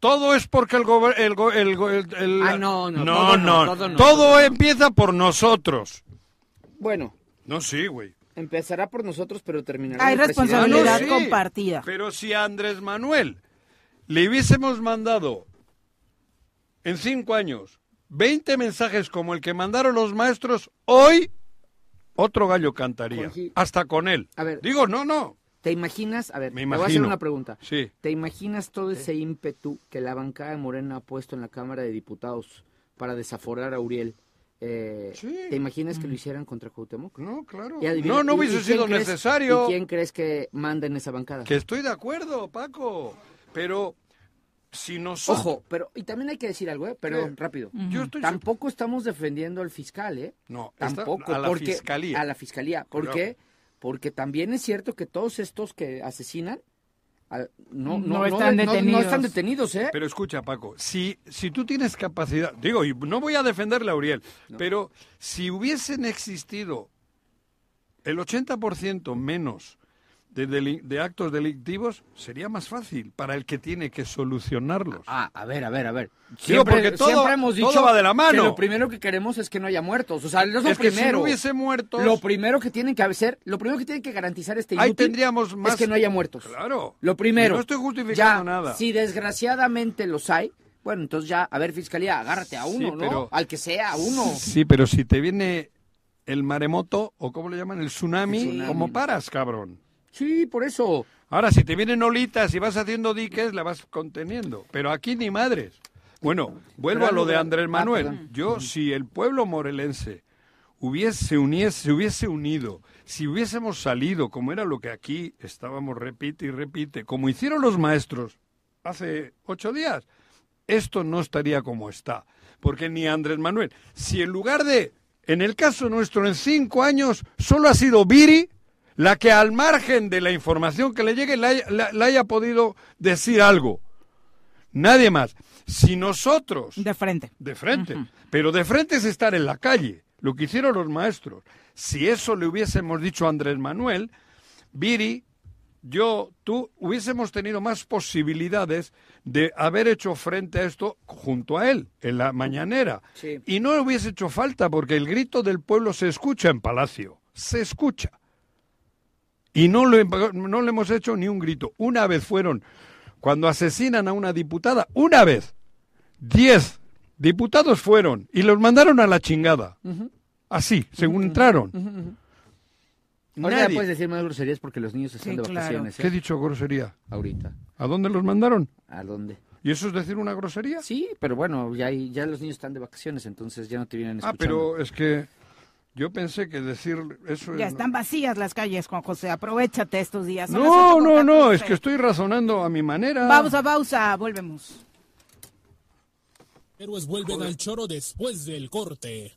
Speaker 4: Todo es porque el gobierno... El, go- el go- el- el-
Speaker 5: Ah, no, no,
Speaker 4: No,
Speaker 5: todo no,
Speaker 4: no.
Speaker 5: todo no,
Speaker 4: Todo
Speaker 5: todo no.
Speaker 4: empieza por nosotros.
Speaker 5: Bueno,
Speaker 4: No, sí, güey.
Speaker 5: empezará por nosotros, pero terminará
Speaker 3: Hay
Speaker 5: en el presidente.
Speaker 3: responsabilidad compartida.
Speaker 4: Ah, Pero si a Andrés Manuel le hubiésemos mandado en cinco años 20 mensajes como el que mandaron los maestros, hoy otro gallo cantaría.
Speaker 5: Jorge.
Speaker 4: Hasta con él.
Speaker 5: A ver.
Speaker 4: Digo, no, no.
Speaker 5: ¿Te imaginas? A ver,
Speaker 4: Me
Speaker 5: te voy a hacer
Speaker 4: imagino.
Speaker 5: una pregunta.
Speaker 4: Sí.
Speaker 5: ¿Te imaginas todo ese ímpetu que la bancada de Morena ha puesto en la Cámara de Diputados para desaforar a Uriel? Eh, ¿Te imaginas que
Speaker 3: Mm.
Speaker 5: lo hicieran contra Cuauhtémoc?
Speaker 4: No, claro.
Speaker 5: Y adivina-
Speaker 4: No, no
Speaker 5: ¿y- y
Speaker 4: hubiese
Speaker 5: quién
Speaker 4: sido
Speaker 5: crees-
Speaker 4: necesario.
Speaker 5: ¿Y quién crees que manda en esa bancada?
Speaker 4: Que estoy de acuerdo, Paco. Pero si nosotros...
Speaker 5: Ojo, pero y también hay que decir algo, ¿eh? Perdón,
Speaker 4: ¿Qué?
Speaker 5: rápido.
Speaker 4: Yo estoy-
Speaker 5: Tampoco estamos defendiendo al fiscal, ¿eh?
Speaker 4: No, está-
Speaker 5: tampoco
Speaker 4: a la
Speaker 5: porque
Speaker 4: fiscalía.
Speaker 5: a la fiscalía, ¿por
Speaker 4: Claro.
Speaker 5: qué? Porque también es cierto que todos estos que asesinan al- no, no,
Speaker 4: No están
Speaker 5: no- no
Speaker 4: detenidos.
Speaker 5: están detenidos, ¿eh?
Speaker 4: Pero escucha, Paco, si, si tú tienes capacidad, digo, y no voy a defenderle a Uriel, pero si hubiesen existido el 80% menos de, deli- de actos delictivos, sería más fácil para el que tiene que solucionarlos.
Speaker 5: Ah, a ver, a ver, a ver.
Speaker 4: Digo, porque todo,
Speaker 5: siempre hemos dicho
Speaker 4: todo va de la
Speaker 5: que
Speaker 4: mano.
Speaker 5: lo primero que queremos es que no haya muertos, o sea, no es lo
Speaker 4: Es que si
Speaker 5: primero.
Speaker 4: no hubiese muertos-
Speaker 5: Lo primero que tienen que hacer, lo primero que tienen que garantizar este
Speaker 4: Ahí
Speaker 5: inútil
Speaker 4: tendríamos más...
Speaker 5: es que no haya muertos.
Speaker 4: Claro.
Speaker 5: Lo primero.
Speaker 4: No estoy justificando
Speaker 5: ya,
Speaker 4: nada.
Speaker 5: Si desgraciadamente los hay, bueno, entonces ya, a ver, fiscalía, agárrate a uno,
Speaker 4: Sí, pero-
Speaker 5: ¿no? Al que sea, a uno.
Speaker 4: Sí, pero si te viene el maremoto, o como le llaman, el tsunami,
Speaker 5: El tsunami.
Speaker 4: ¿cómo paras, cabrón?
Speaker 5: Sí, por eso.
Speaker 4: Ahora, si te vienen olitas y vas haciendo diques, la vas conteniendo. Pero aquí ni madres. Bueno, vuelvo
Speaker 12: Pero
Speaker 4: a lo de
Speaker 12: algo-
Speaker 4: Andrés
Speaker 12: ah,
Speaker 4: Manuel.
Speaker 12: perdón.
Speaker 4: Yo, si el pueblo morelense hubiese, se uniese, se hubiese unido, si hubiésemos salido, como era lo que aquí estábamos, repite y repite, como hicieron los maestros hace ocho días, esto no estaría como está. Porque ni Andrés Manuel, si en lugar de En el caso nuestro, en cinco años, solo ha sido Viri la que al margen de la información que le llegue le haya, la- le haya podido decir algo. Nadie más. Si nosotros...
Speaker 13: De frente.
Speaker 4: De frente. Pero de frente es estar en la calle, lo que hicieron los maestros. Si eso le hubiésemos dicho a Andrés Manuel, Viri, yo, tú, hubiésemos tenido más posibilidades de haber hecho frente a esto junto a él, en la mañanera.
Speaker 5: Sí.
Speaker 4: Y no hubiese hecho falta porque el grito del pueblo se escucha en Palacio, se escucha. Y no, lo, no le hemos hecho ni un grito. Una vez fueron, cuando asesinan a una diputada, una vez, diez diputados fueron y los mandaron a la chingada. Así, según entraron.
Speaker 14: Ahorita
Speaker 13: pues,
Speaker 4: Nadie.
Speaker 14: puedes decir más groserías porque los niños están
Speaker 4: Sí,
Speaker 14: de
Speaker 13: ¿eh?
Speaker 4: claro.
Speaker 14: vacaciones. ¿eh?
Speaker 4: ¿Qué he dicho grosería?
Speaker 14: Ahorita.
Speaker 4: ¿A dónde los mandaron?
Speaker 14: ¿A dónde?
Speaker 4: ¿Y eso es decir una grosería?
Speaker 14: Sí, pero bueno, ya, hay- ya los niños están de vacaciones, entonces ya no te vienen
Speaker 4: Ah,
Speaker 14: escuchando.
Speaker 4: pero es que yo pensé que decir eso
Speaker 13: Ya
Speaker 4: es...
Speaker 13: están vacías las calles, Juan José. Aprovechate estos días. Son las
Speaker 4: No,
Speaker 13: ocho con
Speaker 4: no, no, es
Speaker 13: 14.
Speaker 4: que estoy razonando a mi manera.
Speaker 13: Vamos a pausa, volvemos.
Speaker 15: Héroes vuelven al choro después del corte.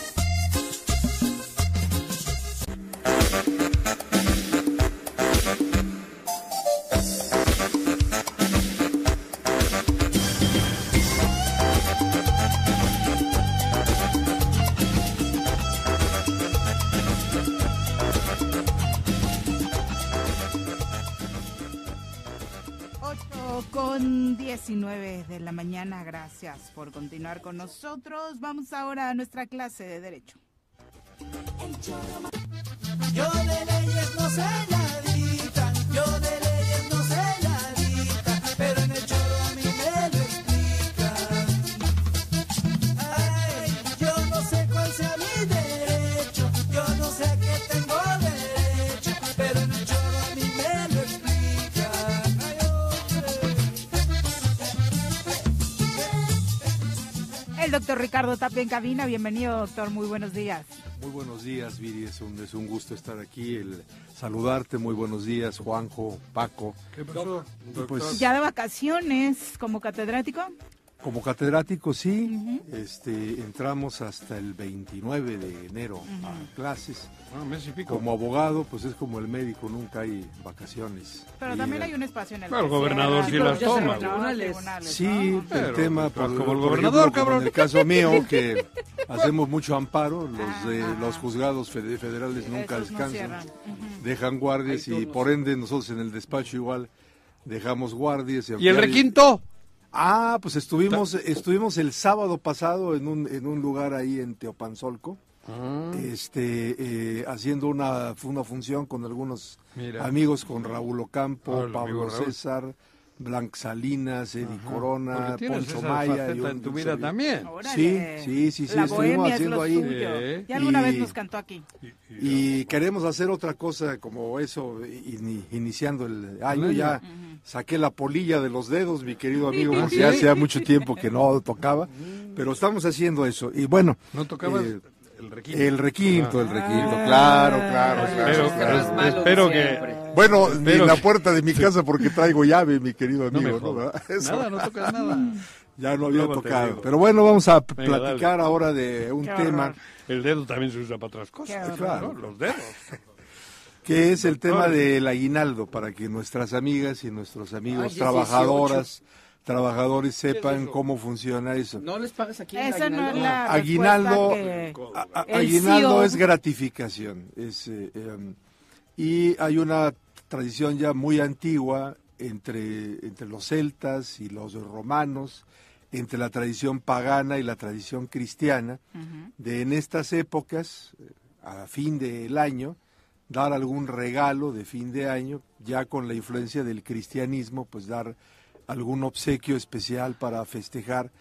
Speaker 13: Ocho con 19 de la mañana, gracias por continuar con nosotros. Vamos ahora a nuestra clase de Derecho.
Speaker 1: Yo de leyes no sé nadita, yo de leyes no sé nadita, pero en el choro a mí me lo explican. Ay, yo no sé cuál sea mi derecho, yo no sé a qué tengo derecho, pero en el choro a mí me lo explican. Ay,
Speaker 13: El doctor Ricardo Tapia en cabina, bienvenido doctor, muy buenos días.
Speaker 12: Muy buenos días, Viri. Es un, es un gusto estar aquí, el saludarte. Muy buenos días, Juanjo, Paco.
Speaker 4: ¿Qué pasó?
Speaker 12: Y pues,
Speaker 13: ya de vacaciones como catedrático,
Speaker 12: como catedrático, sí. este, entramos hasta el 29 de enero a clases.
Speaker 4: Ah,
Speaker 12: Como abogado, pues es como el médico, nunca hay vacaciones.
Speaker 13: pero
Speaker 12: Y,
Speaker 13: también
Speaker 12: eh,
Speaker 13: hay un espacio en el
Speaker 12: Bueno, el gobernador sí las toma, güey. Sí, el
Speaker 4: Pero,
Speaker 12: tema
Speaker 4: pues,
Speaker 12: por-
Speaker 4: como el
Speaker 12: por
Speaker 4: gobernador,
Speaker 12: ejemplo, como
Speaker 4: cabrón.
Speaker 12: En el caso mío, que hacemos mucho amparo,
Speaker 13: Ah,
Speaker 12: los de los juzgados fede- federales nunca
Speaker 16: Esos no
Speaker 12: descansan,
Speaker 16: cierran.
Speaker 12: dejan guardias
Speaker 16: Ahí
Speaker 12: y
Speaker 16: todos.
Speaker 12: por ende nosotros en el despacho igual dejamos guardias.
Speaker 4: ¿Y el requinto?
Speaker 12: Ah, pues estuvimos, estuvimos el sábado pasado en un, en un lugar ahí en Teopanzolco,
Speaker 4: Ah.
Speaker 12: este, eh, haciendo una, una función con algunos
Speaker 4: Mira.
Speaker 12: amigos, con Raúl Ocampo,
Speaker 4: Ah, el amigo
Speaker 12: Pablo
Speaker 4: Raúl.
Speaker 12: César, Blanc Salinas, Eddie
Speaker 4: Ajá.
Speaker 12: Corona,
Speaker 4: Porque tienes
Speaker 12: Poncho
Speaker 4: esa
Speaker 12: Maya.
Speaker 4: faceta en tu vida
Speaker 12: servidor.
Speaker 4: también.
Speaker 13: Órale.
Speaker 12: Sí, sí, sí, sí,
Speaker 13: La
Speaker 12: estuvimos
Speaker 13: bohemia es
Speaker 12: haciendo
Speaker 13: lo
Speaker 12: ahí.
Speaker 13: suyo. Ya alguna vez nos cantó aquí.
Speaker 12: Y queremos hacer otra cosa como eso, ini- iniciando el año.
Speaker 4: año.
Speaker 12: Ya saqué la polilla de los dedos, mi querido amigo,
Speaker 4: ¿Ah,
Speaker 12: porque
Speaker 4: sí?
Speaker 12: ya hacía mucho tiempo que no tocaba. Pero estamos haciendo eso. Y bueno.
Speaker 4: ¿No tocabas
Speaker 12: eh,
Speaker 4: el requinto?
Speaker 12: el requinto, el requinto,
Speaker 4: Ah.
Speaker 12: claro, claro, claro.
Speaker 4: Espero-
Speaker 12: claro.
Speaker 4: es malo espero de que- siempre.
Speaker 12: Bueno, ni
Speaker 4: espero
Speaker 12: la
Speaker 4: que-
Speaker 12: puerta de mi casa porque traigo llave, mi querido
Speaker 4: No me
Speaker 12: amigo. ¿no?
Speaker 4: jodas.
Speaker 12: Eso
Speaker 4: Nada, no tocas nada.
Speaker 12: ya no había
Speaker 4: Luego te
Speaker 12: tocado.
Speaker 4: digo.
Speaker 12: Pero bueno, vamos a p-
Speaker 4: Venga, dale.
Speaker 12: platicar ahora de un
Speaker 4: Qué
Speaker 12: tema. Eh,
Speaker 4: horror. El dedo también se usa para otras cosas.
Speaker 12: Qué horror.
Speaker 4: ¿no? Los dedos.
Speaker 12: que es el tema
Speaker 4: Doctor.
Speaker 12: del aguinaldo, para que nuestras amigas y nuestros amigos
Speaker 14: Ay, es
Speaker 12: trabajadoras, trabajadores
Speaker 14: es
Speaker 12: sepan
Speaker 14: eso?
Speaker 12: cómo funciona eso.
Speaker 14: ¿No les pagas aquí?
Speaker 13: Esa no es la
Speaker 12: Aguinaldo,
Speaker 13: respuesta
Speaker 12: a-
Speaker 13: que- el
Speaker 12: aguinaldo
Speaker 13: CEO.
Speaker 12: es gratificación. es, eh, em, y hay una tradición ya muy antigua entre, entre los celtas y los romanos, entre la tradición pagana y la tradición cristiana, de en estas épocas, eh, a fin del año, dar algún regalo de fin de año, ya con la influencia del cristianismo, pues dar algún obsequio especial para festejar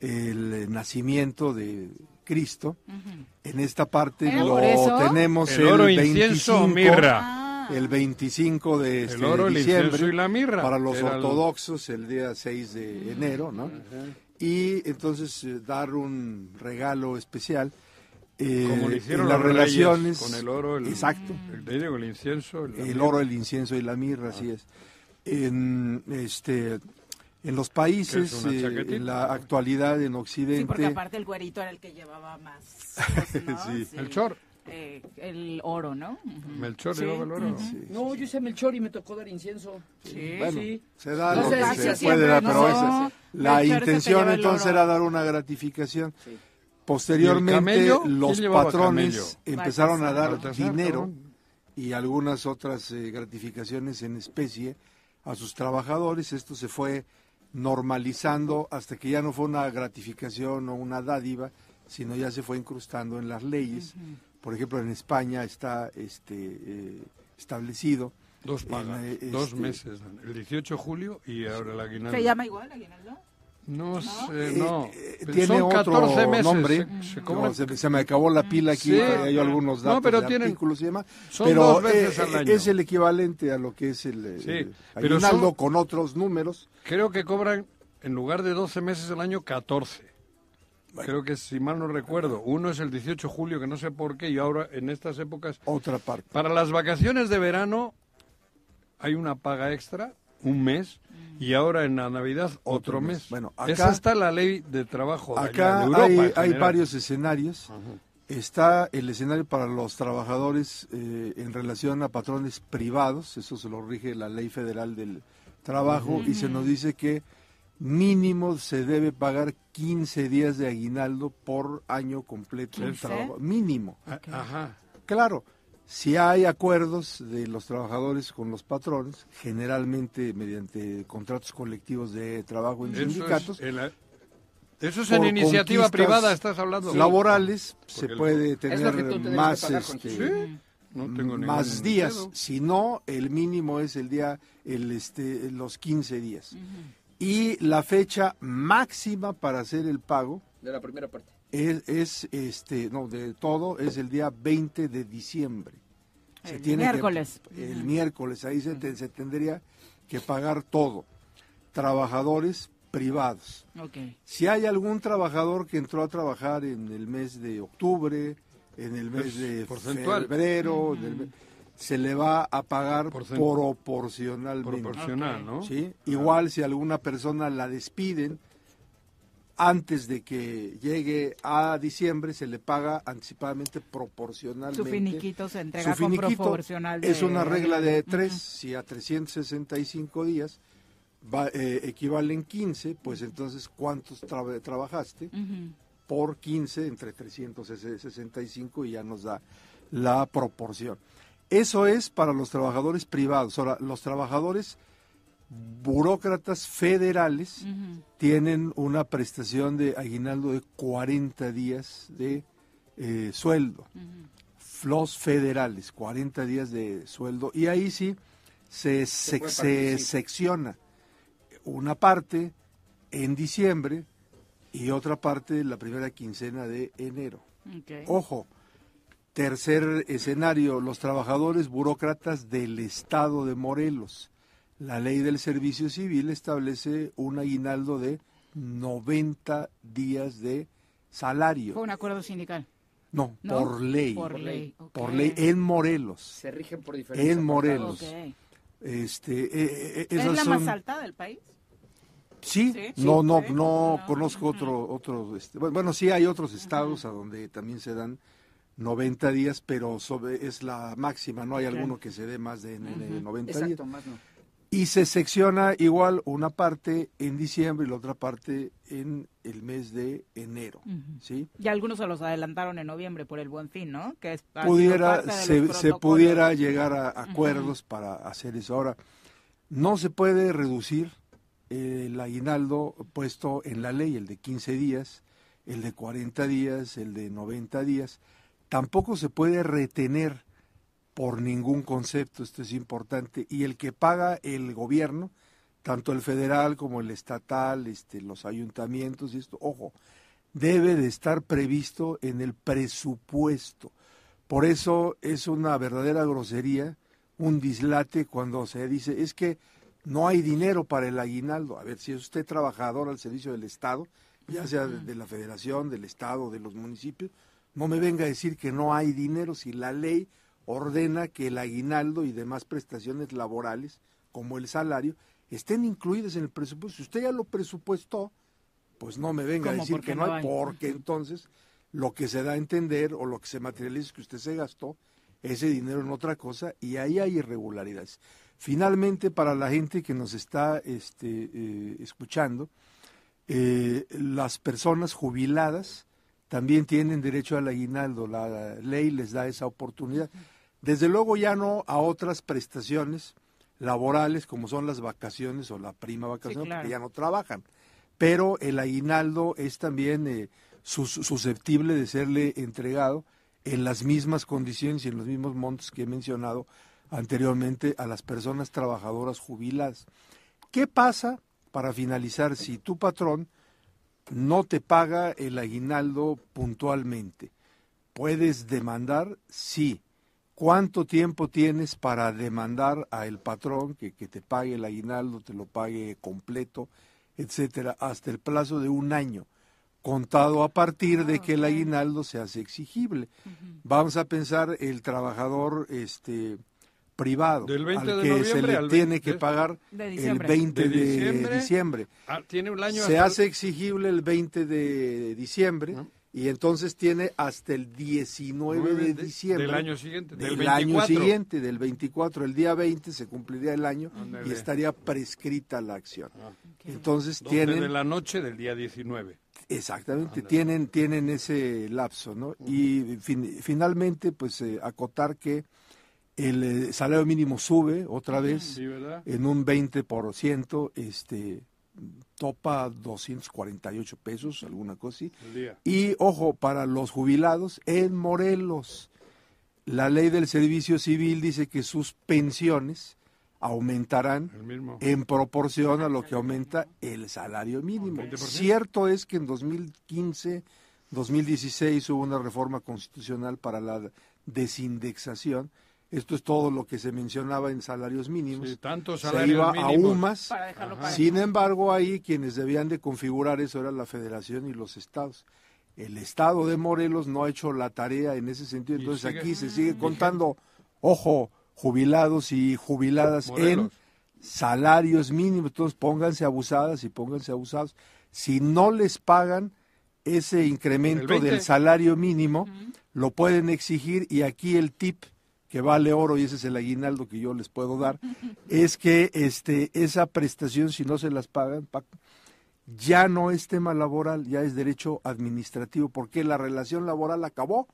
Speaker 12: el eh, nacimiento de Cristo. En esta parte
Speaker 4: ¿Era
Speaker 12: lo
Speaker 4: por eso? Ah.
Speaker 12: tenemos
Speaker 4: El
Speaker 12: el,
Speaker 4: oro,
Speaker 12: 25,
Speaker 4: incienso, mirra.
Speaker 12: El 25 de este
Speaker 4: El oro, el
Speaker 12: diciembre
Speaker 4: incienso y la mirra.
Speaker 12: para los
Speaker 4: Era el-
Speaker 12: ortodoxos el día 6 de enero, ¿no? Y entonces eh, dar un regalo especial eh,
Speaker 4: Como le hicieron
Speaker 12: en las
Speaker 4: los reyes,
Speaker 12: relaciones
Speaker 4: con el oro, el,
Speaker 12: exacto,
Speaker 4: el, te digo, el incienso, la
Speaker 12: el
Speaker 4: mirra. Ah.
Speaker 12: oro, el incienso y la mirra, así es. En este en los países
Speaker 4: una
Speaker 12: eh,
Speaker 4: chaquetita,
Speaker 12: en la actualidad
Speaker 13: Sí,
Speaker 12: en
Speaker 13: porque
Speaker 12: occidente
Speaker 13: aparte el güerito era el que llevaba más.
Speaker 12: Sí.
Speaker 13: El
Speaker 4: chor.
Speaker 13: Eh, el oro, ¿no? Ujú.
Speaker 4: Melchor
Speaker 13: Sí.
Speaker 4: llevaba el oro.
Speaker 13: Ujú.
Speaker 14: No, yo hice Melchor y me tocó dar incienso. Sí,
Speaker 12: Bueno,
Speaker 14: sí.
Speaker 12: se da
Speaker 14: No
Speaker 12: lo
Speaker 14: sé
Speaker 12: que
Speaker 14: si
Speaker 12: se
Speaker 14: siempre,
Speaker 12: puede dar,
Speaker 14: no
Speaker 12: pero
Speaker 14: sé.
Speaker 12: esa es la
Speaker 14: Melchor se
Speaker 12: intención
Speaker 14: peleó el
Speaker 12: entonces
Speaker 14: oro.
Speaker 12: era dar una gratificación.
Speaker 4: ¿Y el
Speaker 12: Posteriormente
Speaker 4: camello?
Speaker 12: los
Speaker 4: ¿Quién llevaba
Speaker 12: patrones
Speaker 4: camello?
Speaker 12: empezaron a dar
Speaker 4: Baltasar,
Speaker 12: dinero
Speaker 4: cabrón.
Speaker 12: y algunas otras eh, gratificaciones en especie a sus trabajadores. Esto se fue normalizando hasta que ya no fue una gratificación o una dádiva, sino ya se fue incrustando en las leyes. Por ejemplo, en España está este, eh, establecido.
Speaker 4: Dos
Speaker 12: en,
Speaker 4: pagas,
Speaker 12: eh,
Speaker 4: dos
Speaker 12: este,
Speaker 4: meses, el 18 de julio y ahora el aguinaldo.
Speaker 13: ¿Se llama igual aguinaldo?
Speaker 4: No
Speaker 12: Eh,
Speaker 4: sé, no.
Speaker 12: eh,
Speaker 4: Pero
Speaker 12: tiene
Speaker 4: Son
Speaker 12: otro
Speaker 4: 14 meses.
Speaker 12: nombre. Mm.
Speaker 4: Se, se
Speaker 12: No,
Speaker 4: cobran
Speaker 12: se, se me acabó la pila aquí,
Speaker 4: Sí.
Speaker 12: traía yo algunos
Speaker 4: No,
Speaker 12: datos
Speaker 4: pero
Speaker 12: de
Speaker 4: tienen-
Speaker 12: artículos y demás.
Speaker 4: son
Speaker 12: pero
Speaker 4: dos veces
Speaker 12: eh,
Speaker 4: al
Speaker 12: eh,
Speaker 4: año.
Speaker 12: es el equivalente a lo que es el, eh,
Speaker 4: Sí,
Speaker 12: el
Speaker 4: pero
Speaker 12: aguinaldo
Speaker 4: son-
Speaker 12: con otros números.
Speaker 4: Creo que cobran, en lugar de 12 meses al año, 14. Creo que, si mal no recuerdo, uno es el 18 de julio, que no sé por qué, y ahora en estas épocas...
Speaker 12: Otra parte.
Speaker 4: Para las vacaciones de verano hay una paga extra, un mes,
Speaker 12: Mm.
Speaker 4: y ahora en la Navidad otro, mes.
Speaker 12: Bueno,
Speaker 4: Esa
Speaker 12: acá-
Speaker 4: está la ley de trabajo de, allá,
Speaker 12: Acá
Speaker 4: de Europa.
Speaker 12: hay,
Speaker 4: en
Speaker 12: hay
Speaker 4: general.
Speaker 12: varios escenarios. Está el escenario para los trabajadores eh, en relación a patrones privados, eso se lo rige la Ley Federal del Trabajo
Speaker 4: Ujú.
Speaker 12: y se nos dice que mínimo se debe pagar 15 días de aguinaldo por año completo. de
Speaker 4: 15.
Speaker 12: trabajo, mínimo.
Speaker 4: Ah, Ajá.
Speaker 12: Claro, si hay acuerdos de los trabajadores con los patrones, generalmente mediante contratos colectivos de trabajo en
Speaker 4: Eso es
Speaker 12: sindicatos,
Speaker 4: el- eso es
Speaker 12: por
Speaker 4: en iniciativa
Speaker 12: conquistas
Speaker 4: privada, estás hablando.
Speaker 12: Laborales
Speaker 4: Porque
Speaker 12: se
Speaker 4: el-
Speaker 12: puede tener más, este,
Speaker 4: Sí, no tengo ningún
Speaker 12: más días.
Speaker 4: miedo.
Speaker 12: Si no, el mínimo es el día, el este, los 15 días.
Speaker 4: Mm.
Speaker 12: Y la fecha máxima para hacer el pago
Speaker 14: De la primera parte.
Speaker 12: es, es, este, no, de todo es el día 20 de diciembre.
Speaker 13: El
Speaker 12: que-
Speaker 13: miércoles.
Speaker 12: el miércoles, ahí se, te- se tendría que pagar todo. Trabajadores privados.
Speaker 13: Ok.
Speaker 12: Si hay algún trabajador que entró a trabajar en el mes de octubre, en el mes
Speaker 4: Es
Speaker 12: de
Speaker 4: porcentual.
Speaker 12: febrero, en el me- se le va a pagar
Speaker 4: Porcent-
Speaker 12: proporcionalmente.
Speaker 4: Proporcional, ¿no?
Speaker 12: ¿Sí? Igual si alguna persona la despiden antes de que llegue a diciembre, se le paga anticipadamente proporcionalmente.
Speaker 13: Su finiquito se entrega
Speaker 12: Su
Speaker 13: con
Speaker 12: finiquito
Speaker 13: proporcional.
Speaker 12: Es
Speaker 13: de-
Speaker 12: una regla de tres, si a 365 días va- eh, equivalen 15, pues entonces cuántos tra- trabajaste
Speaker 13: Ujú.
Speaker 12: por 15 entre 365 y ya nos da la proporción. Eso es para los trabajadores privados. Ahora, los trabajadores burócratas federales tienen una prestación de aguinaldo de 40 días de eh, sueldo. Los federales, 40 días de sueldo. Y ahí sí se,
Speaker 14: Se
Speaker 12: sec-
Speaker 14: puede
Speaker 12: se
Speaker 14: participar.
Speaker 12: secciona una parte en diciembre y otra parte la primera quincena de enero. Ojo, tercer escenario, los trabajadores burócratas del Estado de Morelos. La ley del servicio civil establece un aguinaldo de 90 días de salario.
Speaker 13: Fue un acuerdo sindical.
Speaker 12: No,
Speaker 13: ¿No?
Speaker 12: por ley.
Speaker 13: Por ley, ok.
Speaker 12: Por ley en Morelos.
Speaker 14: Se rigen por diferentes
Speaker 12: En Morelos.
Speaker 13: Ok.
Speaker 12: Este, eh, eh,
Speaker 13: ¿Es
Speaker 12: esas
Speaker 13: la
Speaker 12: son-
Speaker 13: más alta del país?
Speaker 12: Sí,
Speaker 13: Sí,
Speaker 12: no,
Speaker 13: sí,
Speaker 12: no,
Speaker 13: sí. Ah.
Speaker 12: no conozco otro, otro, este, bueno, bueno, sí hay otros estados a donde también se dan 90 días, pero sobre, es la máxima, no hay
Speaker 14: Ok.
Speaker 12: alguno que se dé más de, de 90 días.
Speaker 14: Exacto, más no.
Speaker 12: Y se secciona igual una parte en diciembre y la otra parte en el mes de enero,
Speaker 13: Ujú.
Speaker 12: ¿sí?
Speaker 13: Y algunos se los adelantaron en noviembre por el buen fin, ¿no? Que es ha sido
Speaker 12: pudiera
Speaker 13: parte de
Speaker 12: se,
Speaker 13: los
Speaker 12: se
Speaker 13: protocolos.
Speaker 12: pudiera llegar a acuerdos para hacer eso. Ahora, no se puede reducir eh, el aguinaldo puesto en la ley, el de 15 días, el de 40 días, el de 90 días. Tampoco se puede retener por ningún concepto, esto es importante. Y el que paga el gobierno, tanto el federal como el estatal, este, los ayuntamientos y esto, ojo, debe de estar previsto en el presupuesto. Por eso es una verdadera grosería, un dislate cuando se dice, es que no hay dinero para el aguinaldo. A ver, si es usted trabajador al servicio del Estado, ya sea de, de la Federación, del Estado, de los municipios, no me venga a decir que no hay dinero si la ley ordena que el aguinaldo y demás prestaciones laborales, como el salario, estén incluidas en el presupuesto. Si usted ya lo presupuestó, pues no me venga a
Speaker 16: ¿Cómo?
Speaker 12: decir
Speaker 16: ¿Por qué
Speaker 12: que no
Speaker 16: no
Speaker 12: hay,
Speaker 16: hay?
Speaker 12: porque entonces lo que se da a entender o lo que se materializa es que usted se gastó ese dinero en otra cosa y ahí hay irregularidades. Finalmente, para la gente que nos está este, eh, escuchando, eh, las personas jubiladas también tienen derecho al aguinaldo, la ley les da esa oportunidad. Desde luego ya no a otras prestaciones laborales como son las vacaciones o la prima vacación,
Speaker 16: claro.
Speaker 12: porque ya no trabajan, pero el aguinaldo es también eh, sus- susceptible de serle entregado en las mismas condiciones y en los mismos montos que he mencionado anteriormente a las personas trabajadoras jubiladas. ¿Qué pasa para finalizar si tu patrón no te paga el aguinaldo puntualmente? ¿Puedes demandar? Sí. ¿Cuánto tiempo tienes para demandar al patrón que, que te pague el aguinaldo, te lo pague completo, etcétera, hasta el plazo de un año, contado a partir de que el aguinaldo se hace exigible? Vamos a pensar el trabajador este privado
Speaker 4: Del 20
Speaker 12: al
Speaker 4: de
Speaker 12: que se
Speaker 4: noviembre
Speaker 12: le
Speaker 4: al
Speaker 12: tiene
Speaker 4: 20
Speaker 12: que pagar
Speaker 4: de
Speaker 12: el
Speaker 4: diciembre.
Speaker 12: 20
Speaker 4: De
Speaker 12: de
Speaker 4: diciembre.
Speaker 12: diciembre.
Speaker 4: Ah, tiene un año
Speaker 12: se
Speaker 4: hasta-
Speaker 12: hace exigible el 20 de diciembre y entonces tiene hasta el 19
Speaker 4: Nueve
Speaker 12: de
Speaker 4: de-
Speaker 12: diciembre
Speaker 4: del año siguiente, del
Speaker 12: del, año
Speaker 4: 24.
Speaker 12: siguiente, del 24, el día 20 se cumpliría el año
Speaker 4: Ándale. Ah.
Speaker 12: y estaría prescrita la acción. Entonces
Speaker 4: Doce
Speaker 12: tienen
Speaker 4: de la noche del día 19.
Speaker 12: Exactamente, tienen, tienen ese lapso, ¿no? Y fin- finalmente, pues eh, acotar que el eh, salario mínimo sube otra vez
Speaker 4: Sí, ¿verdad?
Speaker 12: en un 20%, este, topa 248 pesos, alguna cosa así.
Speaker 4: El día.
Speaker 12: Y ojo, para los jubilados en Morelos, la ley del servicio civil dice que sus pensiones aumentarán
Speaker 4: mismo.
Speaker 12: en proporción a lo que aumenta el salario mínimo.
Speaker 4: 20%.
Speaker 12: Cierto es que en 2015, 2016 hubo una reforma constitucional para la desindexación. Esto es todo lo que se mencionaba en salarios mínimos.
Speaker 4: tantos
Speaker 12: se
Speaker 4: salarios
Speaker 12: iba
Speaker 4: mínimos.
Speaker 12: aún más.
Speaker 4: Para dejarlo parejo.
Speaker 12: Sin embargo, ahí quienes debían de configurar eso era la federación y los estados. El estado de Morelos no ha hecho la tarea en ese sentido.
Speaker 4: Y
Speaker 12: Entonces
Speaker 4: sigue-
Speaker 12: aquí se sigue contando, ojo, jubilados y jubiladas
Speaker 4: Morelos.
Speaker 12: en salarios mínimos. Entonces pónganse abusadas y pónganse abusados. Si no les pagan ese incremento
Speaker 4: 20.
Speaker 12: del salario mínimo, lo pueden exigir y aquí el tip que vale oro y ese es el aguinaldo que yo les puedo dar, es que este esa prestación si no se las pagan, Paco, ya no es tema laboral, ya es derecho administrativo, porque la relación laboral acabó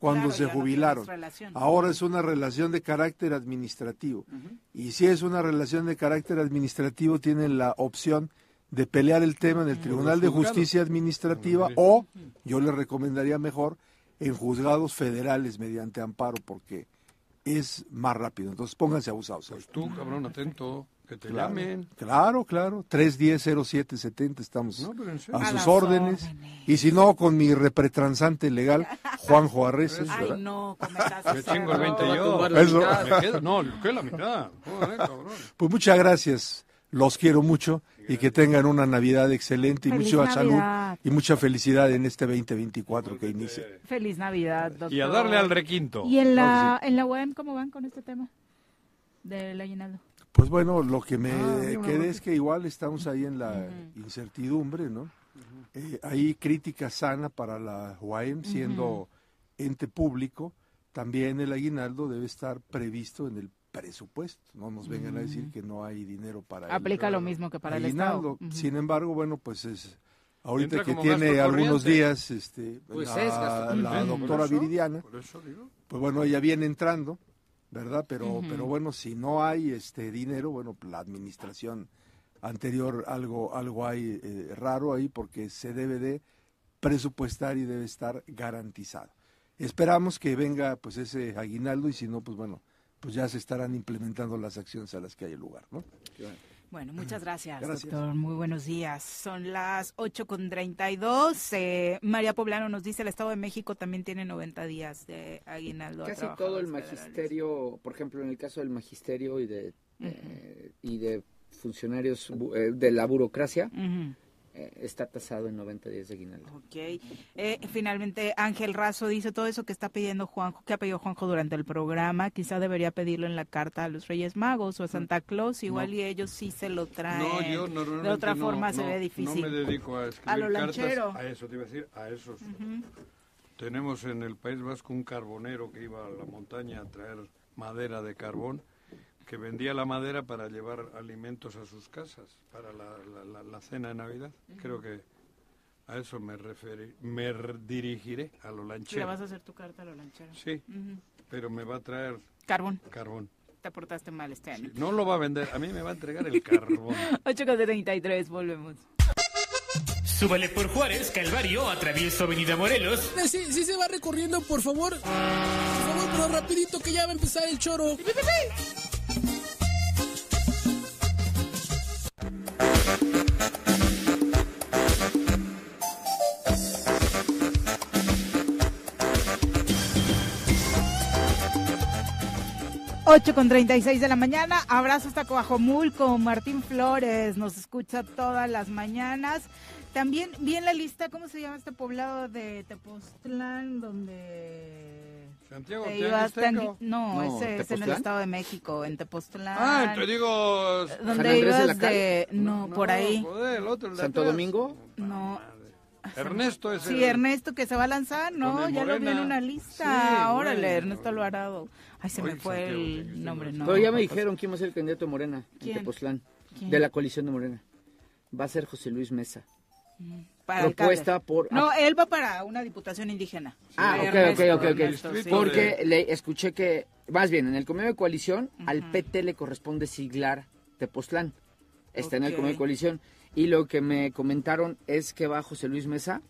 Speaker 12: cuando
Speaker 16: Ah, claro,
Speaker 12: se
Speaker 16: ya no
Speaker 12: jubilaron.
Speaker 16: tienes relación.
Speaker 12: Ahora es una relación de carácter administrativo. Y si es una relación de carácter administrativo, tienen la opción de pelear el tema en el Tribunal de
Speaker 16: juzgados.
Speaker 12: Justicia Administrativa o, yo le recomendaría mejor, en juzgados federales mediante amparo, porque es más rápido. Entonces pónganse abusados.
Speaker 4: Pues Tú, cabrón, atento, que te
Speaker 12: Claro,
Speaker 4: llamen.
Speaker 12: Claro, claro. 310-0770 estamos
Speaker 4: No, pero en serio.
Speaker 12: a
Speaker 4: A
Speaker 12: sus
Speaker 4: las
Speaker 12: órdenes. Y si no, con mi repretransante legal, Juanjo Arreces.
Speaker 4: Ay,
Speaker 12: ¿verdad?
Speaker 13: no,
Speaker 4: Me chingo el 20 yo.
Speaker 12: Eso.
Speaker 4: Me quedo- no, lo que es la mitad. Joder, cabrón.
Speaker 12: Pues muchas gracias. Los quiero mucho y que tengan una Navidad excelente y
Speaker 13: Feliz
Speaker 12: mucha salud
Speaker 13: Navidad.
Speaker 12: y mucha felicidad en este 2024 que inicia.
Speaker 13: Feliz Navidad, doctor.
Speaker 4: Y a darle al requinto.
Speaker 13: ¿Y en la, en la UAM cómo van con este tema del aguinaldo?
Speaker 12: Pues bueno, lo que me
Speaker 13: Ah,
Speaker 12: eh,
Speaker 13: una
Speaker 12: queda
Speaker 13: nota.
Speaker 12: es que igual estamos ahí en la incertidumbre, ¿no? Eh, hay crítica sana para la UAM siendo
Speaker 16: Ujú.
Speaker 12: ente público. También el aguinaldo debe estar previsto en el presupuesto. No nos vengan a decir
Speaker 13: Ujú.
Speaker 12: que no hay dinero para el
Speaker 13: Mm. Aplica lo mismo que para el
Speaker 12: aguinaldo.
Speaker 13: Estado. Ujú.
Speaker 12: Sin embargo, bueno, pues es ahorita
Speaker 4: Entra
Speaker 12: Este que
Speaker 4: como
Speaker 12: tiene
Speaker 4: gasto
Speaker 12: algunos
Speaker 4: corriente.
Speaker 12: días este
Speaker 4: Pues
Speaker 12: la,
Speaker 4: es gasto
Speaker 12: la
Speaker 4: corriente.
Speaker 12: doctora
Speaker 4: Por eso,
Speaker 12: Viridiana,
Speaker 4: por eso digo.
Speaker 12: pues bueno, ella viene entrando, ¿verdad? Pero
Speaker 4: Ujú.
Speaker 12: pero bueno, si no hay este dinero, bueno, la administración anterior algo algo hay eh, raro ahí porque se debe de presupuestar y debe estar garantizado. Esperamos que venga pues ese aguinaldo y si no, pues bueno, pues ya se estarán implementando las acciones a las que hay lugar, ¿no?
Speaker 3: Bueno, muchas gracias,
Speaker 12: Gracias.
Speaker 3: doctor. Muy buenos días. Son las 8 con 32. Eh, María Poblano nos dice, el Estado de México también tiene 90 días de aguinaldo. a
Speaker 5: Casi
Speaker 3: trabajadores
Speaker 5: todo el
Speaker 3: federales.
Speaker 5: magisterio, por ejemplo, en el caso del magisterio y de, eh, y de funcionarios bu- eh, de la burocracia,
Speaker 3: Ujú.
Speaker 5: eh, está tasado en 90 días de aguinaldo.
Speaker 3: Ok. Eh, finalmente, Ángel Razo dice todo eso que está pidiendo Juanjo, que ha pedido Juanjo durante el programa, quizá debería pedirlo en la carta a los Reyes Magos o a Santa Claus, igual y ellos sí se lo traen.
Speaker 4: No, yo normalmente
Speaker 3: De otra
Speaker 4: no-
Speaker 3: forma se
Speaker 4: no-
Speaker 3: ve difícil.
Speaker 4: No me dedico a escribir
Speaker 3: lo
Speaker 4: cartas.
Speaker 3: lanchero.
Speaker 4: A eso te iba a decir, a esos.
Speaker 3: Ujú.
Speaker 4: Tenemos en el País Vasco un carbonero que iba a la montaña a traer madera de carbón, que vendía la madera para llevar alimentos a sus casas, para la, la- la- la cena de Navidad. Creo que a eso me referí, me r- dirigiré, a lo
Speaker 3: Sí, Le
Speaker 4: lanchero.
Speaker 3: vas a hacer tu carta a lo lanchero.
Speaker 4: Sí,
Speaker 3: Ujú.
Speaker 4: pero me va a traer...
Speaker 3: Carbón.
Speaker 4: Carbón.
Speaker 3: Te portaste mal este año.
Speaker 4: No lo va a vender, a mí me va a entregar el carbón.
Speaker 3: 8.33, volvemos.
Speaker 17: Súbale por Juárez, Calvario, atravieso Avenida Morelos.
Speaker 15: Eh, Sí, sí se va recorriendo, por favor. Por favor, pero rapidito que ya va a empezar el choro.
Speaker 3: Ocho con 36 de la mañana. Abrazo hasta Coajomulco. Martín Flores nos escucha todas las mañanas. También vi en la lista, ¿cómo se llama este poblado de Tepoztlán? Donde.
Speaker 4: Santiago,
Speaker 3: te
Speaker 4: ¿te
Speaker 3: ibas
Speaker 4: Azteca?
Speaker 3: tan- No,
Speaker 4: No,
Speaker 3: ese es en el
Speaker 4: ¿Tepoztlán?
Speaker 3: Estado de México, en Tepoztlán.
Speaker 4: Ah, te digo...
Speaker 3: Eh, ¿Dónde ibas de, No, por ahí.
Speaker 4: joder, el otro, el de
Speaker 5: ¿Santo
Speaker 4: atrás.
Speaker 5: Domingo?
Speaker 3: No.
Speaker 4: Ernesto es
Speaker 3: Sí, Ernesto que se va a lanzar, ¿no?
Speaker 4: Con el
Speaker 3: Ya lo vi en
Speaker 4: Morena.
Speaker 3: una lista.
Speaker 5: Sí,
Speaker 3: Órale,
Speaker 5: bueno.
Speaker 3: Ernesto Alvarado. Ay, se me fue el nombre, no.
Speaker 5: Pero ya me
Speaker 3: no
Speaker 5: dijeron quién va a ser el candidato de Morena
Speaker 3: ¿Quién?
Speaker 5: en Tepoztlán,
Speaker 3: ¿Quién?
Speaker 5: de la coalición de Morena. Va a ser José Luis Mesa.
Speaker 3: Mm. Para
Speaker 5: propuesta
Speaker 3: alcalde.
Speaker 5: por-
Speaker 3: No, él va para una diputación indígena.
Speaker 5: Ah,
Speaker 3: Eh,
Speaker 5: ok,
Speaker 3: Ernesto,
Speaker 5: ok, ok, ok.
Speaker 3: Ernesto, sí.
Speaker 5: Porque le escuché que, más bien, en el convenio de coalición, al PT le corresponde siglar Tepoztlán. Está en el
Speaker 3: Ok.
Speaker 5: convenio de coalición. Y lo que me comentaron es que va José Luis Mesa,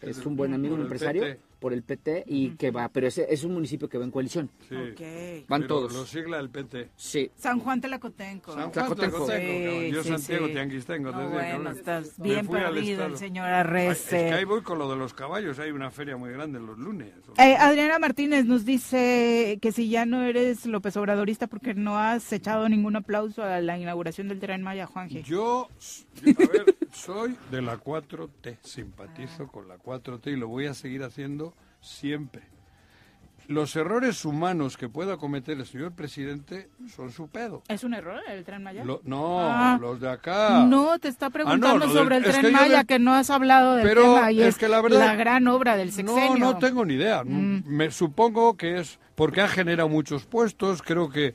Speaker 5: es un buen amigo,
Speaker 4: Por
Speaker 5: un
Speaker 4: el
Speaker 5: empresario,
Speaker 4: PT.
Speaker 5: por el PT, y que va, pero ese es un municipio que va en coalición.
Speaker 4: Sí.
Speaker 3: Ok.
Speaker 5: Van
Speaker 4: Pero
Speaker 5: todos.
Speaker 4: Lo sigla el PT.
Speaker 5: Sí.
Speaker 3: San Juan Tlacotenco.
Speaker 4: San Juan Tlacotenco, cabrón. Yo Santiago Tianguis tengo.
Speaker 3: No,
Speaker 4: desde que
Speaker 3: bueno,
Speaker 4: hablé.
Speaker 3: estás
Speaker 4: Me
Speaker 3: bien
Speaker 4: fui al
Speaker 3: perdido el
Speaker 4: estado.
Speaker 3: señor
Speaker 4: Ay, Es que ahí
Speaker 3: Arrece.
Speaker 4: voy con lo de los caballos. Hay una feria muy grande los lunes.
Speaker 3: Eh, Adriana Martínez nos dice que si ya no eres López Obradorista porque no has echado ningún aplauso a la inauguración del Tren Maya, Juanje.
Speaker 4: Yo, a ver, soy de la 4T, simpatizo
Speaker 3: Ah.
Speaker 4: con la 4T y lo voy a seguir haciendo siempre. Los errores humanos que pueda cometer el señor presidente son su pedo.
Speaker 3: ¿Es un error el Tren Maya?
Speaker 4: Lo- no,
Speaker 3: Ah.
Speaker 4: los de acá. Ah,
Speaker 3: No, te está preguntando
Speaker 4: lo
Speaker 3: sobre
Speaker 4: del-
Speaker 3: el
Speaker 4: es
Speaker 3: Tren
Speaker 4: que yo
Speaker 3: Maya,
Speaker 4: del-
Speaker 3: que no has hablado del
Speaker 4: Pero
Speaker 3: tema y
Speaker 4: es
Speaker 3: es,
Speaker 4: que la verdad-
Speaker 3: gran obra del sexenio.
Speaker 4: No, no tengo ni idea. Me supongo que es porque ha generado muchos puestos. Creo que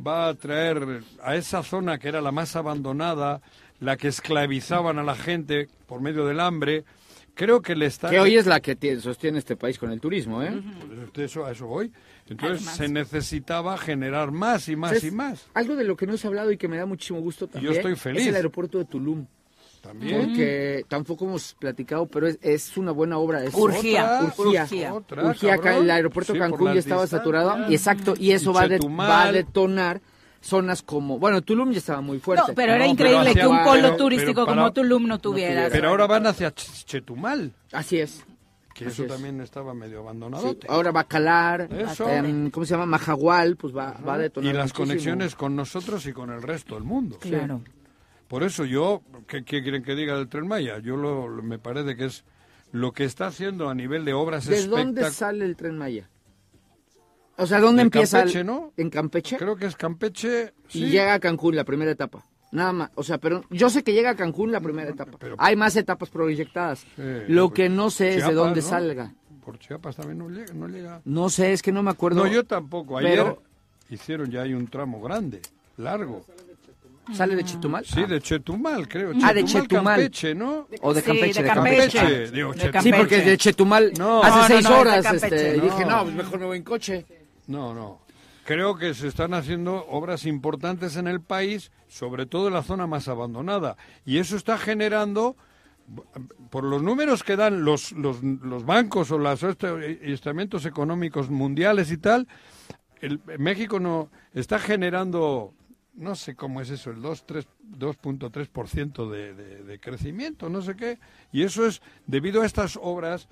Speaker 4: va a traer a esa zona que era la más abandonada, la que esclavizaban a la gente por medio del hambre. Creo que le está.
Speaker 5: Que hoy es la que tiene- sostiene este país con el turismo, ¿eh?
Speaker 4: De eso, a eso voy. Entonces se necesitaba generar más y más
Speaker 5: ¿Sabes?
Speaker 4: y más.
Speaker 5: Algo de lo que no has hablado y que me da muchísimo gusto también.
Speaker 4: estoy feliz.
Speaker 5: Es el aeropuerto de Tulum.
Speaker 4: También.
Speaker 5: Porque tampoco hemos platicado, pero es, es una buena obra. Es
Speaker 4: Urgía.
Speaker 5: Otra, Urgía.
Speaker 4: Urgía.
Speaker 5: Urgía.
Speaker 4: Otra,
Speaker 5: acá
Speaker 4: cabrón.
Speaker 5: el aeropuerto
Speaker 4: Sí, por
Speaker 5: Cancún
Speaker 4: las
Speaker 5: ya estaba
Speaker 4: distancias.
Speaker 5: saturado. Y exacto, y eso
Speaker 4: Y
Speaker 5: va, a de-
Speaker 4: Chetumal.
Speaker 5: va a detonar zonas como... Bueno, Tulum ya estaba muy fuerte.
Speaker 3: No, pero era increíble que un polo turístico como Tulum no tuviera.
Speaker 4: Pero ahora van hacia Ch- Chetumal.
Speaker 5: Así es.
Speaker 4: Que eso
Speaker 5: Así es.
Speaker 4: también estaba medio abandonado.
Speaker 5: Sí, ahora Bacalar,
Speaker 4: Eso.
Speaker 5: em, ¿cómo se llama? Majagual, pues va, va a
Speaker 4: y
Speaker 5: detonar
Speaker 4: las
Speaker 5: muchísimo.
Speaker 4: conexiones con nosotros y con el resto del mundo.
Speaker 5: Sí. Claro.
Speaker 4: Por eso yo, ¿qué, qué quieren que diga del Tren Maya? Yo lo, lo- me parece que es lo que está haciendo a nivel de obras
Speaker 5: ¿De dónde
Speaker 4: espectac-
Speaker 5: sale el Tren Maya? O sea, ¿dónde
Speaker 4: De
Speaker 5: empieza? el-
Speaker 4: Campeche, ¿no?
Speaker 5: ¿En Campeche?
Speaker 4: Creo que es Campeche. sí.
Speaker 5: Y llega a Cancún la primera etapa. Nada más. O sea, pero yo sé que llega a Cancún la primera etapa. Hay más etapas proyectadas. Lo
Speaker 4: pues,
Speaker 5: que no sé es de
Speaker 4: Chiapas,
Speaker 5: dónde
Speaker 4: ¿no?
Speaker 5: salga.
Speaker 4: Por Chiapas también no llega. No, llega.
Speaker 5: No sé, es que no me acuerdo.
Speaker 4: no yo tampoco. Ayer
Speaker 5: Pero
Speaker 4: hicieron ya hay un tramo grande, largo.
Speaker 5: sale de Chetumal.
Speaker 4: Sí, de Chetumal, creo.
Speaker 5: Ah, de Chetumal.
Speaker 4: Campeche, ¿no?
Speaker 5: O de Campeche.
Speaker 4: de Campeche. Digo, Chetumal.
Speaker 5: Sí, porque de Chetumal
Speaker 4: No.
Speaker 5: hace
Speaker 4: No, no,
Speaker 5: seis
Speaker 4: no, es de
Speaker 5: horas
Speaker 4: Campeche.
Speaker 5: este,
Speaker 4: No.
Speaker 5: dije, no, pues mejor me voy en coche.
Speaker 4: No, no. Creo que se están haciendo obras importantes en el país, sobre todo en la zona más abandonada. Y eso está generando, por los números que dan los, los, los bancos o los estamentos económicos mundiales y tal, el, México no está generando no sé cómo es eso, el 2, 3, 2.3% de, de, de crecimiento, no sé qué. Y eso es debido a estas obras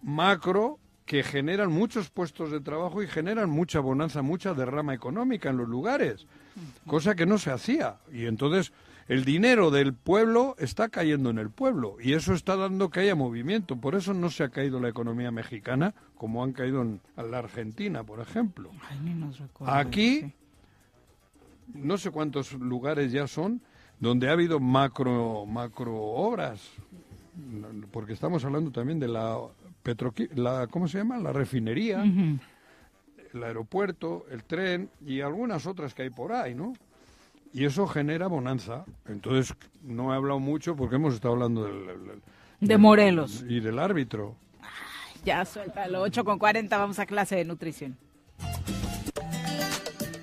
Speaker 4: macro que generan muchos puestos de trabajo y generan mucha bonanza, mucha derrama económica en los lugares, cosa que no se hacía. Y entonces el dinero del pueblo está cayendo en el pueblo y eso está dando que haya movimiento. Por eso no se ha caído la economía mexicana como han caído en la Argentina, por ejemplo. Aquí no sé cuántos lugares ya son donde ha habido macro macro obras porque estamos hablando también de la petroqui- la cómo se llama la refinería el aeropuerto el tren y algunas otras que hay por ahí no y eso genera bonanza entonces no he hablado mucho porque hemos estado hablando del, del-
Speaker 3: De Morelos.
Speaker 4: y del árbitro
Speaker 3: Ya suéltalo, 8 con 40, vamos a clase de nutrición.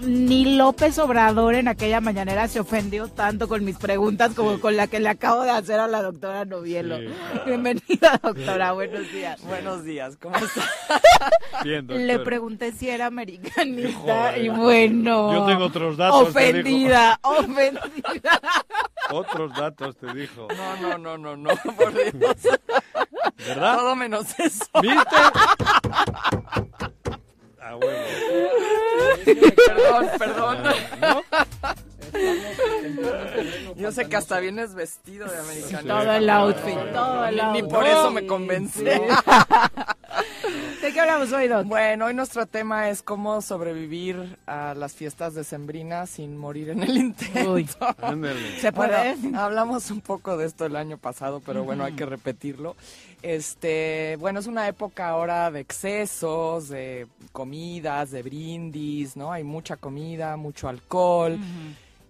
Speaker 3: Ni López Obrador en aquella mañanera se ofendió tanto con mis preguntas como con la que le acabo de hacer a la doctora Novielo.
Speaker 18: Sí.
Speaker 3: Bienvenida, doctora. Buenos días.
Speaker 16: Buenos días, ¿cómo estás?
Speaker 4: Bien,
Speaker 3: Le pregunté si era americanista
Speaker 4: Joder.
Speaker 3: y bueno.
Speaker 4: Yo tengo otros datos, te digo.
Speaker 3: Ofendida, ofendida.
Speaker 4: otros datos te dijo
Speaker 16: No, no, no, no, no, por Dios.
Speaker 4: ¿Verdad?
Speaker 16: Todo menos eso.
Speaker 4: ¿Viste? Ah, huevo.
Speaker 16: Perdón, perdón.
Speaker 4: Ah, No,
Speaker 16: Yo sé que hasta vienes vestido de americano.
Speaker 3: Todo el outfit, todo el
Speaker 16: Ni- Ni
Speaker 3: outfit.
Speaker 16: por eso me convence.
Speaker 3: ¿De qué hablamos hoy, Doc?
Speaker 16: Bueno, hoy nuestro tema es cómo sobrevivir a las fiestas decembrinas sin morir en el intento.
Speaker 3: Uy.
Speaker 4: Ándale.
Speaker 3: ¿Se puede?
Speaker 16: Bueno, hablamos un poco de esto el año pasado, pero bueno, hay que repetirlo. Este, bueno, es una época ahora de excesos, de comidas, de brindis, ¿no? Hay mucha comida, mucho alcohol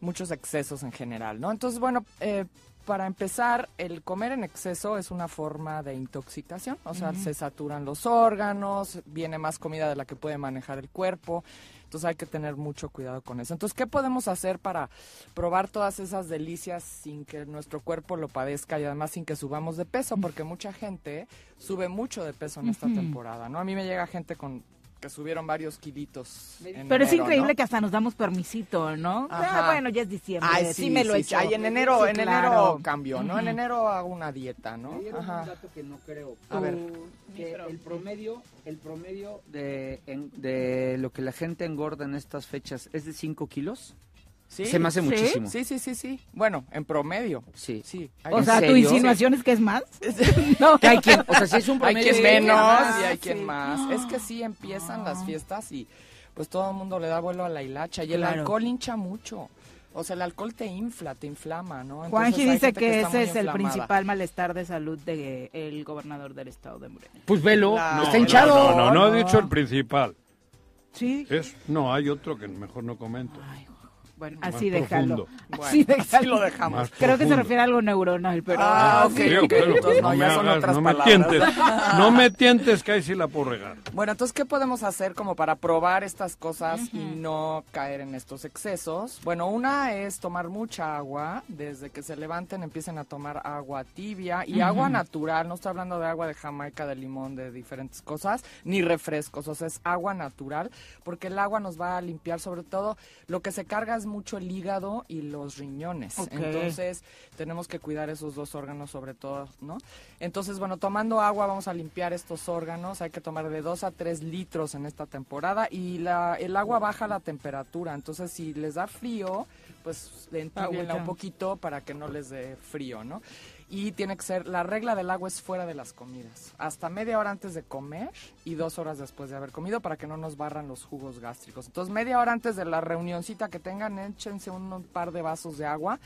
Speaker 16: muchos excesos en general, ¿no? Entonces, bueno, eh, para empezar, el comer en exceso es una forma de intoxicación, o sea,
Speaker 5: Ujú.
Speaker 16: se saturan los órganos, viene más comida de la que puede manejar el cuerpo, entonces hay que tener mucho cuidado con eso. Entonces, ¿qué podemos hacer para probar todas esas delicias sin que nuestro cuerpo lo padezca y además sin que subamos de peso? Porque mucha gente sube mucho de peso en esta
Speaker 3: Ujú.
Speaker 16: temporada, ¿no? A mí me llega gente con que subieron varios kilitos. en
Speaker 3: Pero es
Speaker 16: enero, ¿no?
Speaker 3: increíble que hasta nos damos permisito, ¿no?
Speaker 16: Ajá.
Speaker 3: Ah, bueno, ya es diciembre.
Speaker 16: Ay,
Speaker 3: sí, me lo he
Speaker 16: sí. Ay, en enero, en enero cambio, ¿no? En
Speaker 3: Ujú.
Speaker 16: enero hago una dieta, ¿no?
Speaker 5: Me dieron
Speaker 16: Ajá.
Speaker 5: un dato que no creo.
Speaker 16: A ver.
Speaker 5: Tu- que el promedio, el promedio de, en- de lo que la gente engorda en estas fechas es de 5 kilos.
Speaker 16: Sí.
Speaker 5: Se me hace
Speaker 16: ¿Sí?
Speaker 5: muchísimo.
Speaker 16: Sí, sí, sí, sí. Bueno, en promedio.
Speaker 5: Sí.
Speaker 16: Sí.
Speaker 3: O sea, tu insinuación es que es más. No.
Speaker 5: Que hay quien- o sea, sí es un
Speaker 16: Hay
Speaker 5: promedio
Speaker 16: quien
Speaker 5: de-
Speaker 16: menos
Speaker 5: Ah,
Speaker 16: y hay
Speaker 5: sí.
Speaker 16: quien más. Es que sí empiezan las fiestas y pues todo el mundo le da vuelo a la hilacha y el
Speaker 3: Claro.
Speaker 16: alcohol hincha mucho. O sea, el alcohol te infla, te inflama, ¿no? Entonces,
Speaker 3: Juanji
Speaker 16: hay
Speaker 3: dice
Speaker 16: gente
Speaker 3: que,
Speaker 16: está
Speaker 3: ese
Speaker 16: muy
Speaker 3: es el
Speaker 16: inflamada.
Speaker 3: principal malestar de salud del gobernador del estado de Morelos.
Speaker 5: Pues velo,
Speaker 16: La-
Speaker 5: está hinchado.
Speaker 4: No, no, no,
Speaker 3: No.
Speaker 4: he dicho el principal.
Speaker 3: Sí.
Speaker 4: Es, no, hay otro que mejor no comento.
Speaker 3: Bueno,
Speaker 4: Más
Speaker 3: así déjalo.
Speaker 4: profundo.
Speaker 3: así
Speaker 16: Bueno,
Speaker 3: déjalo.
Speaker 16: así lo dejamos.
Speaker 4: Más
Speaker 3: Creo que se
Speaker 4: profundo.
Speaker 3: refiere a algo neuronal, pero...
Speaker 16: Ah, ok,
Speaker 4: Creo,
Speaker 16: ok,
Speaker 4: pero
Speaker 16: entonces
Speaker 4: no
Speaker 16: no,
Speaker 4: me
Speaker 16: ya son
Speaker 4: hagas,
Speaker 16: otras
Speaker 4: no me
Speaker 16: palabras.
Speaker 4: tientes. No me tientes, que ahí sí la puedo regar.
Speaker 16: Bueno, entonces, ¿qué podemos hacer como para probar estas cosas y no caer en estos excesos? Bueno, una es tomar mucha agua. Desde que se levanten empiecen a tomar agua tibia y
Speaker 5: Ujú.
Speaker 16: agua natural. No estoy hablando de agua de Jamaica, de limón, de diferentes cosas, ni refrescos. O sea, es agua natural porque el agua nos va a limpiar sobre todo lo que se carga es mucho el hígado y los riñones.
Speaker 3: Ok.
Speaker 16: Entonces, tenemos que cuidar esos dos órganos sobre todo, ¿no? Entonces, bueno, tomando agua vamos a limpiar estos órganos. Hay que tomar de 2 a 3 litros en esta temporada y la, el agua baja la temperatura. Entonces, si les da frío, pues le
Speaker 5: Agüita.
Speaker 16: un poquito para que no les dé frío, ¿no? y tiene que ser, la regla del agua es fuera de las comidas, hasta media hora antes de comer y dos horas después de haber comido para que no nos barran los jugos gástricos. Entonces, media hora antes de la reunioncita que tengan, échense un, un par de vasos de agua.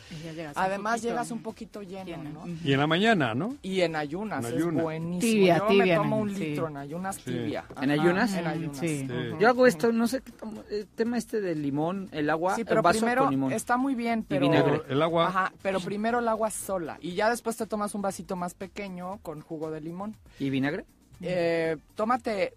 Speaker 16: Además, llegas un poquito lleno, ¿no?
Speaker 4: Y en la mañana, ¿no?
Speaker 16: Y en ayunas,
Speaker 4: En
Speaker 16: es
Speaker 4: ayunas.
Speaker 16: buenísimo.
Speaker 3: Tibia,
Speaker 16: Yo
Speaker 3: tibia,
Speaker 16: me tomo un
Speaker 3: sí.
Speaker 16: litro en ayunas
Speaker 5: Sí.
Speaker 16: tibia.
Speaker 5: ¿En
Speaker 16: Ajá,
Speaker 5: ayunas?
Speaker 16: En ayunas. Ujú.
Speaker 5: Yo hago esto, no sé qué tomo, el tema este del limón, el agua,
Speaker 16: Sí, pero
Speaker 5: el vaso
Speaker 16: primero
Speaker 5: con limón.
Speaker 16: está muy bien, pero
Speaker 5: vinagre. El agua.
Speaker 16: Ajá, pero primero el agua sola y ya después te tomas un vasito más pequeño con jugo de limón.
Speaker 5: ¿Y vinagre?
Speaker 16: Eh, tómate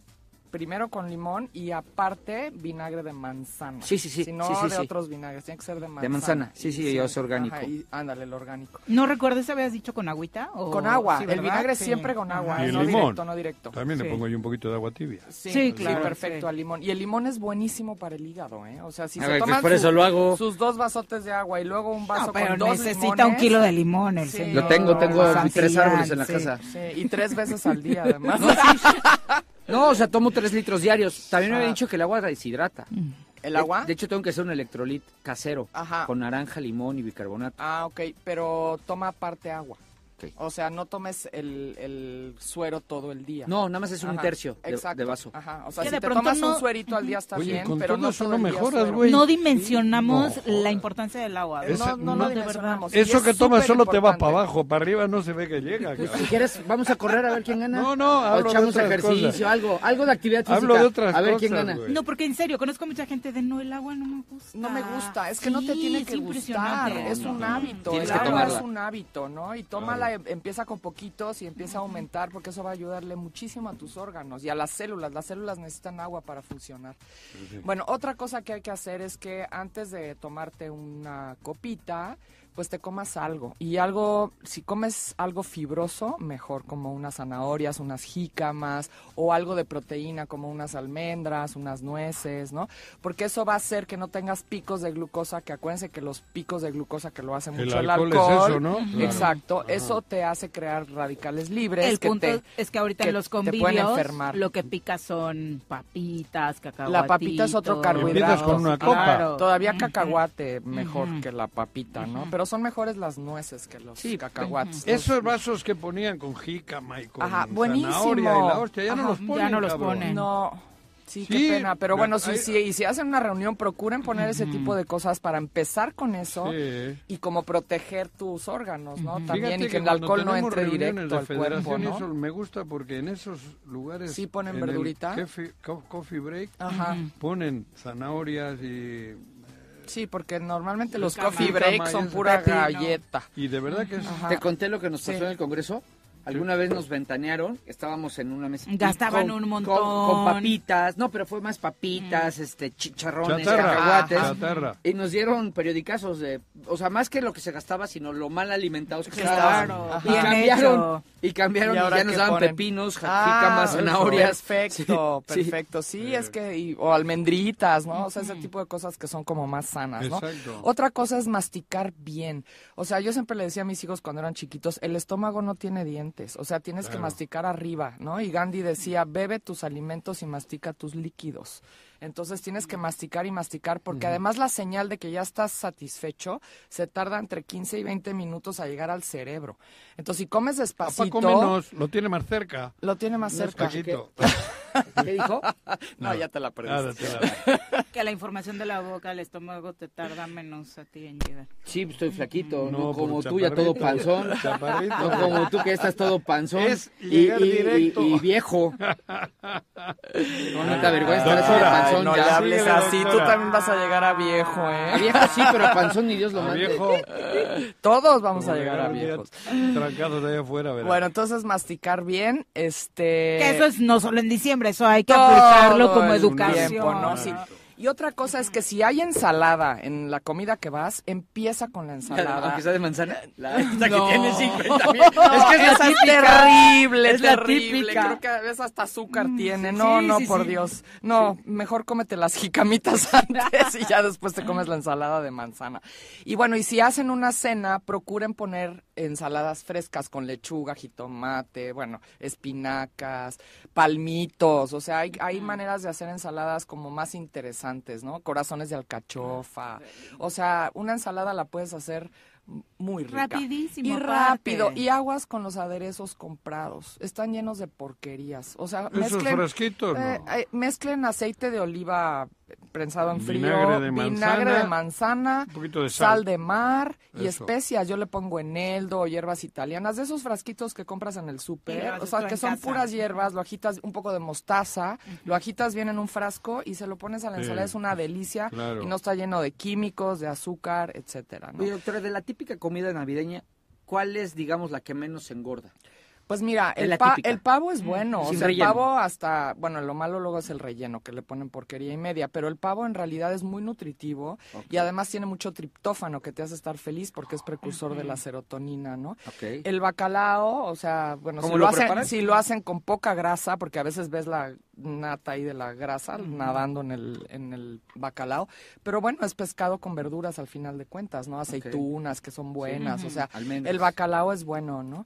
Speaker 16: primero con limón y aparte vinagre de manzana.
Speaker 5: Sí, sí, sí,
Speaker 16: Si no
Speaker 5: sí, sí,
Speaker 16: de
Speaker 5: sí.
Speaker 16: otros vinagres, tiene que ser de manzana.
Speaker 5: De manzana, sí, sí, yo es orgánico.
Speaker 16: Ajá, y ándale, el orgánico.
Speaker 3: No recuerdo si habías dicho con agüita o
Speaker 16: Con agua,
Speaker 3: Sí,
Speaker 16: el
Speaker 3: ¿verdad?
Speaker 16: vinagre
Speaker 3: Sí.
Speaker 16: siempre con agua,
Speaker 4: y el
Speaker 16: no
Speaker 4: limón.
Speaker 16: directo, no directo.
Speaker 4: También
Speaker 16: Sí.
Speaker 4: le pongo yo un poquito de agua tibia.
Speaker 16: Sí,
Speaker 3: Sí,
Speaker 16: claro,
Speaker 3: claro,
Speaker 16: perfecto al limón. Y el limón es buenísimo para el hígado, ¿eh? O sea, si
Speaker 3: A
Speaker 16: se
Speaker 3: ver, pues
Speaker 16: toman
Speaker 3: por eso lo hago.
Speaker 16: sus dos vasotes de agua y luego un vaso
Speaker 3: No, pero
Speaker 16: con dos
Speaker 3: necesita un
Speaker 16: limones,
Speaker 3: kilo de limón el señor.
Speaker 5: Lo tengo, tengo
Speaker 3: Santillán,
Speaker 5: tres árboles en la
Speaker 3: sí.
Speaker 5: casa.
Speaker 16: Sí, y tres veces al día, además.
Speaker 5: No, o sea, tomo tres litros diarios. También me había
Speaker 16: Ah.
Speaker 5: dicho que el agua deshidrata.
Speaker 16: ¿El agua?
Speaker 5: De, hecho, tengo que hacer un electrolit casero.
Speaker 16: Ajá.
Speaker 5: Con naranja, limón y bicarbonato.
Speaker 16: Ah, ok, pero toma aparte agua.
Speaker 5: Ok.
Speaker 16: O sea, no tomes el, el suero todo el día.
Speaker 5: No, nada más es un tercio de-
Speaker 16: Exacto.
Speaker 5: de vaso.
Speaker 16: Ajá, o sea,
Speaker 5: Que
Speaker 16: si
Speaker 5: de
Speaker 16: te
Speaker 5: pronto
Speaker 16: tomas un
Speaker 5: no-
Speaker 16: suerito al día está
Speaker 5: Oye,
Speaker 16: bien,
Speaker 5: con
Speaker 16: pero
Speaker 5: todo
Speaker 16: no
Speaker 5: eso
Speaker 16: todo
Speaker 5: no
Speaker 16: el día
Speaker 5: mejoras,
Speaker 16: suero.
Speaker 4: güey.
Speaker 3: No dimensionamos
Speaker 4: No,
Speaker 3: la importancia del agua.
Speaker 4: Ese-
Speaker 3: ¿verdad?
Speaker 4: no,
Speaker 3: no,
Speaker 4: no
Speaker 3: de verdad.
Speaker 16: dimensionamos.
Speaker 4: Eso que tomas solo te va para abajo, para arriba no se ve que llega.
Speaker 5: Pues,
Speaker 4: cabrón.
Speaker 5: si quieres, vamos a correr a ver quién gana.
Speaker 4: No, no,
Speaker 5: O
Speaker 4: hablo de
Speaker 5: echamos
Speaker 4: otras
Speaker 5: ejercicio,
Speaker 4: cosas.
Speaker 5: algo, algo de actividad física.
Speaker 4: Hablo de otras
Speaker 5: A ver quién
Speaker 4: cosas,
Speaker 5: gana.
Speaker 4: güey.
Speaker 3: No, porque en serio, conozco mucha gente de no, el agua no me gusta.
Speaker 16: No me gusta, es que no te
Speaker 3: Sí,
Speaker 16: tiene
Speaker 3: es
Speaker 16: que gustar,
Speaker 3: impresionante.
Speaker 16: es
Speaker 3: No,
Speaker 16: un
Speaker 3: no.
Speaker 16: hábito,
Speaker 5: Tienes
Speaker 16: el
Speaker 5: que
Speaker 16: agua
Speaker 5: tomarla.
Speaker 16: es un hábito, ¿no? Y tómala, em- empieza con poquitos y empieza a aumentar porque eso va a ayudarle muchísimo a tus órganos y a las células, las células necesitan agua para funcionar. Bueno, otra cosa que hay que hacer es que antes de tomarte una copita, pues te comas algo. Y algo, si comes algo fibroso, mejor como unas zanahorias, unas jícamas o algo de proteína como unas almendras, unas nueces, ¿no? Porque eso va a hacer que no tengas picos de glucosa, que acuérdense que los picos de glucosa que lo hacen
Speaker 4: El
Speaker 16: mucho el
Speaker 4: alcohol
Speaker 16: alcohol.
Speaker 4: es eso, ¿no? Claro.
Speaker 16: Exacto,
Speaker 4: Ajá.
Speaker 16: eso te hace crear radicales libres.
Speaker 3: El
Speaker 16: que
Speaker 3: punto
Speaker 16: te-
Speaker 3: es que ahorita en los
Speaker 16: te pueden
Speaker 3: convivios
Speaker 16: enfermar.
Speaker 3: lo que pica son papitas, cacahuatitos.
Speaker 16: La papita es otro carbohidrato. Claro. Todavía cacahuate mejor que la papita, ¿no?
Speaker 4: Mm.
Speaker 16: Pero son mejores las nueces que los cacahuates. Los-
Speaker 4: Esos vasos que ponían con jícama y con
Speaker 16: pues, Ajá, buenísimo.
Speaker 4: zanahoria y la hostia, ya no
Speaker 16: Ajá,
Speaker 4: los ponen. cabrón.
Speaker 16: No. Sí,
Speaker 4: Sí,
Speaker 16: qué pena. Pero bueno,
Speaker 4: hay-
Speaker 16: si, si, y si hacen una reunión, procuren poner ese tipo de cosas para empezar con eso
Speaker 4: Sí.
Speaker 16: y como proteger tus órganos, ¿no?
Speaker 4: Ujú.
Speaker 16: También
Speaker 4: Fíjate
Speaker 16: y que el
Speaker 4: cuando
Speaker 16: alcohol no
Speaker 4: tenemos
Speaker 16: entre
Speaker 4: reuniones
Speaker 16: directo
Speaker 4: de
Speaker 16: al cuerpo,
Speaker 4: federación,
Speaker 16: ¿no?
Speaker 4: Eso me gusta porque en esos lugares...
Speaker 16: Sí, ponen
Speaker 4: en el
Speaker 16: verdurita.
Speaker 4: jefe- co- coffee break
Speaker 16: Ajá.
Speaker 4: ponen zanahorias y...
Speaker 16: Sí, porque normalmente los
Speaker 4: Jícama,
Speaker 16: coffee breaks
Speaker 4: jícama,
Speaker 16: son
Speaker 4: es
Speaker 16: pura
Speaker 4: verdad.
Speaker 16: galleta.
Speaker 4: Y de verdad que es...
Speaker 5: ¿Te conté lo que nos pasó
Speaker 16: Sí.
Speaker 5: en el Congreso? Alguna vez nos ventanearon, estábamos en una mesa.
Speaker 3: Gastaban
Speaker 5: y
Speaker 3: un
Speaker 5: con-
Speaker 3: montón.
Speaker 5: Con, con papitas, no, pero fue más papitas,
Speaker 16: Mm.
Speaker 5: este, chicharrones,
Speaker 4: Chatarra, Ah,
Speaker 5: cacahuates.
Speaker 4: chatarra.
Speaker 5: Y nos dieron periodicazos de, o sea, más que lo que se gastaba, sino lo mal alimentados que
Speaker 3: Claro,
Speaker 5: estaban.
Speaker 3: ajá.
Speaker 5: Y
Speaker 3: bien
Speaker 5: cambiaron,
Speaker 3: hecho.
Speaker 5: y cambiaron, y,
Speaker 16: ahora
Speaker 5: ya nos
Speaker 16: qué
Speaker 5: daban
Speaker 16: ponen?
Speaker 5: pepinos, ja-
Speaker 16: Ah,
Speaker 5: jícamas,
Speaker 16: eso.
Speaker 5: zanahorias.
Speaker 16: Perfecto,
Speaker 5: Sí, sí.
Speaker 16: perfecto. Sí, es que, y- o almendritas, ¿no? O sea, ese tipo de cosas que son como más sanas, ¿no?
Speaker 4: Exacto.
Speaker 16: Otra cosa es masticar bien. O sea, yo siempre le decía a mis hijos cuando eran chiquitos, el estómago no tiene dientes, o sea, tienes que
Speaker 4: Claro.
Speaker 16: masticar arriba, ¿no? Y Gandhi decía, bebe tus alimentos y mastica tus líquidos. Entonces tienes que masticar y masticar porque además la señal de que ya estás satisfecho se tarda entre 15 y 20 minutos a llegar al cerebro. Entonces si comes
Speaker 4: Papá
Speaker 16: despacito,
Speaker 4: come menos, lo tiene más cerca.
Speaker 16: lo tiene más
Speaker 4: No es
Speaker 16: cerca.
Speaker 4: poquito.
Speaker 5: ¿Qué dijo?
Speaker 16: No, Ah, ya te la perdiste.
Speaker 4: Nada, Ah, te la-
Speaker 3: Que la información de la boca al estómago te tarda menos a ti en llegar.
Speaker 5: Sí, pues, estoy flaquito, no,
Speaker 4: No,
Speaker 5: como
Speaker 4: por
Speaker 5: tú ya todo
Speaker 4: chaparrito,
Speaker 5: panzón,
Speaker 4: chaparrito.
Speaker 5: no como tú que ya estás todo panzón
Speaker 4: Es
Speaker 5: y,
Speaker 4: llegar
Speaker 5: y- y-
Speaker 4: directo.
Speaker 5: y viejo. No, no te avergüenza, ahora sí de
Speaker 16: Doctora,
Speaker 5: panzón
Speaker 16: no
Speaker 5: ya.
Speaker 16: le hables
Speaker 4: Síguele,
Speaker 16: así, tú
Speaker 4: doctora.
Speaker 16: también vas a llegar a viejo,
Speaker 5: A
Speaker 16: ¿eh?
Speaker 5: viejo sí, pero a panzón ni Dios lo
Speaker 4: A
Speaker 5: mande.
Speaker 4: viejo.
Speaker 16: Todos vamos
Speaker 4: como
Speaker 16: a llegar a
Speaker 4: llegaron ya
Speaker 16: viejos.
Speaker 4: Trancados allá afuera, ¿verdad?
Speaker 16: Bueno, entonces masticar bien, este...
Speaker 3: Que eso es Pues, no solo en diciembre, eso hay que
Speaker 16: todo
Speaker 3: aplicarlo como
Speaker 16: el
Speaker 3: educación.
Speaker 16: tiempo, ¿no? Sí. Y otra cosa es que si hay ensalada en la comida que vas, empieza con la ensalada.
Speaker 5: Aunque sea de manzana. La esta
Speaker 16: No.
Speaker 5: que tiene 50 mil.
Speaker 16: No, esa es terrible,
Speaker 5: Es la
Speaker 16: terrible.
Speaker 5: típica.
Speaker 16: Creo que a veces hasta azúcar tiene.
Speaker 5: Mm, sí,
Speaker 16: No,
Speaker 5: sí,
Speaker 16: no,
Speaker 5: sí,
Speaker 16: por
Speaker 5: sí.
Speaker 16: Dios. No, mejor cómete las jicamitas antes y ya después te comes la ensalada de manzana. Y bueno, y si hacen una cena, procuren poner ensaladas frescas con lechuga, jitomate, bueno, espinacas, palmitos. O sea, hay, hay
Speaker 5: Ah.
Speaker 16: maneras de hacer ensaladas como más
Speaker 5: Ah,
Speaker 16: interesantes, ¿no? Corazones de alcachofa. O sea, una ensalada la puedes hacer muy rica.
Speaker 13: Rapidísimo,
Speaker 16: Y
Speaker 13: aparte.
Speaker 16: rápido. Y aguas con los aderezos comprados. Están llenos de porquerías. O sea,
Speaker 4: ¿Eso es
Speaker 16: mezclen,
Speaker 4: fresquito, no?
Speaker 16: eh, mezclen aceite de oliva prensado en frío,
Speaker 4: Vinagre de
Speaker 16: vinagre
Speaker 4: manzana,
Speaker 16: de manzana,
Speaker 4: un poquito de
Speaker 16: sal.
Speaker 4: sal.
Speaker 16: de mar y
Speaker 4: Eso.
Speaker 16: especias. Yo le pongo eneldo o hierbas italianas. De esos frasquitos que compras en el
Speaker 13: Y lo
Speaker 16: súper.
Speaker 13: haces
Speaker 16: O sea,
Speaker 13: tú
Speaker 16: que
Speaker 13: en
Speaker 16: son
Speaker 13: casa.
Speaker 16: puras hierbas. Lo agitas un poco de mostaza. Lo agitas bien en un frasco y se lo pones a la
Speaker 14: Sí,
Speaker 16: ensalada. Es una delicia.
Speaker 14: claro.
Speaker 16: Y no está lleno de químicos, de azúcar, etcétera. ¿no?
Speaker 14: Oye, doctora, de la típica comida navideña, ¿cuál es, digamos, la que menos engorda?
Speaker 16: Pues mira,
Speaker 14: Es
Speaker 16: el,
Speaker 14: la
Speaker 16: pa-
Speaker 14: típica. Mm.
Speaker 16: el pavo es bueno. O
Speaker 14: Sin
Speaker 16: sea, el
Speaker 14: relleno.
Speaker 16: pavo hasta, bueno, lo malo luego es el relleno, que le ponen porquería y media, pero el pavo en realidad es muy nutritivo y además tiene mucho triptófano que te hace estar feliz porque es precursor de la serotonina, ¿no?
Speaker 14: Ok.
Speaker 16: El bacalao, o sea, bueno, si
Speaker 14: ¿Cómo
Speaker 16: lo,
Speaker 14: lo
Speaker 16: hacen,
Speaker 14: preparan?
Speaker 16: si lo hacen con poca grasa, porque a veces ves la nata ahí de la grasa nadando en el, en el bacalao, pero bueno, es pescado con verduras al final de cuentas, ¿no? Aceitunas que son buenas,
Speaker 14: Ujú.
Speaker 16: o sea,
Speaker 14: Almendras.
Speaker 16: el bacalao es bueno, ¿no?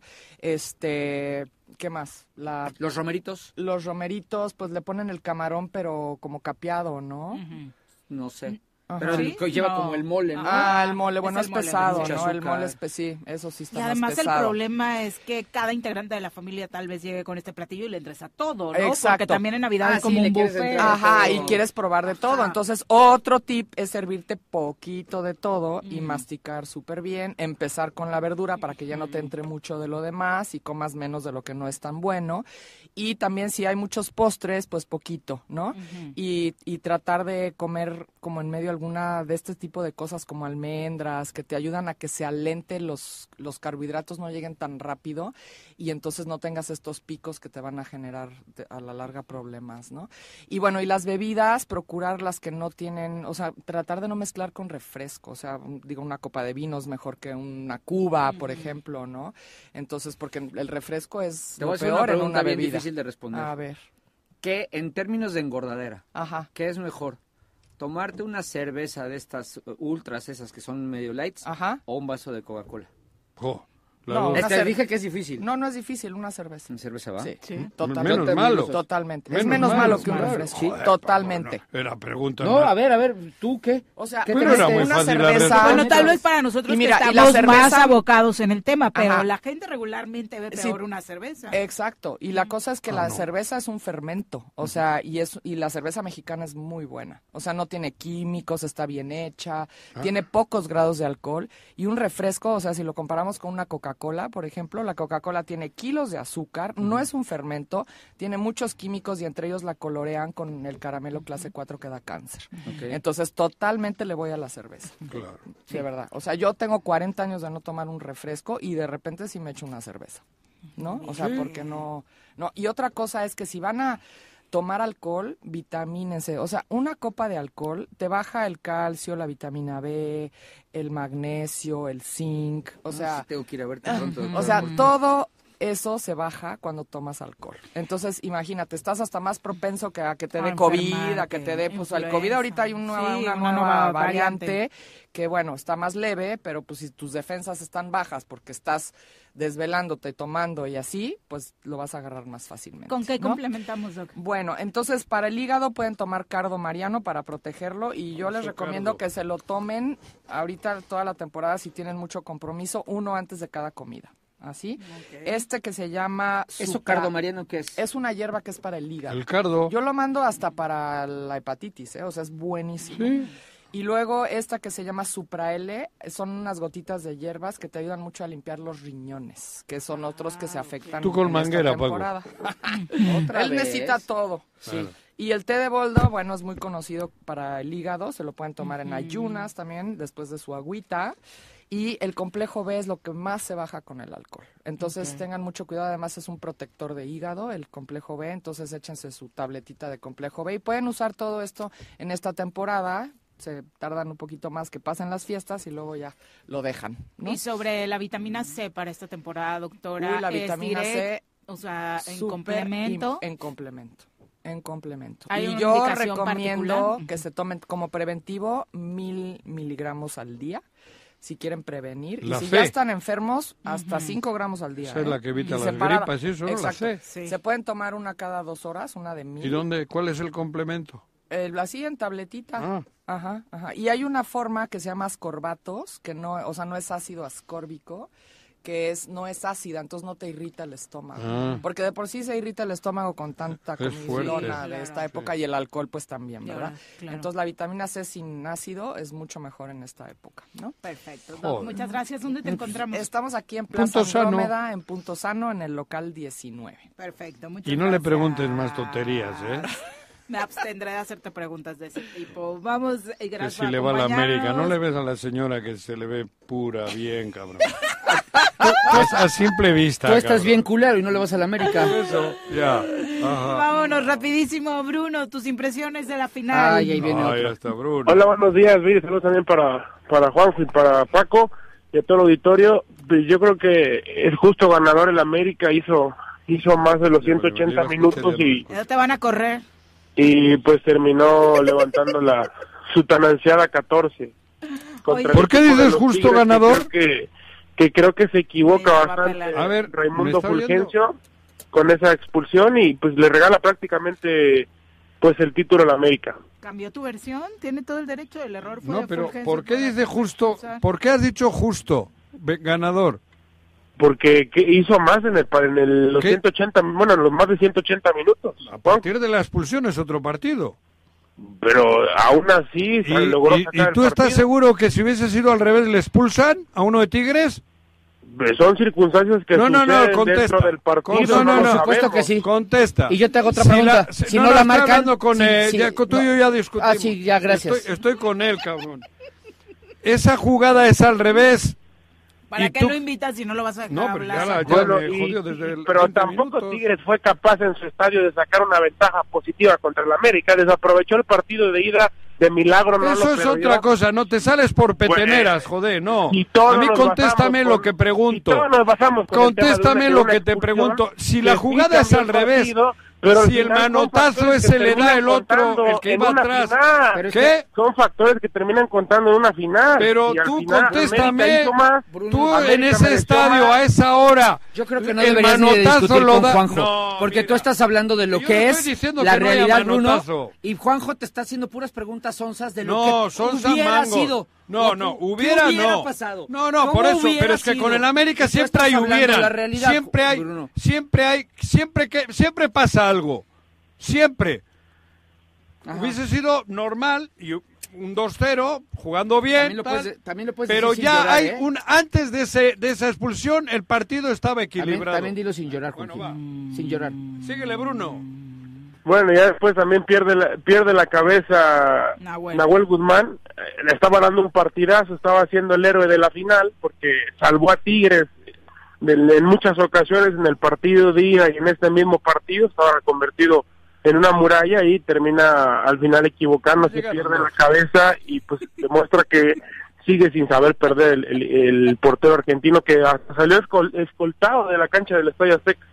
Speaker 16: Este, ¿qué más? La,
Speaker 14: ¿Los romeritos?
Speaker 16: los romeritos, pues le ponen el camarón, pero como capeado, ¿no?
Speaker 14: No sé.
Speaker 16: Ajá.
Speaker 14: Pero el que lleva
Speaker 16: No.
Speaker 14: como el mole, ¿no?
Speaker 16: Ah, el mole, bueno, es,
Speaker 13: Es el mole.
Speaker 16: pesado,
Speaker 14: Mucho
Speaker 16: ¿no? El
Speaker 14: azúcar.
Speaker 16: mole es pe- sí, eso sí está
Speaker 13: Y
Speaker 16: más
Speaker 13: además el
Speaker 16: pesado.
Speaker 13: problema es que cada integrante de la familia tal vez llegue con este platillo y le entres a todo, ¿no? Porque
Speaker 16: Exacto. Ah,
Speaker 13: también en
Speaker 3: Ah,
Speaker 13: Navidad es como un buffet.
Speaker 16: Ajá, y quieres probar de todo. Entonces, otro tip es servirte poquito de todo y masticar súper bien. Empezar con la verdura para que ya no te entre mucho de lo demás y comas menos de lo que no es tan bueno. Y también si hay muchos postres, pues poquito, ¿no? y, y tratar de comer como en medio alguna de este tipo de cosas como almendras que te ayudan a que se alente los, los carbohidratos, no lleguen tan rápido y entonces no tengas estos picos que te van a generar te- a la larga problemas, ¿no? Y bueno, y las bebidas, procurar las que no tienen, o sea, tratar de no mezclar con refresco, o sea, un- digo, una copa de vino es mejor que una cuba, por ejemplo, ¿no? Entonces, porque el refresco es
Speaker 14: Te voy
Speaker 16: lo
Speaker 14: a hacer
Speaker 16: peor
Speaker 14: una
Speaker 16: en una
Speaker 14: pregunta bien
Speaker 16: bebida.
Speaker 14: difícil de responder.
Speaker 16: A ver.
Speaker 14: Que en términos de engordadera,
Speaker 16: Ajá.
Speaker 14: ¿qué es mejor? ¿Tomarte una cerveza de estas eh, ultras, esas que son medio lights, o un vaso de Coca-Cola?
Speaker 4: Oh,
Speaker 16: la No, duda. una
Speaker 14: Te
Speaker 16: cer-
Speaker 14: Este, dije que es difícil.
Speaker 16: No, no es difícil, una cerveza.
Speaker 14: ¿Una cerveza va?
Speaker 16: Sí.
Speaker 14: Mm.
Speaker 16: Totalmente.
Speaker 14: Yo también
Speaker 4: malo.
Speaker 14: uso-
Speaker 16: Totalmente. es menos malo, que un
Speaker 4: claro.
Speaker 16: refresco.
Speaker 4: Joder,
Speaker 16: Totalmente.
Speaker 4: Era pregunta.
Speaker 14: No, a ver, a ver, ¿tú qué?
Speaker 16: O sea,
Speaker 14: ¿Qué
Speaker 4: Pero era muy
Speaker 16: una
Speaker 4: fácil la
Speaker 16: cerveza.
Speaker 4: respuesta.
Speaker 13: Bueno, tal vez para nosotros
Speaker 16: Y mira,
Speaker 13: que
Speaker 16: y la
Speaker 13: estamos más
Speaker 16: cerveza-
Speaker 13: abocados en el tema, pero
Speaker 16: Ajá.
Speaker 13: la gente regularmente ve
Speaker 16: Sí. Eh,
Speaker 13: peor una cerveza.
Speaker 16: Exacto. Y la cosa es
Speaker 14: Ah,
Speaker 16: que la cerveza es un fermento. O sea, y es y la cerveza mexicana es muy buena. O sea, no tiene químicos, está bien hecha,
Speaker 14: Ah.
Speaker 16: tiene pocos grados de alcohol. Y un refresco, o sea, si lo comparamos con una Coca-Cola, por ejemplo, la Coca-Cola tiene kilos de azúcar, no es un fermento, tiene muchos químicos y entre ellos la colorean con el caramelo clase 4 que da cáncer.
Speaker 14: Ok.
Speaker 16: Entonces, totalmente le voy a la cerveza.
Speaker 4: Claro.
Speaker 16: Sí, de verdad. O sea, yo tengo 40 años de no tomar un refresco y de repente sí me echo una cerveza. ¿No? O sea,
Speaker 14: Sí.
Speaker 16: porque no. No, y otra cosa es que si van a tomar alcohol, vitamínense. O sea, una copa de alcohol te baja el calcio, la vitamina B, el magnesio, el zinc. O
Speaker 14: Ah,
Speaker 16: sea,
Speaker 14: sí tengo que ir a verte pronto,
Speaker 16: o
Speaker 14: doctora,
Speaker 16: sea,
Speaker 14: porque-
Speaker 16: todo eso se baja cuando tomas alcohol. Entonces, imagínate, estás hasta más propenso que a que te
Speaker 14: A
Speaker 16: dé COVID, a
Speaker 14: enfermarte,
Speaker 16: que te dé, pues, al COVID
Speaker 14: influenza.
Speaker 16: ahorita hay un nueva-
Speaker 14: Sí,
Speaker 16: una,
Speaker 14: una
Speaker 16: nueva,
Speaker 14: nueva
Speaker 16: variante,
Speaker 14: variante.
Speaker 16: que, bueno, está más leve, pero pues si tus defensas están bajas porque estás desvelándote, tomando y así, pues lo vas a agarrar más fácilmente.
Speaker 13: ¿Con qué
Speaker 16: ¿no?
Speaker 13: complementamos, Doc?
Speaker 16: Bueno, entonces para el hígado pueden tomar cardo mariano para protegerlo y yo les
Speaker 13: Famoso
Speaker 16: recomiendo
Speaker 13: cardo.
Speaker 16: que se lo tomen ahorita toda la temporada si tienen mucho compromiso, uno antes de cada comida. ¿Así? Este que se llama...
Speaker 14: ¿Eso
Speaker 16: supra-
Speaker 14: cardo mariano qué es?
Speaker 16: Es una hierba que es para el hígado.
Speaker 4: El cardo.
Speaker 16: Yo lo mando hasta para la hepatitis, ¿eh? O sea, es buenísimo. Y luego esta que se llama Supra L, son unas gotitas de hierbas que te ayudan mucho a limpiar los riñones, que son otros
Speaker 14: Ah,
Speaker 16: que se afectan.
Speaker 4: Tú con
Speaker 16: en esta
Speaker 4: manguera, Paco.
Speaker 16: temporada.
Speaker 14: ¿Otra
Speaker 16: Él
Speaker 14: vez?
Speaker 16: necesita todo.
Speaker 4: Claro.
Speaker 16: Y el té de boldo, bueno, es muy conocido para el hígado, se lo pueden tomar en ayunas también, después de su agüita. Y el complejo B es lo que más se baja con el alcohol. Entonces
Speaker 14: Ok.
Speaker 16: tengan mucho cuidado, además es un protector de hígado, el complejo B, entonces échense su tabletita de complejo B y pueden usar todo esto en esta temporada. Se tardan un poquito más que pasen las fiestas y luego ya lo dejan. ¿no?
Speaker 13: Y sobre la vitamina C para esta temporada, doctora.
Speaker 16: Uy, la
Speaker 13: es
Speaker 16: vitamina
Speaker 13: direct-
Speaker 16: C,
Speaker 13: O sea, en
Speaker 16: Súper
Speaker 13: complemento.
Speaker 16: im- En complemento. En complemento.
Speaker 13: ¿Hay
Speaker 16: y
Speaker 13: una
Speaker 16: yo
Speaker 13: indicación
Speaker 16: recomiendo
Speaker 13: particular?
Speaker 16: que se tomen como preventivo mil miligramos al día, si quieren prevenir.
Speaker 4: La
Speaker 16: y si
Speaker 4: fe.
Speaker 16: ya están enfermos, hasta 5 gramos al día.
Speaker 4: Esa es
Speaker 16: ¿eh?
Speaker 4: la que evita
Speaker 16: Y
Speaker 4: las
Speaker 16: separada.
Speaker 4: gripas, y eso no la
Speaker 16: Exacto.
Speaker 4: sé.
Speaker 16: Se pueden tomar una cada dos horas, una de mil.
Speaker 4: ¿Y dónde? ¿Cuál es el complemento?
Speaker 16: el, así en tabletita.
Speaker 4: Ah.
Speaker 16: Ajá, ajá. Y hay una forma que se llama ascorbatos, que no, o sea, no es ácido ascórbico, que es no es ácida, entonces no te irrita el estómago.
Speaker 4: Ah.
Speaker 16: Porque de por sí se irrita el estómago con tanta
Speaker 4: Es fuerte.
Speaker 16: comidona
Speaker 4: Sí,
Speaker 16: de
Speaker 4: claro.
Speaker 16: esta época y el alcohol pues también, ¿verdad?
Speaker 3: Claro, claro.
Speaker 16: Entonces la vitamina C sin ácido es mucho mejor en esta época, ¿no?
Speaker 3: Perfecto.
Speaker 16: Doc,
Speaker 4: Joder. Mm.
Speaker 3: muchas gracias. ¿Dónde te encontramos?
Speaker 16: Estamos aquí en
Speaker 4: Punto
Speaker 16: Plaza
Speaker 4: Sano.
Speaker 16: Andrómeda, en Punto Sano, en el local 19.
Speaker 3: Perfecto, muchas
Speaker 4: Y no le
Speaker 3: gracias.
Speaker 4: pregunten más tonterías, ¿eh?
Speaker 3: Me abstendré de hacerte preguntas de ese tipo. Vamos, eh,
Speaker 4: Que
Speaker 3: gracias
Speaker 4: si
Speaker 3: por
Speaker 4: le va a la América, no
Speaker 3: acompañarnos.
Speaker 4: le ves a la señora que se le ve pura bien, cabrón. Pues a simple vista.
Speaker 14: Tú estás
Speaker 4: cabrón.
Speaker 14: bien culero y no le vas a la América.
Speaker 4: Eso, ya. Ajá.
Speaker 3: Vámonos rapidísimo, Bruno, tus impresiones de la final.
Speaker 4: Ay, hasta Bruno.
Speaker 19: Hola, buenos días. Mire, saludos también para, para Juanjo y para Paco y a todo el auditorio. Pues Yo creo que el justo ganador el América hizo hizo más de los 180 minutos y,
Speaker 3: Ya te van a correr.
Speaker 19: y pues terminó levantando la su tan ansiada 14. contra el
Speaker 4: ¿Por qué
Speaker 19: equipo de
Speaker 4: dices
Speaker 19: los
Speaker 4: justo
Speaker 19: Tigres, que creo
Speaker 4: ganador?
Speaker 19: Que, que creo que se equivoca
Speaker 4: Sí, la va a
Speaker 19: bastante
Speaker 4: pelar. A ver, ¿me
Speaker 19: Raimundo
Speaker 4: está oyendo?
Speaker 19: Fulgencio con esa expulsión y pues le regala prácticamente pues el título al América.
Speaker 3: ¿Cambió tu versión? Tiene todo el derecho, el error fue
Speaker 4: No,
Speaker 3: de
Speaker 4: pero
Speaker 3: Fulgencio
Speaker 4: ¿por qué
Speaker 3: para
Speaker 4: dice justo?
Speaker 3: expulsar.
Speaker 4: ¿Por qué has dicho justo? Ve- Ganador.
Speaker 19: porque que hizo más en el, pa- en el- los 180, bueno, en los más de 180 minutos.
Speaker 4: A partir de la expulsión es otro partido.
Speaker 19: Pero aún así se
Speaker 4: ¿Y,
Speaker 19: logró
Speaker 4: y-
Speaker 19: sacar
Speaker 4: y
Speaker 19: el
Speaker 4: tú estás
Speaker 19: partido.
Speaker 4: seguro que si hubiese sido al revés le expulsan a uno de Tigres?
Speaker 19: Eh, Son circunstancias que
Speaker 4: No, no, no,
Speaker 19: suceden
Speaker 4: contesta.
Speaker 19: dentro del partido.
Speaker 4: Con- no,
Speaker 19: lo
Speaker 4: no, no.
Speaker 19: sabemos.
Speaker 4: Contesta.
Speaker 14: Y yo te hago otra
Speaker 4: Si
Speaker 14: pregunta.
Speaker 4: la-
Speaker 14: si, no, la
Speaker 4: estoy
Speaker 14: marcan.
Speaker 4: hablando con,
Speaker 14: sí,
Speaker 4: eh,
Speaker 14: sí,
Speaker 4: ya, con tú y
Speaker 14: no.
Speaker 4: yo ya discutimos.
Speaker 14: Ah, sí, ya, gracias.
Speaker 4: Estoy, estoy con él, cabrón. Esa jugada es al revés.
Speaker 3: ¿Para
Speaker 4: ¿Y
Speaker 3: qué
Speaker 4: tú?
Speaker 3: lo invitas si no lo vas a dejar
Speaker 4: No, pero ya
Speaker 3: hablar?
Speaker 4: la- ya
Speaker 19: Bueno,
Speaker 4: me
Speaker 19: y-
Speaker 4: jodió desde el
Speaker 19: Pero
Speaker 4: 20
Speaker 19: tampoco
Speaker 4: minutos.
Speaker 19: Tigres fue capaz en su estadio de sacar una ventaja positiva contra el América. Desaprovechó el partido de ida de milagro. no
Speaker 4: Eso
Speaker 19: lo
Speaker 4: es
Speaker 19: perdió.
Speaker 4: otra cosa, no te sales por peteneras, joder, no.
Speaker 19: y todos
Speaker 4: A mí
Speaker 19: nos
Speaker 4: contéstame
Speaker 19: basamos
Speaker 4: lo
Speaker 19: con-
Speaker 4: que pregunto.
Speaker 19: y todos nos basamos con el tema de una-
Speaker 4: contéstame
Speaker 19: de
Speaker 4: lo
Speaker 19: una
Speaker 4: que te
Speaker 19: expulsión,
Speaker 4: pregunto. Si la
Speaker 19: que sí
Speaker 4: jugada es
Speaker 19: cambió
Speaker 4: al
Speaker 19: el
Speaker 4: revés,
Speaker 19: partido, pero al
Speaker 4: si el
Speaker 19: final son
Speaker 4: manotazo
Speaker 19: factores
Speaker 4: ese
Speaker 19: que
Speaker 4: le da
Speaker 19: terminan
Speaker 4: el otro,
Speaker 19: contando
Speaker 4: el que
Speaker 19: en
Speaker 4: iba
Speaker 19: una
Speaker 4: atrás.
Speaker 19: final.
Speaker 4: Pero es ¿Qué?
Speaker 19: Son factores que terminan contando en una final.
Speaker 4: Pero
Speaker 19: Y al
Speaker 4: tú
Speaker 19: final América
Speaker 4: contéstame,
Speaker 19: hizo más,
Speaker 4: tú
Speaker 19: América
Speaker 4: en ese
Speaker 19: mereció
Speaker 4: estadio
Speaker 19: más.
Speaker 4: a esa hora.
Speaker 14: Yo creo que no
Speaker 4: el
Speaker 14: deberías ni de
Speaker 4: manotazo
Speaker 14: discutir
Speaker 4: lo
Speaker 14: con
Speaker 4: da-
Speaker 14: Juanjo.
Speaker 4: No,
Speaker 14: porque tú estás hablando de lo
Speaker 4: Yo no
Speaker 14: que
Speaker 4: estoy
Speaker 14: es
Speaker 4: diciendo
Speaker 14: la
Speaker 4: que no haya
Speaker 14: realidad, Bruno.
Speaker 4: manotazo.
Speaker 14: Y Juanjo te está haciendo puras preguntas onzas de lo
Speaker 4: No,
Speaker 14: que
Speaker 4: son
Speaker 14: hubiera
Speaker 4: zamangos.
Speaker 14: sido.
Speaker 4: No,
Speaker 14: O tú-
Speaker 4: no,
Speaker 14: ¿qué
Speaker 4: hubiera no.
Speaker 14: pasado?
Speaker 4: No, no,
Speaker 14: ¿Cómo
Speaker 4: por eso,
Speaker 14: hubiera
Speaker 4: pero es que
Speaker 14: sido?
Speaker 4: con el América
Speaker 14: Y tú
Speaker 4: siempre
Speaker 14: estás
Speaker 4: hay
Speaker 14: hablando de
Speaker 4: hubiera.
Speaker 14: la realidad,
Speaker 4: siempre hay,
Speaker 14: Bruno.
Speaker 4: siempre hay, siempre que siempre pasa algo. Siempre.
Speaker 14: Ajá.
Speaker 4: Hubiese sido normal y un 2-0 jugando bien.
Speaker 14: También lo
Speaker 4: tal,
Speaker 14: puedes- también lo puedes
Speaker 4: pero
Speaker 14: decir sin
Speaker 4: ya
Speaker 14: llorar,
Speaker 4: hay
Speaker 14: ¿eh?
Speaker 4: un antes de ese de esa expulsión el partido estaba
Speaker 14: También,
Speaker 4: equilibrado.
Speaker 14: también dilo sin llorar, Juanjo. sin llorar.
Speaker 4: Síguele, Bruno.
Speaker 14: Mm.
Speaker 19: Bueno, ya después también pierde la, pierde la cabeza Nahuel, Guzmán. Eh, Le estaba dando un partidazo, estaba haciendo el héroe de la final porque salvó a Tigres del- en muchas ocasiones en el partido de ida y en este mismo partido. Estaba convertido en una muralla y termina al final equivocándose, pierde la cabeza y pues demuestra que sigue sin saber perder el, el- el portero argentino que hasta salió escol- escoltado de la cancha del Estadio Azteca.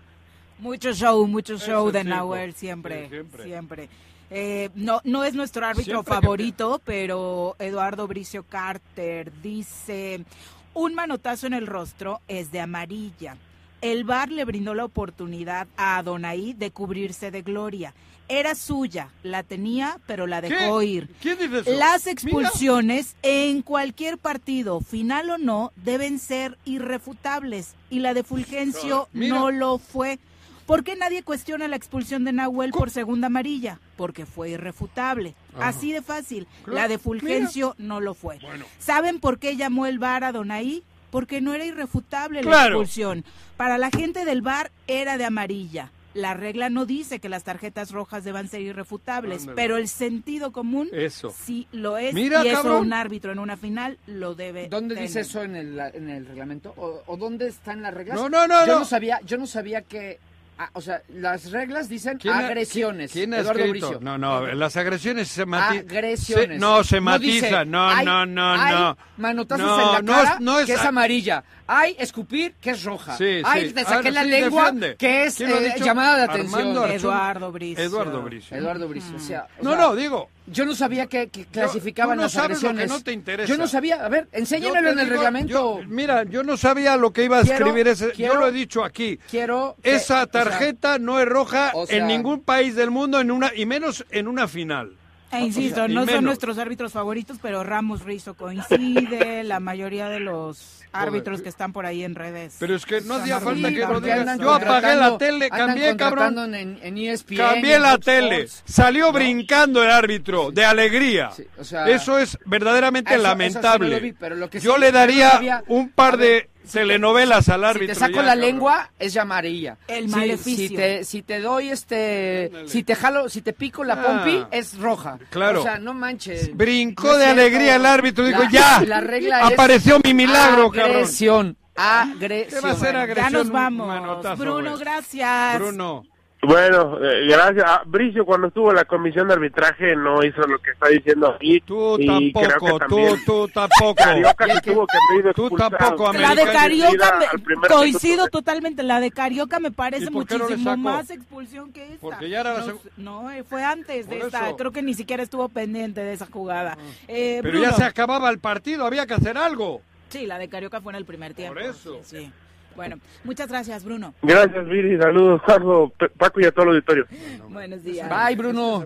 Speaker 3: Mucho show, mucho show
Speaker 4: Ese
Speaker 3: de
Speaker 4: tipo.
Speaker 3: Nahuel, siempre,
Speaker 4: Sí,
Speaker 3: siempre.
Speaker 4: siempre.
Speaker 3: Eh, no, no es nuestro árbitro
Speaker 4: Siempre que-
Speaker 3: favorito, pero Eduardo Bricio Carter dice, un manotazo en el rostro es de amarilla. El VAR le brindó la oportunidad a Adonai de cubrirse de gloria. Era suya, la tenía, pero la dejó
Speaker 4: ¿Qué?
Speaker 3: ir.
Speaker 4: ¿Quién dice eso?
Speaker 3: Las
Speaker 4: Mira.
Speaker 3: expulsiones en cualquier partido, final o no, deben ser irrefutables. Y la de Fulgencio
Speaker 4: Mira.
Speaker 3: no lo fue. ¿Por qué nadie cuestiona la expulsión de Nahuel por segunda amarilla? Porque fue irrefutable.
Speaker 4: Ajá.
Speaker 3: Así de fácil.
Speaker 4: Claro,
Speaker 3: La de Fulgencio no lo fue. ¿Saben por qué llamó el VAR a Donaí? Porque no era irrefutable la
Speaker 4: Claro.
Speaker 3: expulsión. Para la gente del VAR era de amarilla. La regla no dice que las tarjetas rojas deban ser irrefutables,
Speaker 4: Ándale.
Speaker 3: pero el sentido común
Speaker 4: Eso.
Speaker 3: sí lo es.
Speaker 14: Mira,
Speaker 3: y eso
Speaker 14: cabrón.
Speaker 3: un árbitro en una final lo debe.
Speaker 14: ¿Dónde
Speaker 3: tener.
Speaker 14: dice eso en el, en el reglamento? ¿O, o dónde están las reglas?
Speaker 4: No, no, no,
Speaker 14: Yo no,
Speaker 4: no.
Speaker 14: sabía, yo no sabía que, ah, o sea, las reglas dicen
Speaker 4: ¿Quién ha-
Speaker 14: agresiones.
Speaker 4: ¿Quién ha
Speaker 14: Eduardo
Speaker 4: escrito?
Speaker 14: Bricio.
Speaker 4: No, no, las agresiones se matizan.
Speaker 14: Agresiones.
Speaker 4: no, se
Speaker 14: dice,
Speaker 4: matizan. No,
Speaker 14: hay-
Speaker 4: no, no,
Speaker 14: hay
Speaker 4: no.
Speaker 14: Manotazos
Speaker 4: No,
Speaker 14: en la
Speaker 4: no
Speaker 14: cara
Speaker 4: es- no es-
Speaker 14: que es amarilla. Hay escupir que es roja.
Speaker 4: Sí, sí.
Speaker 14: Hay te saqué
Speaker 4: Ah,
Speaker 14: la
Speaker 4: sí,
Speaker 14: lengua
Speaker 4: defiende.
Speaker 14: que es
Speaker 4: ¿Quién lo ha
Speaker 14: eh,
Speaker 4: dicho?
Speaker 14: llamada de atención.
Speaker 4: Armando Archun-
Speaker 3: Eduardo Bricio.
Speaker 4: Eduardo Bricio.
Speaker 14: Eduardo Bricio. o sea, o
Speaker 4: No,
Speaker 14: sea,
Speaker 4: no, digo.
Speaker 14: Yo no sabía que, que clasificaban
Speaker 4: tú no
Speaker 14: las
Speaker 4: sabes lo que
Speaker 14: agresiones.
Speaker 4: no te interesa.
Speaker 14: Yo no sabía. A ver, enséñamelo
Speaker 4: Yo te
Speaker 14: en el
Speaker 4: digo,
Speaker 14: reglamento.
Speaker 4: yo- mira, yo no sabía lo que iba a
Speaker 14: Quiero-
Speaker 4: escribir ese.
Speaker 14: quiero-
Speaker 4: yo lo he dicho aquí.
Speaker 14: Quiero. que-
Speaker 4: Esa
Speaker 14: o sea,
Speaker 4: tarjeta no es roja
Speaker 14: o sea-
Speaker 4: en ningún país del mundo en una y menos en una final.
Speaker 3: E insisto,
Speaker 20: O sea, y
Speaker 3: no son
Speaker 20: menos.
Speaker 3: nuestros árbitros favoritos, pero Ramos Rizo coincide, la mayoría de los árbitros que están por ahí en redes.
Speaker 4: Pero es que no hacía
Speaker 3: Están
Speaker 4: falta
Speaker 3: ahí,
Speaker 4: que lo
Speaker 3: porque
Speaker 4: digas.
Speaker 3: andan
Speaker 4: Yo apagué
Speaker 3: contratando-
Speaker 4: la tele,
Speaker 3: andan
Speaker 4: cambié, cabrón.
Speaker 3: contratando
Speaker 5: En, en
Speaker 14: E
Speaker 5: ESPN,
Speaker 4: Cambié
Speaker 5: en
Speaker 4: la
Speaker 5: Fox
Speaker 4: tele.
Speaker 5: Sports.
Speaker 4: Salió brincando el árbitro de alegría.
Speaker 5: o sea,
Speaker 4: eso es verdaderamente
Speaker 5: eso- eso sí
Speaker 4: lamentable.
Speaker 5: no lo vi, pero lo que
Speaker 4: Yo
Speaker 5: sí-
Speaker 4: le daría
Speaker 5: no había-
Speaker 4: un par de telenovelas al
Speaker 5: Si te
Speaker 4: árbitro.
Speaker 5: saco
Speaker 4: ya,
Speaker 5: la
Speaker 4: cabrón.
Speaker 5: lengua, es llamarilla.
Speaker 3: El
Speaker 5: Si-
Speaker 3: maleficio.
Speaker 5: Si te, si te doy este. Si te jalo, si te pico la
Speaker 3: Ah.
Speaker 5: pompi, es roja.
Speaker 4: Claro.
Speaker 5: O sea, no manches.
Speaker 4: Brincó
Speaker 5: No es
Speaker 4: de
Speaker 5: cierto.
Speaker 4: alegría el árbitro, dijo,
Speaker 5: La-
Speaker 4: ya,
Speaker 5: La regla es
Speaker 4: apareció mi milagro, cabrón.
Speaker 5: agresión, Agresión.
Speaker 4: ¿Qué va a ser agresión?
Speaker 3: Ya nos
Speaker 4: Un
Speaker 3: vamos. Bruno,
Speaker 4: güey.
Speaker 3: gracias.
Speaker 4: Bruno.
Speaker 19: Bueno, eh, gracias. Ah, Bricio, cuando estuvo en la comisión de arbitraje, no hizo lo que está diciendo aquí. Tú
Speaker 4: Tampoco, tú, tú tampoco.
Speaker 19: Carioca se tuvo que haber ido
Speaker 4: Tú tampoco,
Speaker 3: La de
Speaker 4: americano.
Speaker 3: Carioca, me-
Speaker 19: al primer
Speaker 3: coincido totalmente, la de Carioca me parece
Speaker 4: por qué no le
Speaker 3: muchísimo
Speaker 4: sacó?
Speaker 3: más expulsión que esta.
Speaker 4: Porque ya era la
Speaker 3: no,
Speaker 4: seg-
Speaker 3: no, eh, fue antes de
Speaker 4: Por
Speaker 3: esta,
Speaker 4: eso. Ah.
Speaker 3: creo que ni siquiera estuvo pendiente de esa jugada. Eh,
Speaker 4: Pero
Speaker 3: Bruno.
Speaker 4: ya se acababa el partido, había que hacer algo.
Speaker 3: Sí, la de Carioca fue en el primer tiempo. Por eso. Sí. sí. Bueno, muchas gracias, Bruno.
Speaker 19: Gracias, Viri. Saludos, Pablo, P- Paco y a todo el auditorio.
Speaker 3: Buenos días.
Speaker 5: Bye,
Speaker 4: este
Speaker 5: Bruno.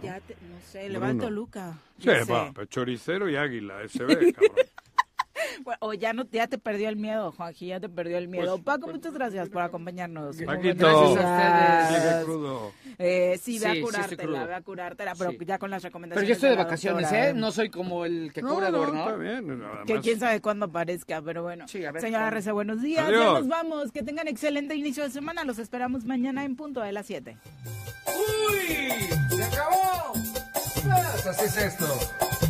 Speaker 3: Ya te- no sé, le va el
Speaker 4: Bruno.
Speaker 3: Toluca.
Speaker 4: Sí,
Speaker 3: yo sé.
Speaker 4: va, pero choricero y águila, eh, se ve, cabrón.
Speaker 3: Bueno, O ya, no, ya te perdió el miedo, Juanji, ya te perdió el miedo. Paco, muchas gracias por acompañarnos. Muy buenas
Speaker 4: Pues, Paquito.
Speaker 3: gracias.
Speaker 4: Sigue crudo.
Speaker 3: Eh, sí, ve
Speaker 5: Sí, sí,
Speaker 3: a curártela,
Speaker 5: estoy crudo.
Speaker 3: ve a curártela, pero
Speaker 5: Sí.
Speaker 3: ya con las
Speaker 5: Pero
Speaker 3: recomendaciones.
Speaker 5: yo estoy de
Speaker 3: la
Speaker 5: vacaciones,
Speaker 3: doctora,
Speaker 5: ¿eh? No soy como el que
Speaker 3: No,
Speaker 5: cobra
Speaker 3: no,
Speaker 5: ¿no?
Speaker 3: está
Speaker 4: bien, nada
Speaker 3: Que quién sabe cuándo aparezca, pero bueno.
Speaker 5: ver,
Speaker 3: Señora
Speaker 5: ¿cómo?
Speaker 3: Rece, buenos días. Ya
Speaker 5: Adiós.
Speaker 3: nos vamos. Que tengan excelente inicio de semana. Los esperamos mañana en punto de las 7.
Speaker 1: ¡Se acabó! Pues así es esto.